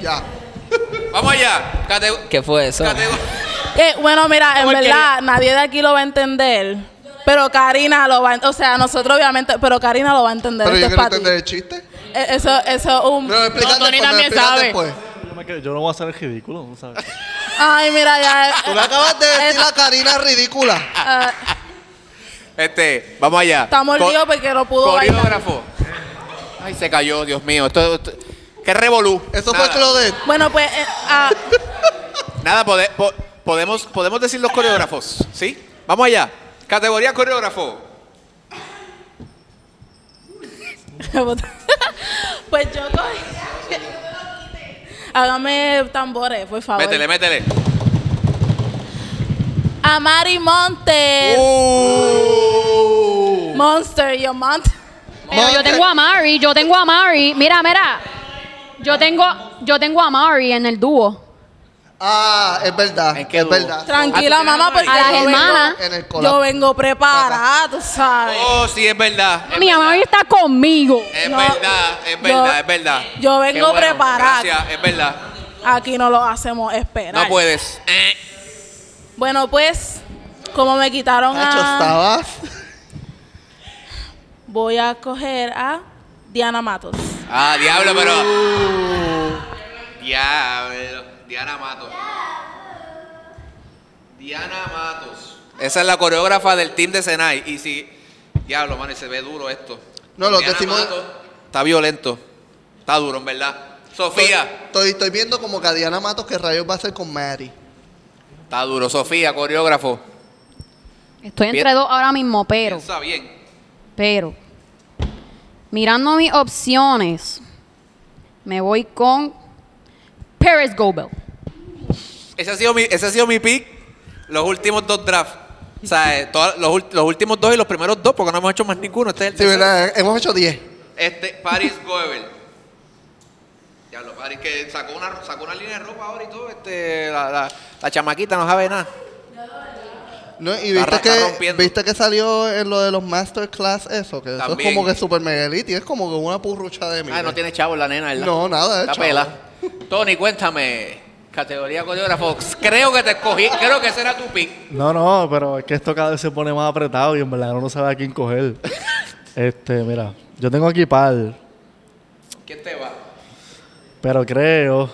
[SPEAKER 2] Ya.
[SPEAKER 3] Vamos allá. Catego-
[SPEAKER 5] ¿Qué fue eso?
[SPEAKER 3] catego-
[SPEAKER 4] Eh, bueno, mira, en
[SPEAKER 8] Porquería.
[SPEAKER 4] verdad, nadie de aquí lo va a entender. Pero Karina lo va a O sea, nosotros obviamente. Pero Karina lo va a entender.
[SPEAKER 2] Pero yo
[SPEAKER 4] esto es
[SPEAKER 2] quiero
[SPEAKER 4] para ti.
[SPEAKER 2] entender el chiste.
[SPEAKER 4] Eh, Eso, eso es un.
[SPEAKER 2] Pero explícate
[SPEAKER 8] Tony
[SPEAKER 2] después, me
[SPEAKER 8] también
[SPEAKER 2] explicas
[SPEAKER 8] sabe.
[SPEAKER 2] después.
[SPEAKER 7] Yo, me quedo- yo no voy a hacer el ridículo, ¿no sabes?
[SPEAKER 4] Ay, mira, ya.
[SPEAKER 2] Tú le acabas de decir a Karina ridícula.
[SPEAKER 4] Ah,
[SPEAKER 3] Este, vamos allá.
[SPEAKER 4] está mordido
[SPEAKER 3] Co-
[SPEAKER 4] porque no pudo bailar.
[SPEAKER 3] Coreógrafo. Ay, se cayó, Dios mío. Esto, esto- qué revolú.
[SPEAKER 2] Eso
[SPEAKER 3] Nada.
[SPEAKER 2] fue Claudette.
[SPEAKER 4] Bueno, pues. eh, ah,
[SPEAKER 3] Nada, pode- po- podemos, podemos decir los coreógrafos, ¿sí? Vamos allá. Categoría coreógrafo.
[SPEAKER 4] pues yo cogí. Hágame tambores, por favor.
[SPEAKER 3] Métele, métele.
[SPEAKER 4] A Mari Monte.
[SPEAKER 3] Uh,
[SPEAKER 4] Monster, yo Monster.
[SPEAKER 9] Pero yo tengo a Mari, yo tengo a Mari. Mira, mira. Yo tengo, yo tengo a Mari en el dúo.
[SPEAKER 2] Ah, es verdad.
[SPEAKER 3] ¿En qué
[SPEAKER 2] es
[SPEAKER 3] dúo?
[SPEAKER 2] verdad.
[SPEAKER 3] Ah,
[SPEAKER 4] Tranquila,
[SPEAKER 3] ¿tú tienes
[SPEAKER 4] mamá,
[SPEAKER 3] a Mari?
[SPEAKER 4] porque
[SPEAKER 9] A las
[SPEAKER 4] yo vengo-
[SPEAKER 9] hermanas.
[SPEAKER 2] En el
[SPEAKER 4] Yo
[SPEAKER 2] colapso.
[SPEAKER 4] vengo preparada, tú sabes.
[SPEAKER 3] Oh, sí, es verdad. Es
[SPEAKER 9] Mi
[SPEAKER 3] verdad.
[SPEAKER 9] mamá está conmigo.
[SPEAKER 3] Es
[SPEAKER 4] No,
[SPEAKER 3] verdad, es
[SPEAKER 4] yo-
[SPEAKER 3] verdad, es verdad.
[SPEAKER 4] yo
[SPEAKER 3] Qué
[SPEAKER 4] vengo preparada.
[SPEAKER 3] Gracias, es verdad.
[SPEAKER 4] Aquí no lo hacemos esperar.
[SPEAKER 3] No puedes. Eh,
[SPEAKER 4] Bueno, pues, como me quitaron
[SPEAKER 2] Nacho,
[SPEAKER 4] a...
[SPEAKER 2] estabas.
[SPEAKER 4] Voy a coger a Diana Matos.
[SPEAKER 3] Ah, diablo, pero.
[SPEAKER 2] Uh.
[SPEAKER 3] Diablo. Diana Matos. Diana Matos. Esa es la coreógrafa del team de Senai. Y si. Diablo, mano, y se ve duro esto.
[SPEAKER 2] No, los
[SPEAKER 3] Diana
[SPEAKER 2] decimos-
[SPEAKER 3] Matos Está violento. Está duro, en verdad. Sofía.
[SPEAKER 2] Estoy, estoy viendo como que a Diana Matos que rayos va a hacer con Mary.
[SPEAKER 3] Está duro. Sofía, coreógrafo.
[SPEAKER 9] Estoy entre
[SPEAKER 3] Bien.
[SPEAKER 9] dos ahora mismo, pero,
[SPEAKER 3] Piensa bien.
[SPEAKER 9] pero. Mirando mis opciones, me voy con Paris Gobel.
[SPEAKER 3] Ese ha sido mi, ese ha sido mi pick los últimos dos drafts. O sea, eh, toda- los, ul- los últimos dos y los primeros dos, porque no hemos hecho más ninguno. Este es el
[SPEAKER 2] Sí,
[SPEAKER 3] tercero.
[SPEAKER 2] ¿verdad? Hemos hecho 10.
[SPEAKER 3] Este, Paris Goebel. Diablo, Paris, que sacó una, sacó una línea de ropa ahora y todo. Este, la, la, la chamaquita no sabe nada. Ah,
[SPEAKER 2] ¿No? Y
[SPEAKER 3] Está
[SPEAKER 2] viste
[SPEAKER 3] ra- está
[SPEAKER 2] que,
[SPEAKER 3] rompiendo.
[SPEAKER 2] viste que salió en lo de los masterclass eso, que eso es
[SPEAKER 3] También.
[SPEAKER 2] como que super megalitis, es como que una purrucha de mí.
[SPEAKER 3] Ah, no tiene chavo la nena, ¿verdad?
[SPEAKER 2] No, nada, es
[SPEAKER 3] Está
[SPEAKER 2] chavo.
[SPEAKER 3] pela. Tony, cuéntame. Categoría coreógrafo. Creo que te escogí. Creo que ese era tu pick.
[SPEAKER 7] No, no, pero es que esto cada vez se pone más apretado y en verdad uno no sabe a quién coger. este, mira, yo tengo aquí par,
[SPEAKER 3] ¿Quién te va?
[SPEAKER 7] pero creo.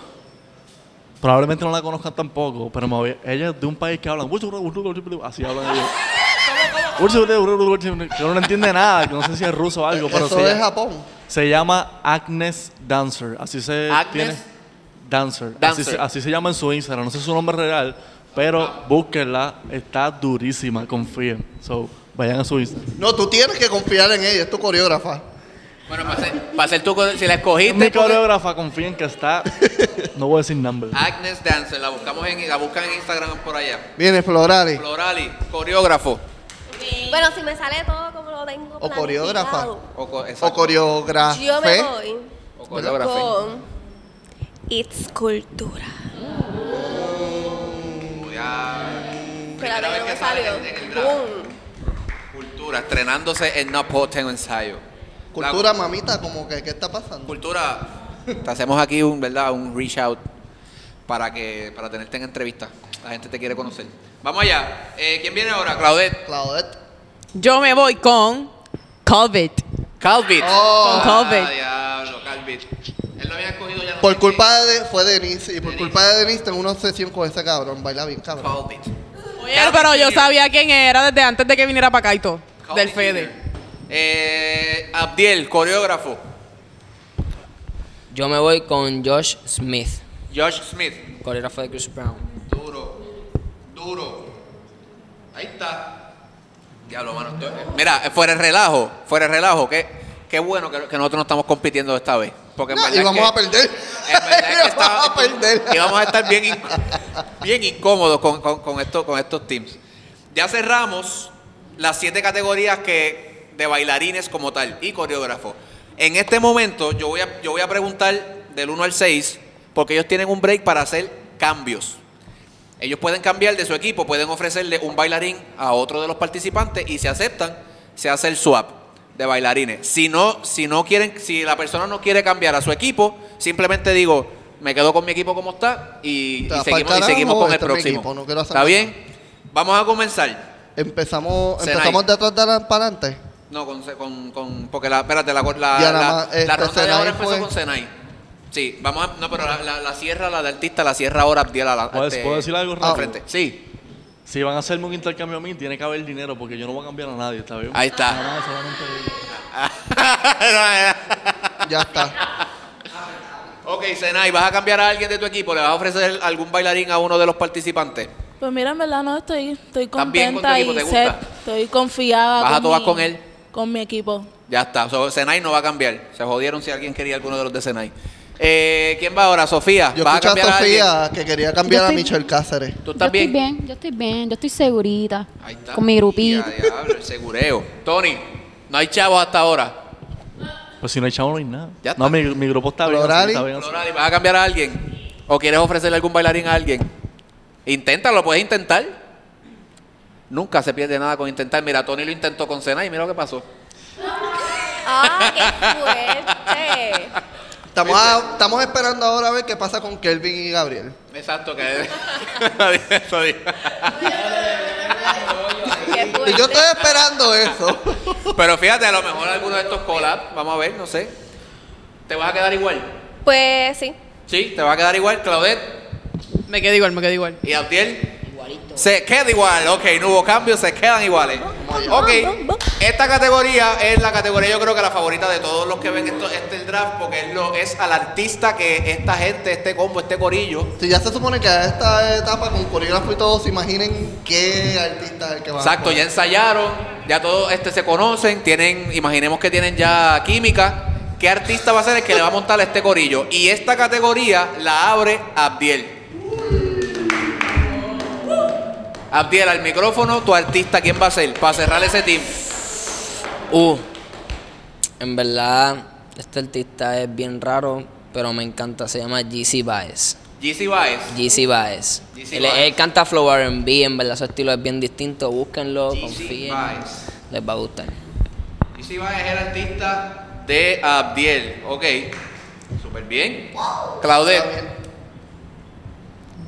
[SPEAKER 7] Probablemente no la conozcan tampoco, pero me voy- ella es de un país que hablan. Así hablan ellos. Que uno no entiende nada, que no sé si es ruso o algo, pero
[SPEAKER 2] Eso
[SPEAKER 7] se,
[SPEAKER 2] de
[SPEAKER 7] llama-
[SPEAKER 2] Japón.
[SPEAKER 7] se llama Agnes Dancer. Así se
[SPEAKER 3] Agnes
[SPEAKER 7] tiene. Dancer.
[SPEAKER 3] Dancer.
[SPEAKER 7] Así, se- así se llama en su Instagram. No sé su nombre real, pero búsquenla. Está durísima, confíen. So, vayan a su Instagram.
[SPEAKER 2] No, tú tienes que confiar en ella, es tu coreógrafa.
[SPEAKER 3] Bueno, para ser, para ser tú, si la escogiste.
[SPEAKER 7] Mi
[SPEAKER 3] porque-
[SPEAKER 7] coreógrafa, confíen que está. No voy a decir number.
[SPEAKER 3] Agnes Dancer, la buscamos en, la buscan en Instagram por allá.
[SPEAKER 2] Viene Florales.
[SPEAKER 3] Florali, coreógrafo.
[SPEAKER 6] Bueno, si me sale todo como lo tengo.
[SPEAKER 2] O coreógrafa.
[SPEAKER 6] planificado,
[SPEAKER 3] O, co- exacto.
[SPEAKER 2] O coreógrafa.
[SPEAKER 6] Yo me voy
[SPEAKER 3] O coreógrafo.
[SPEAKER 6] con It's Cultura. Espérate,
[SPEAKER 3] Primera
[SPEAKER 6] que
[SPEAKER 3] vez
[SPEAKER 6] no
[SPEAKER 3] que
[SPEAKER 6] me
[SPEAKER 3] sale
[SPEAKER 6] salió.
[SPEAKER 3] en- en el draft.
[SPEAKER 6] Boom.
[SPEAKER 3] Cultura, estrenándose en No Pot Tengo Ensayo.
[SPEAKER 2] Cultura,
[SPEAKER 3] La-
[SPEAKER 2] mamita, como que, ¿qué está pasando?
[SPEAKER 3] cultura. Te hacemos aquí un, ¿verdad? Un reach out para que para tenerte en entrevista. La gente te quiere conocer. Vamos allá. Eh, ¿Quién viene ahora? Claudette.
[SPEAKER 2] Claudette.
[SPEAKER 8] Yo me voy con COVID.
[SPEAKER 3] Calvit. Oh,
[SPEAKER 8] Con COVID.
[SPEAKER 3] Ah,
[SPEAKER 10] diablo, Calvin. Él lo había escogido ya. no
[SPEAKER 2] Por
[SPEAKER 10] sé
[SPEAKER 2] culpa de. Fue Denise. Y por culpa de Denise tengo una obsesión con ese cabrón. Baila bien,
[SPEAKER 10] qué.
[SPEAKER 2] cabrón.
[SPEAKER 10] Calvin.
[SPEAKER 8] Oye, pero yo sabía quién era desde antes de que viniera para acá y todo.
[SPEAKER 10] Calvin
[SPEAKER 8] Del Fede.
[SPEAKER 10] Jr.
[SPEAKER 3] Eh, Abdiel, coreógrafo.
[SPEAKER 5] Yo me voy con Josh Smith,
[SPEAKER 3] Josh Smith.
[SPEAKER 5] coreógrafo de Chris Brown.
[SPEAKER 10] Duro. Duro. Ahí está. Diablo, mano. estoy-
[SPEAKER 3] Mira, eh, fuera el relajo, fuera el relajo. Qué, qué bueno que, que nosotros no estamos compitiendo esta vez. Porque en
[SPEAKER 2] No,
[SPEAKER 3] verdad
[SPEAKER 2] y
[SPEAKER 3] es
[SPEAKER 2] vamos
[SPEAKER 3] que-
[SPEAKER 2] a perder.
[SPEAKER 3] en verdad es
[SPEAKER 2] Y vamos a perder.
[SPEAKER 3] que estaba- Y vamos a estar bien, inc- bien incómodos con, con, con esto- con estos teams. Ya cerramos las siete categorías que, de bailarines como tal y coreógrafo. En este momento yo voy a, yo voy a preguntar del 1 al 6 porque ellos tienen un break para hacer cambios. Ellos pueden cambiar de su equipo, pueden ofrecerle un bailarín a otro de los participantes y si aceptan, se hace el swap de bailarines. Si no, si no quieren, si la persona no quiere cambiar a su equipo, simplemente digo, me quedo con mi equipo como está y,
[SPEAKER 2] Te
[SPEAKER 3] y
[SPEAKER 2] vas pa'l
[SPEAKER 3] seguimos, y
[SPEAKER 2] carajo,
[SPEAKER 3] seguimos con el
[SPEAKER 2] este es mi
[SPEAKER 3] próximo.
[SPEAKER 2] equipo, no quiero hacer
[SPEAKER 3] ¿Está
[SPEAKER 2] nada.
[SPEAKER 3] bien? Vamos a comenzar.
[SPEAKER 2] Empezamos,
[SPEAKER 3] Senai.
[SPEAKER 2] empezamos de atrás de la- para adelante.
[SPEAKER 3] No, con, con, con- porque la, espérate, la, la, la,
[SPEAKER 2] Ya nada más,
[SPEAKER 3] la
[SPEAKER 2] este,
[SPEAKER 3] ronda de
[SPEAKER 2] Senai
[SPEAKER 3] ahora empezó
[SPEAKER 2] fue-
[SPEAKER 3] con Senai. Sí, vamos a, no, pero la, la, la sierra, la de artista, la sierra ahora, Abdiel, a la,
[SPEAKER 7] ¿Puedo-
[SPEAKER 3] este,
[SPEAKER 7] puedo decir algo
[SPEAKER 3] al
[SPEAKER 7] rápido?
[SPEAKER 3] frente. Sí.
[SPEAKER 7] Si van a hacerme un intercambio a mí, tiene que haber dinero porque yo no voy a cambiar a nadie, ¿está bien?
[SPEAKER 3] Ahí está.
[SPEAKER 7] Nada más, solamente-
[SPEAKER 2] Ya está.
[SPEAKER 3] Ok, Senay, ¿vas a cambiar a alguien de tu equipo? ¿Le vas a ofrecer algún bailarín a uno de los participantes?
[SPEAKER 4] Pues mira, en verdad no estoy, estoy
[SPEAKER 3] ¿Estás bien con tu
[SPEAKER 4] contenta
[SPEAKER 3] equipo? ¿Te
[SPEAKER 4] y
[SPEAKER 3] gusta?
[SPEAKER 4] set. estoy confiada.
[SPEAKER 3] ¿Vas a todas
[SPEAKER 4] mi-
[SPEAKER 3] con él?
[SPEAKER 4] Con mi equipo.
[SPEAKER 3] Ya está. So, Senay no va a cambiar. Se jodieron si alguien quería alguno de los de Senay. Eh, ¿Quién va ahora? ¿Sofía?
[SPEAKER 2] Yo
[SPEAKER 3] ¿Vas a
[SPEAKER 2] escuché a
[SPEAKER 3] cambiar alguien?
[SPEAKER 2] Sofía que quería cambiar
[SPEAKER 9] Yo
[SPEAKER 2] a
[SPEAKER 9] estoy-
[SPEAKER 2] Michelle Cáceres.
[SPEAKER 3] ¿Tú
[SPEAKER 9] Yo
[SPEAKER 3] estás
[SPEAKER 9] estoy
[SPEAKER 3] bien?
[SPEAKER 9] bien, yo estoy bien, yo estoy segurita.
[SPEAKER 3] Ahí está.
[SPEAKER 9] Con mi grupito.
[SPEAKER 3] Ya, diablo, el segureo. Tony, no hay chavos hasta ahora.
[SPEAKER 7] Pues si no hay chavo, no hay nada.
[SPEAKER 3] Ya está.
[SPEAKER 7] No, mi, mi grupo está bien.
[SPEAKER 2] Florari.
[SPEAKER 7] así, está bien así.
[SPEAKER 3] Lorali, ¿vas a cambiar a alguien? ¿O quieres ofrecerle algún bailarín a alguien? Inténtalo, puedes intentar. Nunca se pierde nada con intentar. Mira, Tony lo intentó con Senay y mira lo que pasó.
[SPEAKER 6] ¡Ah, qué fuerte!
[SPEAKER 2] Estamos, a- estamos esperando ahora a ver qué pasa con Kelvin y Gabriel.
[SPEAKER 3] Exacto, que Eso digo.
[SPEAKER 6] Qué
[SPEAKER 2] Y yo
[SPEAKER 6] fuerte.
[SPEAKER 2] estoy esperando eso.
[SPEAKER 3] Pero fíjate, a lo mejor alguno de estos collabs, vamos a ver, no sé. ¿Te vas a quedar igual?
[SPEAKER 6] Pues sí.
[SPEAKER 3] Sí, te vas a quedar igual, Claudette
[SPEAKER 8] Me quedé igual, me quedé igual.
[SPEAKER 3] y Abdiel. Se queda igual, ok, no hubo cambios, se quedan iguales. Ok, esta categoría es la categoría, yo creo que la favorita de todos los que ven esto, este draft, porque es, lo, es al artista que esta gente, este combo, este corillo,
[SPEAKER 2] Si ya se supone que a esta etapa con coreógrafo y todo, se imaginen qué artista es el que va
[SPEAKER 3] Exacto, ya ensayaron, ya todos este, se conocen, tienen, imaginemos que tienen ya química. ¿Qué artista va a ser el que le va a montar a este corillo? Y esta categoría la abre Abdiel. Abdiel, al micrófono, tu artista, ¿quién va a ser? Para cerrar ese team.
[SPEAKER 5] Uh, en verdad, este artista es bien raro, pero me encanta. Se llama GC Baez.
[SPEAKER 3] GC Baez.
[SPEAKER 5] GC Baez.
[SPEAKER 3] GC
[SPEAKER 5] Él,
[SPEAKER 3] Baez.
[SPEAKER 5] él canta Flow RB, en verdad su estilo es bien distinto. Búsquenlo,
[SPEAKER 3] GC
[SPEAKER 5] confíen.
[SPEAKER 3] Baez.
[SPEAKER 5] Les va a gustar.
[SPEAKER 3] GC Baez es el artista de Abdiel. Ok. Súper bien. Claudette.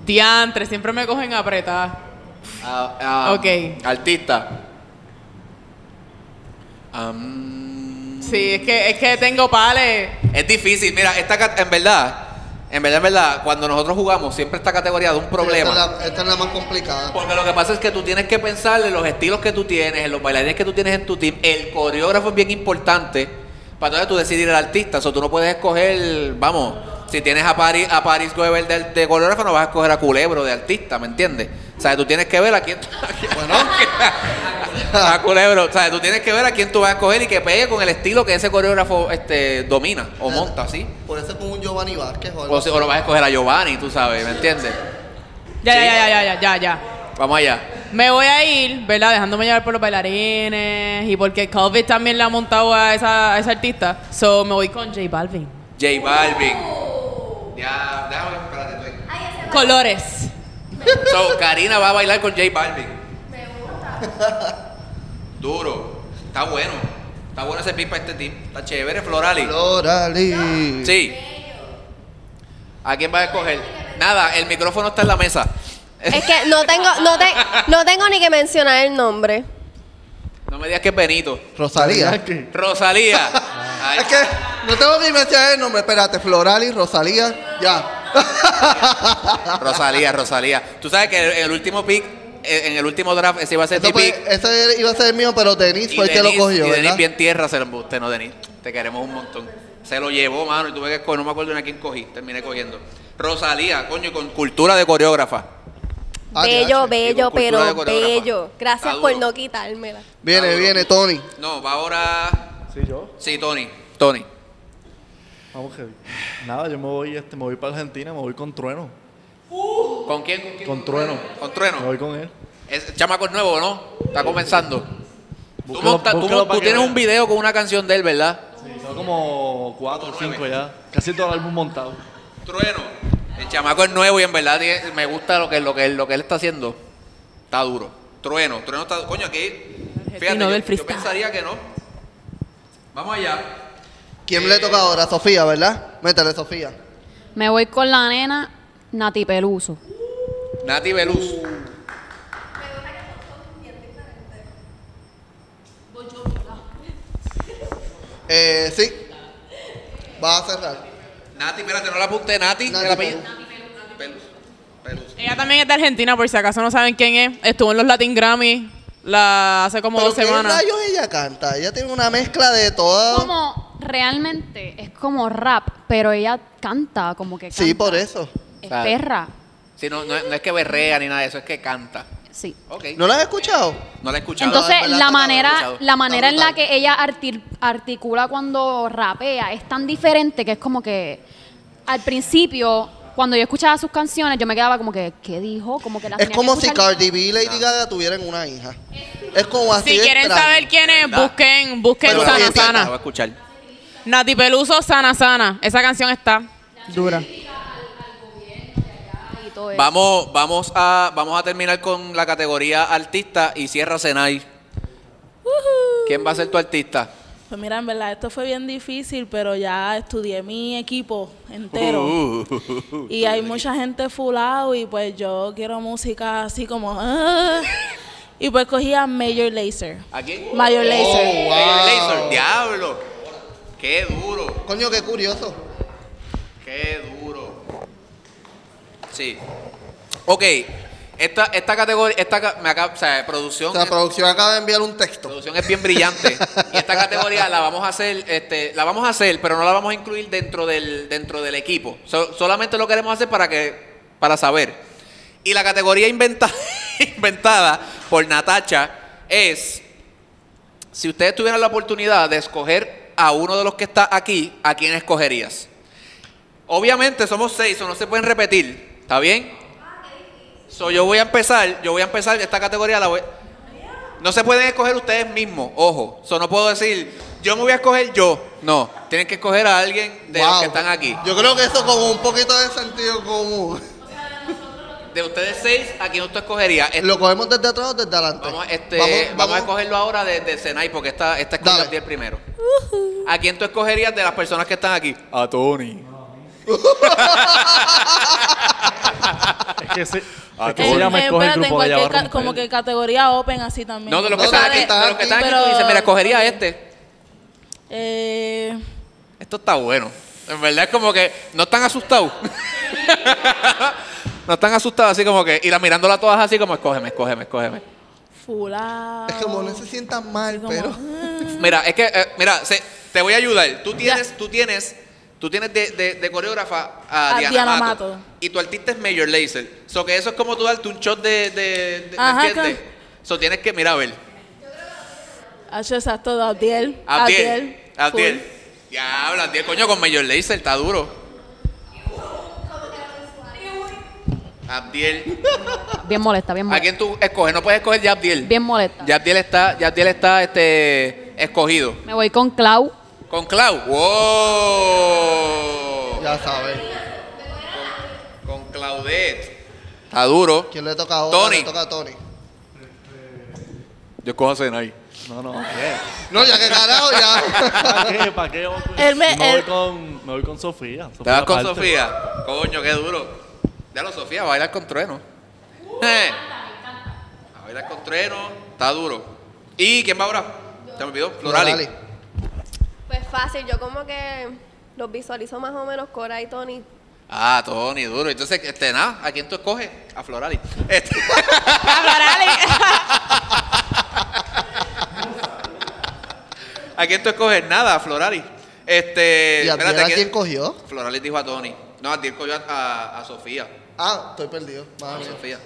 [SPEAKER 8] Diantre, siempre me cogen apretada.
[SPEAKER 3] Ah, ah,
[SPEAKER 8] Ok.
[SPEAKER 3] Artista. Am,
[SPEAKER 8] Sí, es que, es que tengo pales.
[SPEAKER 3] es difícil. Mira, esta cat- en verdad, en verdad, en verdad, cuando nosotros jugamos, siempre esta categoría de un
[SPEAKER 2] Esta
[SPEAKER 3] problema.
[SPEAKER 2] es la, esta es la más complicada.
[SPEAKER 3] Porque lo que pasa es que tú tienes que pensar en los estilos que tú tienes, en los bailarines que tú tienes en tu team. El coreógrafo es bien importante para entonces tú decidir el artista. O sea, tú no puedes escoger, vamos, si tienes a Paris, a Paris Goebel de, de coreógrafo, no vas a escoger a Culebro de artista, ¿me entiendes? O sea, tú tienes que ver a quién,
[SPEAKER 2] Bueno,
[SPEAKER 3] Ah, culebro. O sea, tú tienes que ver a quién tú vas a coger y que pegue con el estilo que ese coreógrafo este, domina o monta, ¿sí?
[SPEAKER 2] por eso con un Giovanni Vázquez o algo
[SPEAKER 3] O, si- o lo vas a escoger a Giovanni, tú sabes, ¿me entiendes?
[SPEAKER 8] Ya,
[SPEAKER 3] Sí.
[SPEAKER 8] ya, ya, ya, ya, ya, ya.
[SPEAKER 3] Vamos allá.
[SPEAKER 8] Me voy a ir, ¿verdad? Dejándome llevar por los bailarines y porque COVID también le ha montado a esa, a esa artista. So, me voy con J Balvin.
[SPEAKER 3] J Balvin. Ya, déjame, espérate, estoy.
[SPEAKER 8] Colores.
[SPEAKER 3] So, Karina va a bailar con J Balvin. Me gusta. Duro. Está bueno. Está bueno ese pipa este team. Está chévere, Florali.
[SPEAKER 2] Florali.
[SPEAKER 3] Sí. ¿A quién vas a escoger? Nada, el micrófono está en la mesa.
[SPEAKER 6] Es que no tengo, no, te- no tengo ni que mencionar el nombre.
[SPEAKER 3] No me digas que es Benito.
[SPEAKER 2] Rosalía.
[SPEAKER 7] ¿Qué?
[SPEAKER 3] Rosalía. Ay,
[SPEAKER 2] Es que no tengo que mencionar el nombre. Espérate, Floral y Rosalía. Ya.
[SPEAKER 3] Rosalía, Rosalía. Tú sabes que el, el último pick, eh, en el último draft, ese iba a ser
[SPEAKER 2] Eso
[SPEAKER 3] mi
[SPEAKER 2] fue-
[SPEAKER 3] pick.
[SPEAKER 2] ese iba a ser el mío, pero Denis
[SPEAKER 3] Y
[SPEAKER 2] fue el que lo
[SPEAKER 3] Denis-
[SPEAKER 2] cogió,
[SPEAKER 3] y Denis
[SPEAKER 2] ¿verdad?
[SPEAKER 3] bien tierra se lo embuste, no, Denis. Te queremos un montón. Se lo llevó, mano, y tuve que escoger, no me acuerdo ni a quién cogí, terminé cogiendo. Rosalía, coño, y con cultura de coreógrafa.
[SPEAKER 2] Ah, diache.
[SPEAKER 6] bello, bello,
[SPEAKER 3] Digo, cultura de
[SPEAKER 6] pero
[SPEAKER 3] coreógrafa.
[SPEAKER 6] bello. Gracias
[SPEAKER 3] Está
[SPEAKER 6] por
[SPEAKER 3] duro.
[SPEAKER 6] no quitármela.
[SPEAKER 2] Viene, viene, Tony.
[SPEAKER 3] No, va ahora.
[SPEAKER 7] Sí, yo.
[SPEAKER 3] Sí, Tony. Tony.
[SPEAKER 7] Vamos que. Nada, yo me voy, este, me voy para Argentina, me voy con Trueno.
[SPEAKER 3] ¿Con quién? ¿Con, quién?
[SPEAKER 7] Con Trueno.
[SPEAKER 3] Con
[SPEAKER 7] Me
[SPEAKER 3] Trueno.
[SPEAKER 7] voy con él.
[SPEAKER 3] Es chamaco es nuevo, ¿no? Está comenzando. Tú,
[SPEAKER 7] Búscalo-
[SPEAKER 3] monta- tú
[SPEAKER 7] búscalo
[SPEAKER 3] mon-
[SPEAKER 7] para
[SPEAKER 3] tú
[SPEAKER 7] que
[SPEAKER 3] tienes
[SPEAKER 7] veas.
[SPEAKER 3] un video con una canción de él, ¿verdad?
[SPEAKER 7] Sí, son como cuatro o cinco ya. Casi todo el álbum montado.
[SPEAKER 3] Trueno. El chamaco es nuevo y en verdad tiene- me gusta lo que, lo, que, lo que él está haciendo. Está duro. Trueno. Trueno está. Coño, aquí. Fíjate,
[SPEAKER 8] Argentino
[SPEAKER 3] yo,
[SPEAKER 8] del
[SPEAKER 3] yo
[SPEAKER 8] freestyle.
[SPEAKER 3] pensaría que no. Vamos allá.
[SPEAKER 2] ¿Quién le
[SPEAKER 3] Eh.
[SPEAKER 2] toca ahora? Sofía, ¿verdad? Métele, Sofía.
[SPEAKER 9] Me voy con la nena Nati Peluso.
[SPEAKER 3] Nati Veluz.
[SPEAKER 2] Eh, sí. Vas a cerrar.
[SPEAKER 3] Nati, espérate, no la apunté. Nati.
[SPEAKER 2] Nati
[SPEAKER 3] el apellido.
[SPEAKER 2] Veluz.
[SPEAKER 3] Veluz. Veluz.
[SPEAKER 8] Ella también es de Argentina, por si acaso no saben quién es. Estuvo en los Latin Grammy la hace como
[SPEAKER 2] Pero
[SPEAKER 8] dos
[SPEAKER 2] ¿qué
[SPEAKER 8] semanas.
[SPEAKER 2] rayos ella canta? Ella tiene una mezcla de todas.
[SPEAKER 9] Como realmente es como rap, pero ella canta como que canta.
[SPEAKER 2] Sí, por eso.
[SPEAKER 9] Es
[SPEAKER 3] Claro.
[SPEAKER 9] perra.
[SPEAKER 3] Sí, no, no, es- no es que berrea ni nada de eso, es que canta.
[SPEAKER 9] Sí.
[SPEAKER 3] Ok.
[SPEAKER 2] ¿No la has escuchado?
[SPEAKER 3] No la he escuchado.
[SPEAKER 9] Entonces,
[SPEAKER 2] en verdad está
[SPEAKER 9] la manera,
[SPEAKER 2] brutal.
[SPEAKER 9] la manera en la
[SPEAKER 2] Está brutal.
[SPEAKER 9] que ella arti- articula cuando rapea es tan diferente que es como que al principio, cuando yo escuchaba sus canciones, yo me quedaba como que, ¿qué dijo? Como que la
[SPEAKER 2] Es
[SPEAKER 9] tenía
[SPEAKER 2] como
[SPEAKER 9] que
[SPEAKER 2] si
[SPEAKER 9] escuchar-
[SPEAKER 2] Cardi B y Lady Gaga tuvieran una hija. Es como así.
[SPEAKER 8] Si
[SPEAKER 2] de
[SPEAKER 8] quieren
[SPEAKER 2] extraño.
[SPEAKER 8] saber quién es,
[SPEAKER 3] ¿Verdad?
[SPEAKER 8] busquen, busquen
[SPEAKER 2] Pero
[SPEAKER 8] Sana
[SPEAKER 2] sí,
[SPEAKER 3] La
[SPEAKER 8] Sana.
[SPEAKER 3] voy a escuchar.
[SPEAKER 8] Nati Peluso, Sana Sana. Esa canción está dura.
[SPEAKER 9] y todo eso.
[SPEAKER 3] Vamos, vamos, a, vamos a terminar con la categoría artista y cierra Senai. ¿Quién va a ser tu artista?
[SPEAKER 4] Pues mira, en verdad, esto fue bien difícil, pero ya estudié mi equipo entero.
[SPEAKER 7] Uh.
[SPEAKER 4] y hay mucha gente full out y pues yo quiero música así como... ah. y pues cogía Major Lazer.
[SPEAKER 3] ¿A quién?
[SPEAKER 7] Oh.
[SPEAKER 4] Major Lazer.
[SPEAKER 2] wow.
[SPEAKER 3] Mayor Lazer, diablo. Qué duro,
[SPEAKER 2] Coño, qué curioso.
[SPEAKER 3] qué duro. Sí. Ok, esta, esta categoría, esta, ca- me acaba- o sea, producción,
[SPEAKER 2] O sea, la
[SPEAKER 3] es-
[SPEAKER 2] producción acaba de enviar un texto.
[SPEAKER 3] producción es bien brillante. y esta categoría la vamos a hacer, este, la vamos a hacer, pero no la vamos a incluir dentro del, dentro del equipo. So- solamente lo queremos hacer para que, para saber. Y la categoría inventa- inventada por Natacha es si ustedes tuvieran la oportunidad de escoger a uno de los que está aquí, ¿a quién escogerías? Obviamente somos seis, o no se pueden repetir, ¿está bien? So, yo voy a empezar, yo voy a empezar esta categoría la voy- No se pueden escoger ustedes mismos, ojo. So, no puedo decir, yo me voy a escoger yo. No, tienen que escoger a alguien de los
[SPEAKER 2] Wow.
[SPEAKER 3] que están aquí.
[SPEAKER 2] Yo creo que eso como un poquito de sentido común.
[SPEAKER 3] De ustedes seis, ¿a quién usted escogería? Este-
[SPEAKER 2] ¿Lo cogemos desde atrás o desde adelante?
[SPEAKER 3] Vamos, este,
[SPEAKER 2] Pues, Vamos-
[SPEAKER 3] vamos,
[SPEAKER 2] vamos-
[SPEAKER 3] a cogerlo ahora de, de Senai porque esta, esta es con
[SPEAKER 2] Dale.
[SPEAKER 3] Gabriel primero. ¿A quién tú escogerías de las personas que están aquí?
[SPEAKER 7] A Tony. es que Ah, sí. Es que
[SPEAKER 4] En-
[SPEAKER 7] si ella
[SPEAKER 4] eh,
[SPEAKER 7] me coge el
[SPEAKER 4] espérate, en
[SPEAKER 7] grupo de
[SPEAKER 4] cualquier
[SPEAKER 7] allá.
[SPEAKER 4] ca- como que categoría open así también.
[SPEAKER 3] No, de los que
[SPEAKER 2] No,
[SPEAKER 3] están
[SPEAKER 2] de
[SPEAKER 3] aquí.
[SPEAKER 2] que
[SPEAKER 3] De los que están aquí,
[SPEAKER 4] pero-
[SPEAKER 3] tú dices, mira, escogería
[SPEAKER 4] ok.
[SPEAKER 3] a este.
[SPEAKER 4] Eh,
[SPEAKER 3] Esto está bueno. En verdad es como que no están asustados. no están asustados, así como que. Y la mirándola todas así como, escógeme, escógeme, escógeme.
[SPEAKER 4] full out.
[SPEAKER 2] Es como no se sientan
[SPEAKER 4] Así
[SPEAKER 2] mal,
[SPEAKER 4] como,
[SPEAKER 2] pero...
[SPEAKER 4] ah.
[SPEAKER 3] Mira, es que, eh, mira, se- te voy a ayudar. Tú tienes, tú tienes, tú tienes de, de- de coreógrafa a,
[SPEAKER 4] A
[SPEAKER 3] Diana,
[SPEAKER 4] Diana
[SPEAKER 3] Mato,
[SPEAKER 4] Mato.
[SPEAKER 3] Y tu artista es Major Lazer. So que eso es como tú darte un shot de, de, de- ¿me
[SPEAKER 4] Ajá,
[SPEAKER 3] entiendes?
[SPEAKER 4] claro.
[SPEAKER 3] So tienes que, mira, a ver.
[SPEAKER 4] Hacho, exacto, de Abdiel.
[SPEAKER 3] Abdiel.
[SPEAKER 4] full.
[SPEAKER 3] Abdiel. Ya habla, Abdiel, coño, con Major Lazer, está duro. Abdiel.
[SPEAKER 9] Bien molesta, bien
[SPEAKER 3] ¿A
[SPEAKER 9] molesta.
[SPEAKER 3] quién tú escoges? No puedes escoger ya Abdiel.
[SPEAKER 9] Bien molesta.
[SPEAKER 3] Ya Abdiel está, ya Abdiel está este, escogido.
[SPEAKER 9] Me voy con Clau.
[SPEAKER 3] Con Clau. ¡Wow!
[SPEAKER 2] Ya sabes.
[SPEAKER 3] Con Claudette. Está duro.
[SPEAKER 2] ¿Quién le toca ahora?
[SPEAKER 3] Tony.
[SPEAKER 2] Le toca a Tony.
[SPEAKER 3] Yo cojo a Senai.
[SPEAKER 7] No, no. ¿qué?
[SPEAKER 2] No, ya que carajo, ya.
[SPEAKER 7] ¿Para qué? ¿Para qué?
[SPEAKER 4] Él me-
[SPEAKER 7] me,
[SPEAKER 4] él-
[SPEAKER 7] voy con, me voy con Sofía.
[SPEAKER 3] ¿Te vas con
[SPEAKER 7] Parte.
[SPEAKER 3] Sofía? Coño, qué duro. Ya lo Sofía, a bailar con trueno. Eh. A bailar con trueno. Está duro. ¿Y quién va ahora? Se me olvidó. Florali.
[SPEAKER 2] Dale.
[SPEAKER 6] Pues fácil, yo como que los visualizo más o menos Cora y Tony.
[SPEAKER 3] Ah, Tony, duro. Entonces, este, nada, ¿a quién tú escoges? A Florali. Este, ¿A quién tú escoges? Nada, a Florali. Este,
[SPEAKER 2] ¿Y a
[SPEAKER 3] espérate,
[SPEAKER 2] Diana
[SPEAKER 3] ¿quién-
[SPEAKER 2] quién cogió?
[SPEAKER 3] Florali dijo a Tony. No, Adiel cogió a, a- a Sofía.
[SPEAKER 2] Ah, estoy perdido.
[SPEAKER 3] A
[SPEAKER 2] Madre mía.
[SPEAKER 3] Sofía.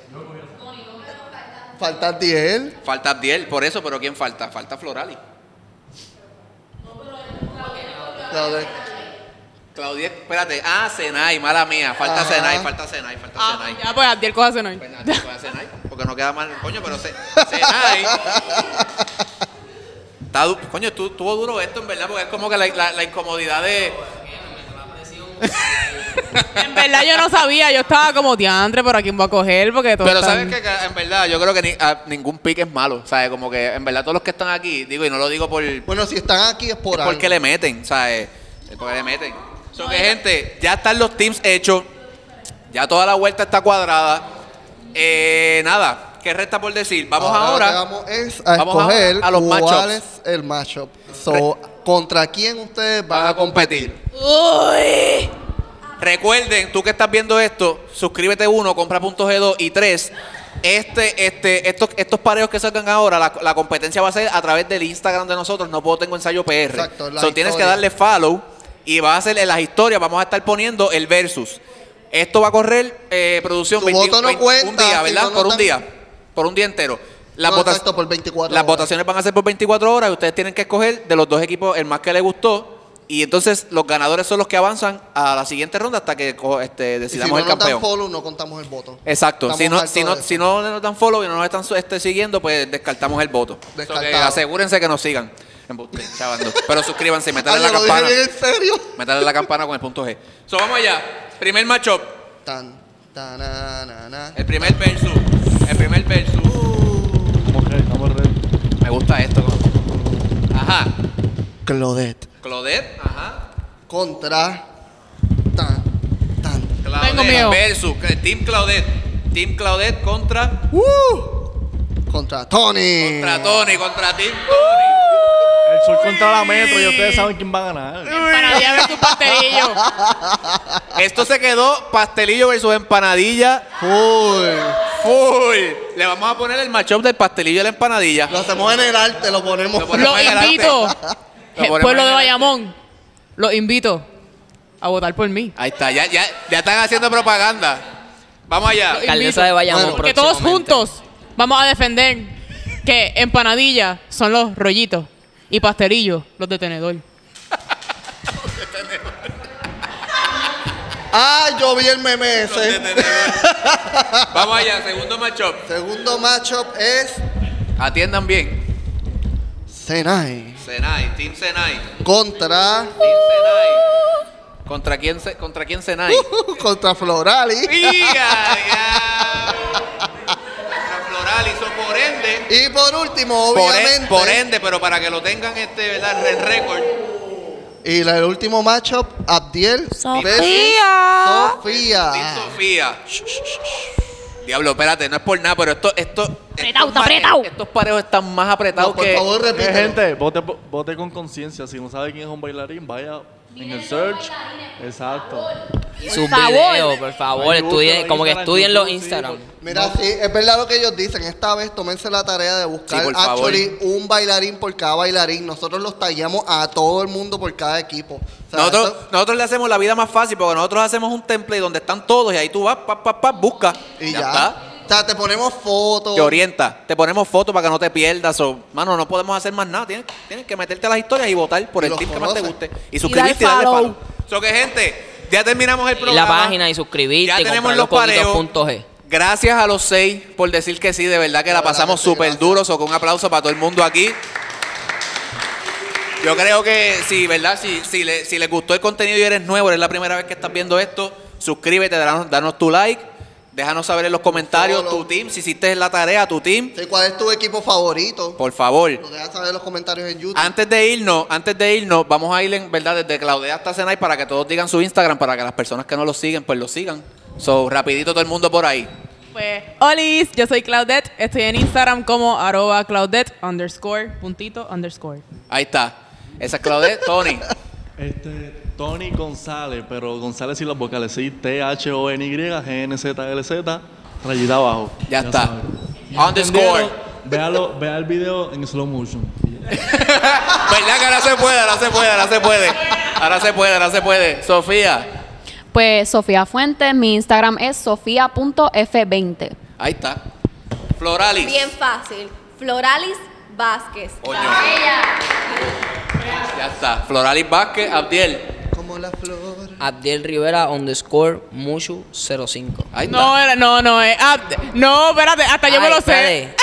[SPEAKER 2] Falta Diel.
[SPEAKER 3] Falta Abdiel, por eso, pero ¿quién falta? Falta Florali.
[SPEAKER 2] Claro.
[SPEAKER 3] Claudia, espérate. Ah, Senay, mala mía. Falta
[SPEAKER 2] Ajá.
[SPEAKER 3] Senay, falta Senay, falta
[SPEAKER 8] Ah,
[SPEAKER 3] Senay.
[SPEAKER 8] ya, pues Abdiel coja ese
[SPEAKER 3] Pues
[SPEAKER 8] nombre.
[SPEAKER 3] nada, no puede Senay, porque no queda mal. Coño, pero Se- Senay. Está du- coño, estuvo, estuvo duro esto, en verdad, porque es como que la, la- la incomodidad de.
[SPEAKER 8] En verdad yo no sabía, yo estaba como diantre, pero a quién voy a coger, porque todo
[SPEAKER 3] Pero sabes que que en verdad yo creo que ni- a- ningún pique es malo, ¿sabes? Como que en verdad todos los que están aquí, digo, y no lo digo por
[SPEAKER 2] Bueno, si están aquí es por
[SPEAKER 3] es
[SPEAKER 2] algo.
[SPEAKER 3] porque le meten, ¿sabes? Es porque le meten. So que gente, ya están los teams hechos, ya toda la vuelta está cuadrada. Eh, nada, ¿qué resta por decir? Vamos
[SPEAKER 2] lo que
[SPEAKER 3] ahora.
[SPEAKER 2] vamos es a
[SPEAKER 3] vamos ahora
[SPEAKER 2] escoger
[SPEAKER 3] a los
[SPEAKER 2] cuál
[SPEAKER 3] matchups.
[SPEAKER 2] es el matchup. So, ¿Contra quién ustedes van a competir?
[SPEAKER 8] Uy.
[SPEAKER 3] Recuerden, tú que estás viendo esto, suscríbete uno, compra puntos G2 y 3. Este, este, estos, estos pareos que salgan ahora, la, la competencia va a ser a través del Instagram de nosotros, no puedo tengo ensayo PR.
[SPEAKER 2] Exacto, la
[SPEAKER 3] So, tienes que
[SPEAKER 2] historia.
[SPEAKER 3] darle follow y va a ser en las historias, vamos a estar poniendo el versus. Esto va a correr eh, producción
[SPEAKER 2] Tu voto no
[SPEAKER 3] un
[SPEAKER 2] cuenta,
[SPEAKER 3] día,
[SPEAKER 2] si
[SPEAKER 3] ¿verdad?
[SPEAKER 2] no, no
[SPEAKER 3] por un
[SPEAKER 2] tan-
[SPEAKER 3] día, por un día entero. Las
[SPEAKER 2] No,
[SPEAKER 3] vota-
[SPEAKER 2] exacto, por 24
[SPEAKER 3] las
[SPEAKER 2] horas.
[SPEAKER 3] votaciones van a ser por 24 horas y ustedes tienen que escoger de los dos equipos el más que les gustó. Y entonces los ganadores son los que avanzan a la siguiente ronda hasta que co- este,
[SPEAKER 2] Y si
[SPEAKER 3] decidamos
[SPEAKER 2] no
[SPEAKER 3] el
[SPEAKER 2] nos dan
[SPEAKER 3] campeón.
[SPEAKER 2] follow, no contamos el voto.
[SPEAKER 3] Exacto. Si
[SPEAKER 2] Estamos
[SPEAKER 3] no,
[SPEAKER 2] hartos
[SPEAKER 3] si, no,
[SPEAKER 2] de eso.
[SPEAKER 3] si no nos dan follow y no nos están su- este, siguiendo, pues descartamos el voto. So que
[SPEAKER 2] Descartado.
[SPEAKER 3] asegúrense que nos sigan. Embuste, chavando. Pero suscríbanse y
[SPEAKER 2] Ah,
[SPEAKER 3] metanle
[SPEAKER 2] yo
[SPEAKER 3] la
[SPEAKER 2] lo dije
[SPEAKER 3] campana.
[SPEAKER 2] bien en serio.
[SPEAKER 3] Metanle la campana con el punto G. So, vamos allá. Primer matchup.
[SPEAKER 2] Tan, tan, na, na, na.
[SPEAKER 3] El primer versus. El primer versus.
[SPEAKER 7] Ok, estamos ready.
[SPEAKER 3] Me gusta esto. ¿no? Ajá.
[SPEAKER 2] Claudette.
[SPEAKER 3] Claudette. Ajá.
[SPEAKER 2] Contra. Tan, tan.
[SPEAKER 3] Claudette
[SPEAKER 8] Tengo miedo.
[SPEAKER 3] versus Cla- Team Claudette. Team Claudette contra,
[SPEAKER 2] Contra Tony.
[SPEAKER 3] contra Tony, contra Team Tony.
[SPEAKER 7] El sol contra la metro y ustedes saben quién va a ganar.
[SPEAKER 8] Empanadilla versus pastelillo.
[SPEAKER 3] Esto se quedó pastelillo versus empanadilla.
[SPEAKER 2] Full.
[SPEAKER 3] Full. Le vamos a poner el matchup del pastelillo y la empanadilla.
[SPEAKER 2] Lo hacemos en el arte, lo ponemos.
[SPEAKER 3] Lo ponemos
[SPEAKER 8] Los
[SPEAKER 3] en el arte.
[SPEAKER 8] invito,
[SPEAKER 3] Lo ponemos
[SPEAKER 8] pueblo
[SPEAKER 3] en
[SPEAKER 8] de
[SPEAKER 3] el arte.
[SPEAKER 8] Bayamón, los invito a votar por mí.
[SPEAKER 3] Ahí está, ya, ya, ya están haciendo propaganda. Vamos allá.
[SPEAKER 5] Alcaldesa de Bayamón.
[SPEAKER 2] Bueno,
[SPEAKER 8] Porque todos
[SPEAKER 5] próximamente.
[SPEAKER 8] juntos vamos a defender que empanadilla son los rollitos y pastelillos los de tenedor.
[SPEAKER 2] Ah, yo vi el meme ese.
[SPEAKER 3] Vamos allá, segundo matchup.
[SPEAKER 2] Segundo matchup es
[SPEAKER 3] Atiendan bien.
[SPEAKER 2] Senai.
[SPEAKER 3] Senai, Team Senai.
[SPEAKER 2] Contra.
[SPEAKER 3] Team Senai. ¿Contra quién, se- contra quién Senai?
[SPEAKER 2] uh, contra Florali.
[SPEAKER 3] ¡Ia, ya! Contra Floral hizo por ende.
[SPEAKER 2] Y por último,
[SPEAKER 3] Por, en-
[SPEAKER 2] obviamente.
[SPEAKER 3] por e. ende, pero para que lo tengan este, ¿verdad? El récord.
[SPEAKER 2] Y la- el último matchup, Abdiel.
[SPEAKER 4] Sofía.
[SPEAKER 2] versus Ah.
[SPEAKER 3] Team
[SPEAKER 2] Sofía.
[SPEAKER 3] Sofía. Diablo, espérate, no es por nada, pero esto, esto.
[SPEAKER 9] Apretado, está
[SPEAKER 3] estos ma-
[SPEAKER 9] apretado.
[SPEAKER 3] Estos parejos están más apretados
[SPEAKER 2] No, por
[SPEAKER 3] que.
[SPEAKER 2] favor,
[SPEAKER 7] Eh,
[SPEAKER 2] repite.
[SPEAKER 7] gente, vote, po- vote con conciencia. Si no sabe quién es un bailarín, vaya en el search. Exacto.
[SPEAKER 5] Y
[SPEAKER 9] Por
[SPEAKER 5] sus
[SPEAKER 9] favor.
[SPEAKER 5] videos, por favor,
[SPEAKER 7] Ahí busca
[SPEAKER 5] estudien,
[SPEAKER 7] en
[SPEAKER 5] como que
[SPEAKER 7] Instagram,
[SPEAKER 5] estudien los
[SPEAKER 7] YouTube, sí,
[SPEAKER 5] Instagram.
[SPEAKER 7] por-
[SPEAKER 2] Mira, sí, es verdad lo que ellos dicen. Esta vez tómense la tarea de buscar
[SPEAKER 3] Sí, por favor.
[SPEAKER 2] actually un bailarín por cada bailarín. Nosotros los tallamos a todo el mundo por cada equipo. O sea,
[SPEAKER 3] Nosotros,
[SPEAKER 2] esto-
[SPEAKER 3] nosotros le hacemos la vida más fácil porque nosotros hacemos un template donde están todos y ahí tú vas, pa, pa, pa, busca.
[SPEAKER 2] y ya.
[SPEAKER 3] está.
[SPEAKER 2] O sea, te ponemos fotos.
[SPEAKER 3] Te orienta, te ponemos fotos para que no te pierdas. O, mano, no podemos hacer más nada. Tienes, tienes que meterte a las historias y votar por
[SPEAKER 2] Y
[SPEAKER 3] el
[SPEAKER 2] los
[SPEAKER 3] team que más te
[SPEAKER 2] conoces.
[SPEAKER 3] guste. Y suscribirte y darle
[SPEAKER 4] follow.
[SPEAKER 3] follow. So que, gente, ya terminamos el
[SPEAKER 5] Y
[SPEAKER 3] programa.
[SPEAKER 5] la página y suscribirte.
[SPEAKER 3] Ya
[SPEAKER 5] y
[SPEAKER 3] tenemos
[SPEAKER 5] comprar
[SPEAKER 3] los
[SPEAKER 5] coquitos
[SPEAKER 3] pareos.
[SPEAKER 5] punto G.
[SPEAKER 3] Gracias a los seis por decir que sí. De verdad que la
[SPEAKER 2] verdad
[SPEAKER 3] pasamos
[SPEAKER 2] que sí,
[SPEAKER 3] súper
[SPEAKER 2] gracias.
[SPEAKER 3] duro. So que un aplauso para todo el mundo aquí. Yo creo que sí, ¿verdad? Si, si, le- si les gustó el contenido y eres nuevo, eres la primera vez que estás viendo esto, suscríbete, danos, danos tu like, déjanos saber en los comentarios
[SPEAKER 2] Follow.
[SPEAKER 3] tu team, si hiciste la tarea, tu team,
[SPEAKER 2] Sí, ¿Cuál es tu equipo favorito?
[SPEAKER 3] por favor.
[SPEAKER 2] Lo dejas saber en los comentarios en YouTube.
[SPEAKER 3] Antes de irnos, antes de irnos, vamos a ir en verdad desde Claudia hasta Senay para que todos digan su Instagram, para que las personas que no lo siguen, pues lo sigan. So, rapidito todo el mundo por ahí.
[SPEAKER 8] Pues, olis, yo soy Claudette. Estoy en Instagram como arroba Claudette underscore puntito underscore.
[SPEAKER 3] Ahí está. Esa es Claudette. Tony.
[SPEAKER 7] Este, Tony González, pero González y las vocales, sí, T-H-O-N-Y, G-N-Z-L-Z, rayita abajo.
[SPEAKER 3] Ya está.
[SPEAKER 7] saben. Y
[SPEAKER 3] Underscore.
[SPEAKER 7] entendieron, Véalo, vea el video en slow motion.
[SPEAKER 3] ¿Verdad que ahora Pues, se puede? Ahora se puede, ahora se puede. Ahora se puede, ahora se puede. Sofía.
[SPEAKER 9] Pues Sofía Fuentes, mi Instagram es sofía.f20.
[SPEAKER 3] Ahí está. Floralis.
[SPEAKER 6] Bien fácil. Floralis Vázquez.
[SPEAKER 3] Coño.
[SPEAKER 6] La bella.
[SPEAKER 3] Ya está. Floralis Vázquez, Abdiel.
[SPEAKER 2] Como la flor.
[SPEAKER 5] Abdiel Rivera underscore Mushu 05.
[SPEAKER 3] Ahí está.
[SPEAKER 8] No, era, no, no, es. ah, no, espérate, hasta yo me
[SPEAKER 5] Ay,
[SPEAKER 8] lo sé.
[SPEAKER 5] espérate.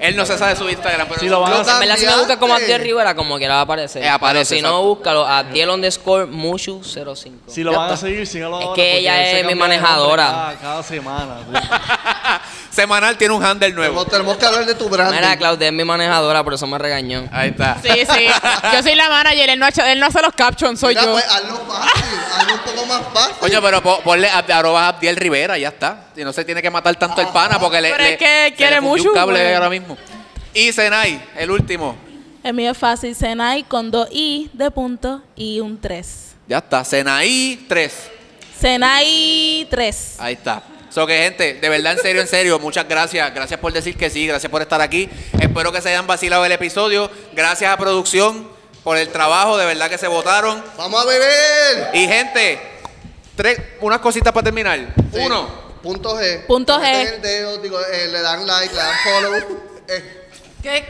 [SPEAKER 3] Él no se sabe su Instagram, pero
[SPEAKER 7] Sí, lo van a
[SPEAKER 2] Yo
[SPEAKER 7] hacer.
[SPEAKER 5] En verdad, si me buscas como
[SPEAKER 2] Cambiaste.
[SPEAKER 5] Abdiel Rivera, como quiera va a aparecer.
[SPEAKER 3] Eh, aparece,
[SPEAKER 5] Pero si no,
[SPEAKER 3] exacto.
[SPEAKER 5] búscalo. Abdiel underscore Mushu 05.
[SPEAKER 7] Si lo
[SPEAKER 3] Ya
[SPEAKER 7] van a
[SPEAKER 3] está.
[SPEAKER 7] seguir, síganlo
[SPEAKER 5] Es
[SPEAKER 7] ahora.
[SPEAKER 5] que
[SPEAKER 7] porque
[SPEAKER 5] ella
[SPEAKER 7] él se
[SPEAKER 5] es mi
[SPEAKER 7] cambia de nombre
[SPEAKER 5] manejadora.
[SPEAKER 7] Cada, cada semana. sí.
[SPEAKER 3] Semanal tiene un handle nuevo.
[SPEAKER 2] Tenemos, tenemos que hablar de tu branding.
[SPEAKER 5] Mira, Claudia es mi manejadora, por eso me regañó.
[SPEAKER 3] Ahí está.
[SPEAKER 8] Sí, sí. Yo soy la manager, él no, ha hecho- él no hace los captions, soy
[SPEAKER 2] Mira,
[SPEAKER 8] yo.
[SPEAKER 2] pues, hazlo fácil, hazlo un poco más fácil.
[SPEAKER 3] Coño, pero po- ponle ab- arroba Abdiel Rivera, ya está. Y no se tiene que matar tanto el pana porque le,
[SPEAKER 8] Pero
[SPEAKER 3] le-
[SPEAKER 8] es que
[SPEAKER 3] se le
[SPEAKER 8] quiere
[SPEAKER 3] fundió
[SPEAKER 8] mucho,
[SPEAKER 3] un
[SPEAKER 8] pues.
[SPEAKER 3] cable
[SPEAKER 8] güey.
[SPEAKER 3] ahora mismo. Y Senai, el último.
[SPEAKER 4] El mío es fácil, Senai con dos I de punto y un 3.
[SPEAKER 3] Ya está. Senai 3.
[SPEAKER 4] Senai 3.
[SPEAKER 3] Ahí está. So que gente, de verdad, en serio, en serio, muchas gracias. Gracias por decir que sí, gracias por estar aquí. Espero que se hayan vacilado el episodio. Gracias a producción por el trabajo, de verdad que se votaron.
[SPEAKER 2] Vamos a beber.
[SPEAKER 3] Y gente, tres, unas cositas para terminar.
[SPEAKER 2] Sí.
[SPEAKER 3] Uno,
[SPEAKER 2] Punto G.
[SPEAKER 4] Punto G.
[SPEAKER 2] Meten el dedo, digo, eh, le dan like, le dan follow. Eh,
[SPEAKER 4] ¿Qué?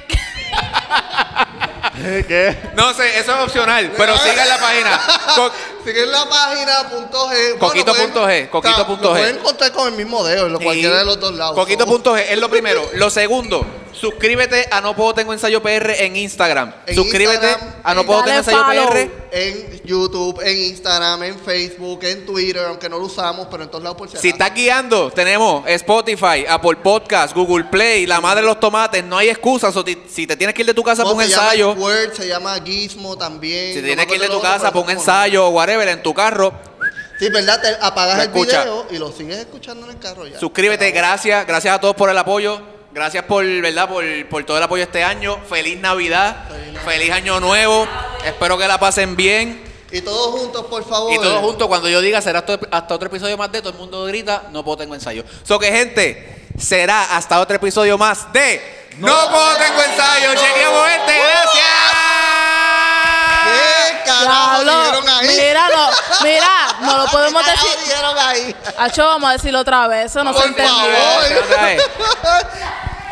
[SPEAKER 7] ¿Qué?
[SPEAKER 3] no sé, eso es opcional, pero sigan la página. Co-
[SPEAKER 2] siguen la página punto G.
[SPEAKER 3] Coquito
[SPEAKER 2] pueden-
[SPEAKER 3] punto G, coquito
[SPEAKER 2] o sea,
[SPEAKER 3] punto
[SPEAKER 2] lo
[SPEAKER 3] G.
[SPEAKER 2] Pueden encontrar con el mismo dedo, en lo cualquiera de los dos lados.
[SPEAKER 3] Coquito.g es lo primero. Lo segundo, suscríbete a No Puedo Tengo Ensayo PR en Instagram.
[SPEAKER 2] En
[SPEAKER 3] suscríbete
[SPEAKER 2] Instagram,
[SPEAKER 3] a No Puedo Tengo
[SPEAKER 4] dale
[SPEAKER 3] Ensayo
[SPEAKER 4] follow.
[SPEAKER 3] PR.
[SPEAKER 2] En YouTube, en Instagram, en Facebook, en Twitter, aunque no lo usamos, pero en todos lados por si
[SPEAKER 3] Si
[SPEAKER 2] acaso.
[SPEAKER 3] estás guiando, tenemos Spotify, Apple Podcast, Google Play, la madre de los tomates. No hay excusas. O ti- si te tienes que ir de tu casa
[SPEAKER 2] No,
[SPEAKER 3] para un
[SPEAKER 2] se llama
[SPEAKER 3] ensayo,
[SPEAKER 2] Word, se llama Gizmo también.
[SPEAKER 3] si te
[SPEAKER 2] No me
[SPEAKER 3] tienes que ir de
[SPEAKER 2] acuerdo el
[SPEAKER 3] tu
[SPEAKER 2] otro,
[SPEAKER 3] casa para un
[SPEAKER 2] pero es como-
[SPEAKER 3] ensayo, whatever, en tu carro,
[SPEAKER 2] Sí, ¿verdad? Te apagas
[SPEAKER 3] Lo
[SPEAKER 2] el
[SPEAKER 3] escucha.
[SPEAKER 2] video y lo sigues escuchando en el carro ya.
[SPEAKER 3] suscríbete.
[SPEAKER 2] Pero-
[SPEAKER 3] Gracias, gracias a todos por el apoyo. Gracias por, ¿verdad? Por, por todo el apoyo este año. Feliz Navidad. Feliz Año Nuevo. Espero que la pasen bien.
[SPEAKER 2] Y todos juntos, por favor.
[SPEAKER 3] Y todos juntos, cuando yo diga será hasta, hasta otro episodio más de todo el mundo grita, no puedo tengo ensayo. So que gente, será hasta otro episodio más de No, puedo tengo ensayo. Chequeamos este, gracias.
[SPEAKER 2] ¿Qué carajo
[SPEAKER 4] Diablo,
[SPEAKER 2] dijeron ahí?
[SPEAKER 4] Mira, no, mira, no lo podemos
[SPEAKER 2] ¿Qué carajo
[SPEAKER 4] decir.
[SPEAKER 2] dijeron ahí?
[SPEAKER 4] Acho, vamos a decirlo otra vez, eso no
[SPEAKER 2] Por
[SPEAKER 4] se entendió.
[SPEAKER 3] eh,
[SPEAKER 2] favor.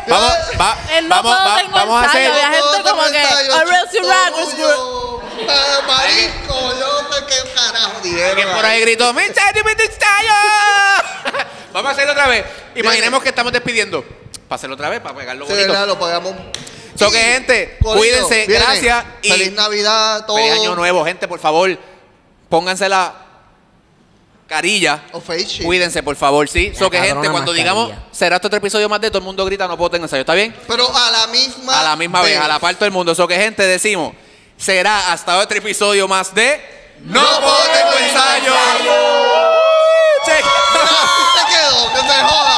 [SPEAKER 3] Vamos, va-
[SPEAKER 4] El Eh, no
[SPEAKER 3] vamos,
[SPEAKER 4] puedo
[SPEAKER 3] va-
[SPEAKER 4] tengo
[SPEAKER 3] vamos a
[SPEAKER 4] ensayo,
[SPEAKER 3] hacer.
[SPEAKER 4] ya. La gente
[SPEAKER 2] Todos
[SPEAKER 4] como que,
[SPEAKER 2] ensayo,
[SPEAKER 4] "Arrest your
[SPEAKER 2] chico,
[SPEAKER 4] rappers,
[SPEAKER 2] yo, eh, Marico, yo sé qué carajo dijeron.
[SPEAKER 3] Alguien por ahí gritó, "Me ensayo, me ensayo". Vamos a hacerlo otra vez. Imaginemos que estamos despidiendo. Para hacerlo otra vez, para pegarlo
[SPEAKER 2] Sí,
[SPEAKER 3] bonito.
[SPEAKER 2] verdad, lo pagamos.
[SPEAKER 3] So que, gente,
[SPEAKER 2] Corillo,
[SPEAKER 3] cuídense,
[SPEAKER 2] viene.
[SPEAKER 3] gracias y-
[SPEAKER 2] Feliz Navidad a todos.
[SPEAKER 3] Feliz año nuevo, gente, por favor. Pónganse la carilla.
[SPEAKER 2] O face shield.
[SPEAKER 3] Cuídense, por favor, sí. So que,
[SPEAKER 5] cabrona
[SPEAKER 3] gente, cuando
[SPEAKER 5] mascarilla.
[SPEAKER 3] digamos, será este otro episodio más de todo el mundo grita, no puedo tener ensayo, ¿está bien?
[SPEAKER 2] Pero a la misma
[SPEAKER 3] A la misma vez, a la parte del mundo. So que, gente, decimos, será hasta otro episodio más de No puedo tener ensayo. Check.
[SPEAKER 2] Se quedó, que se joda.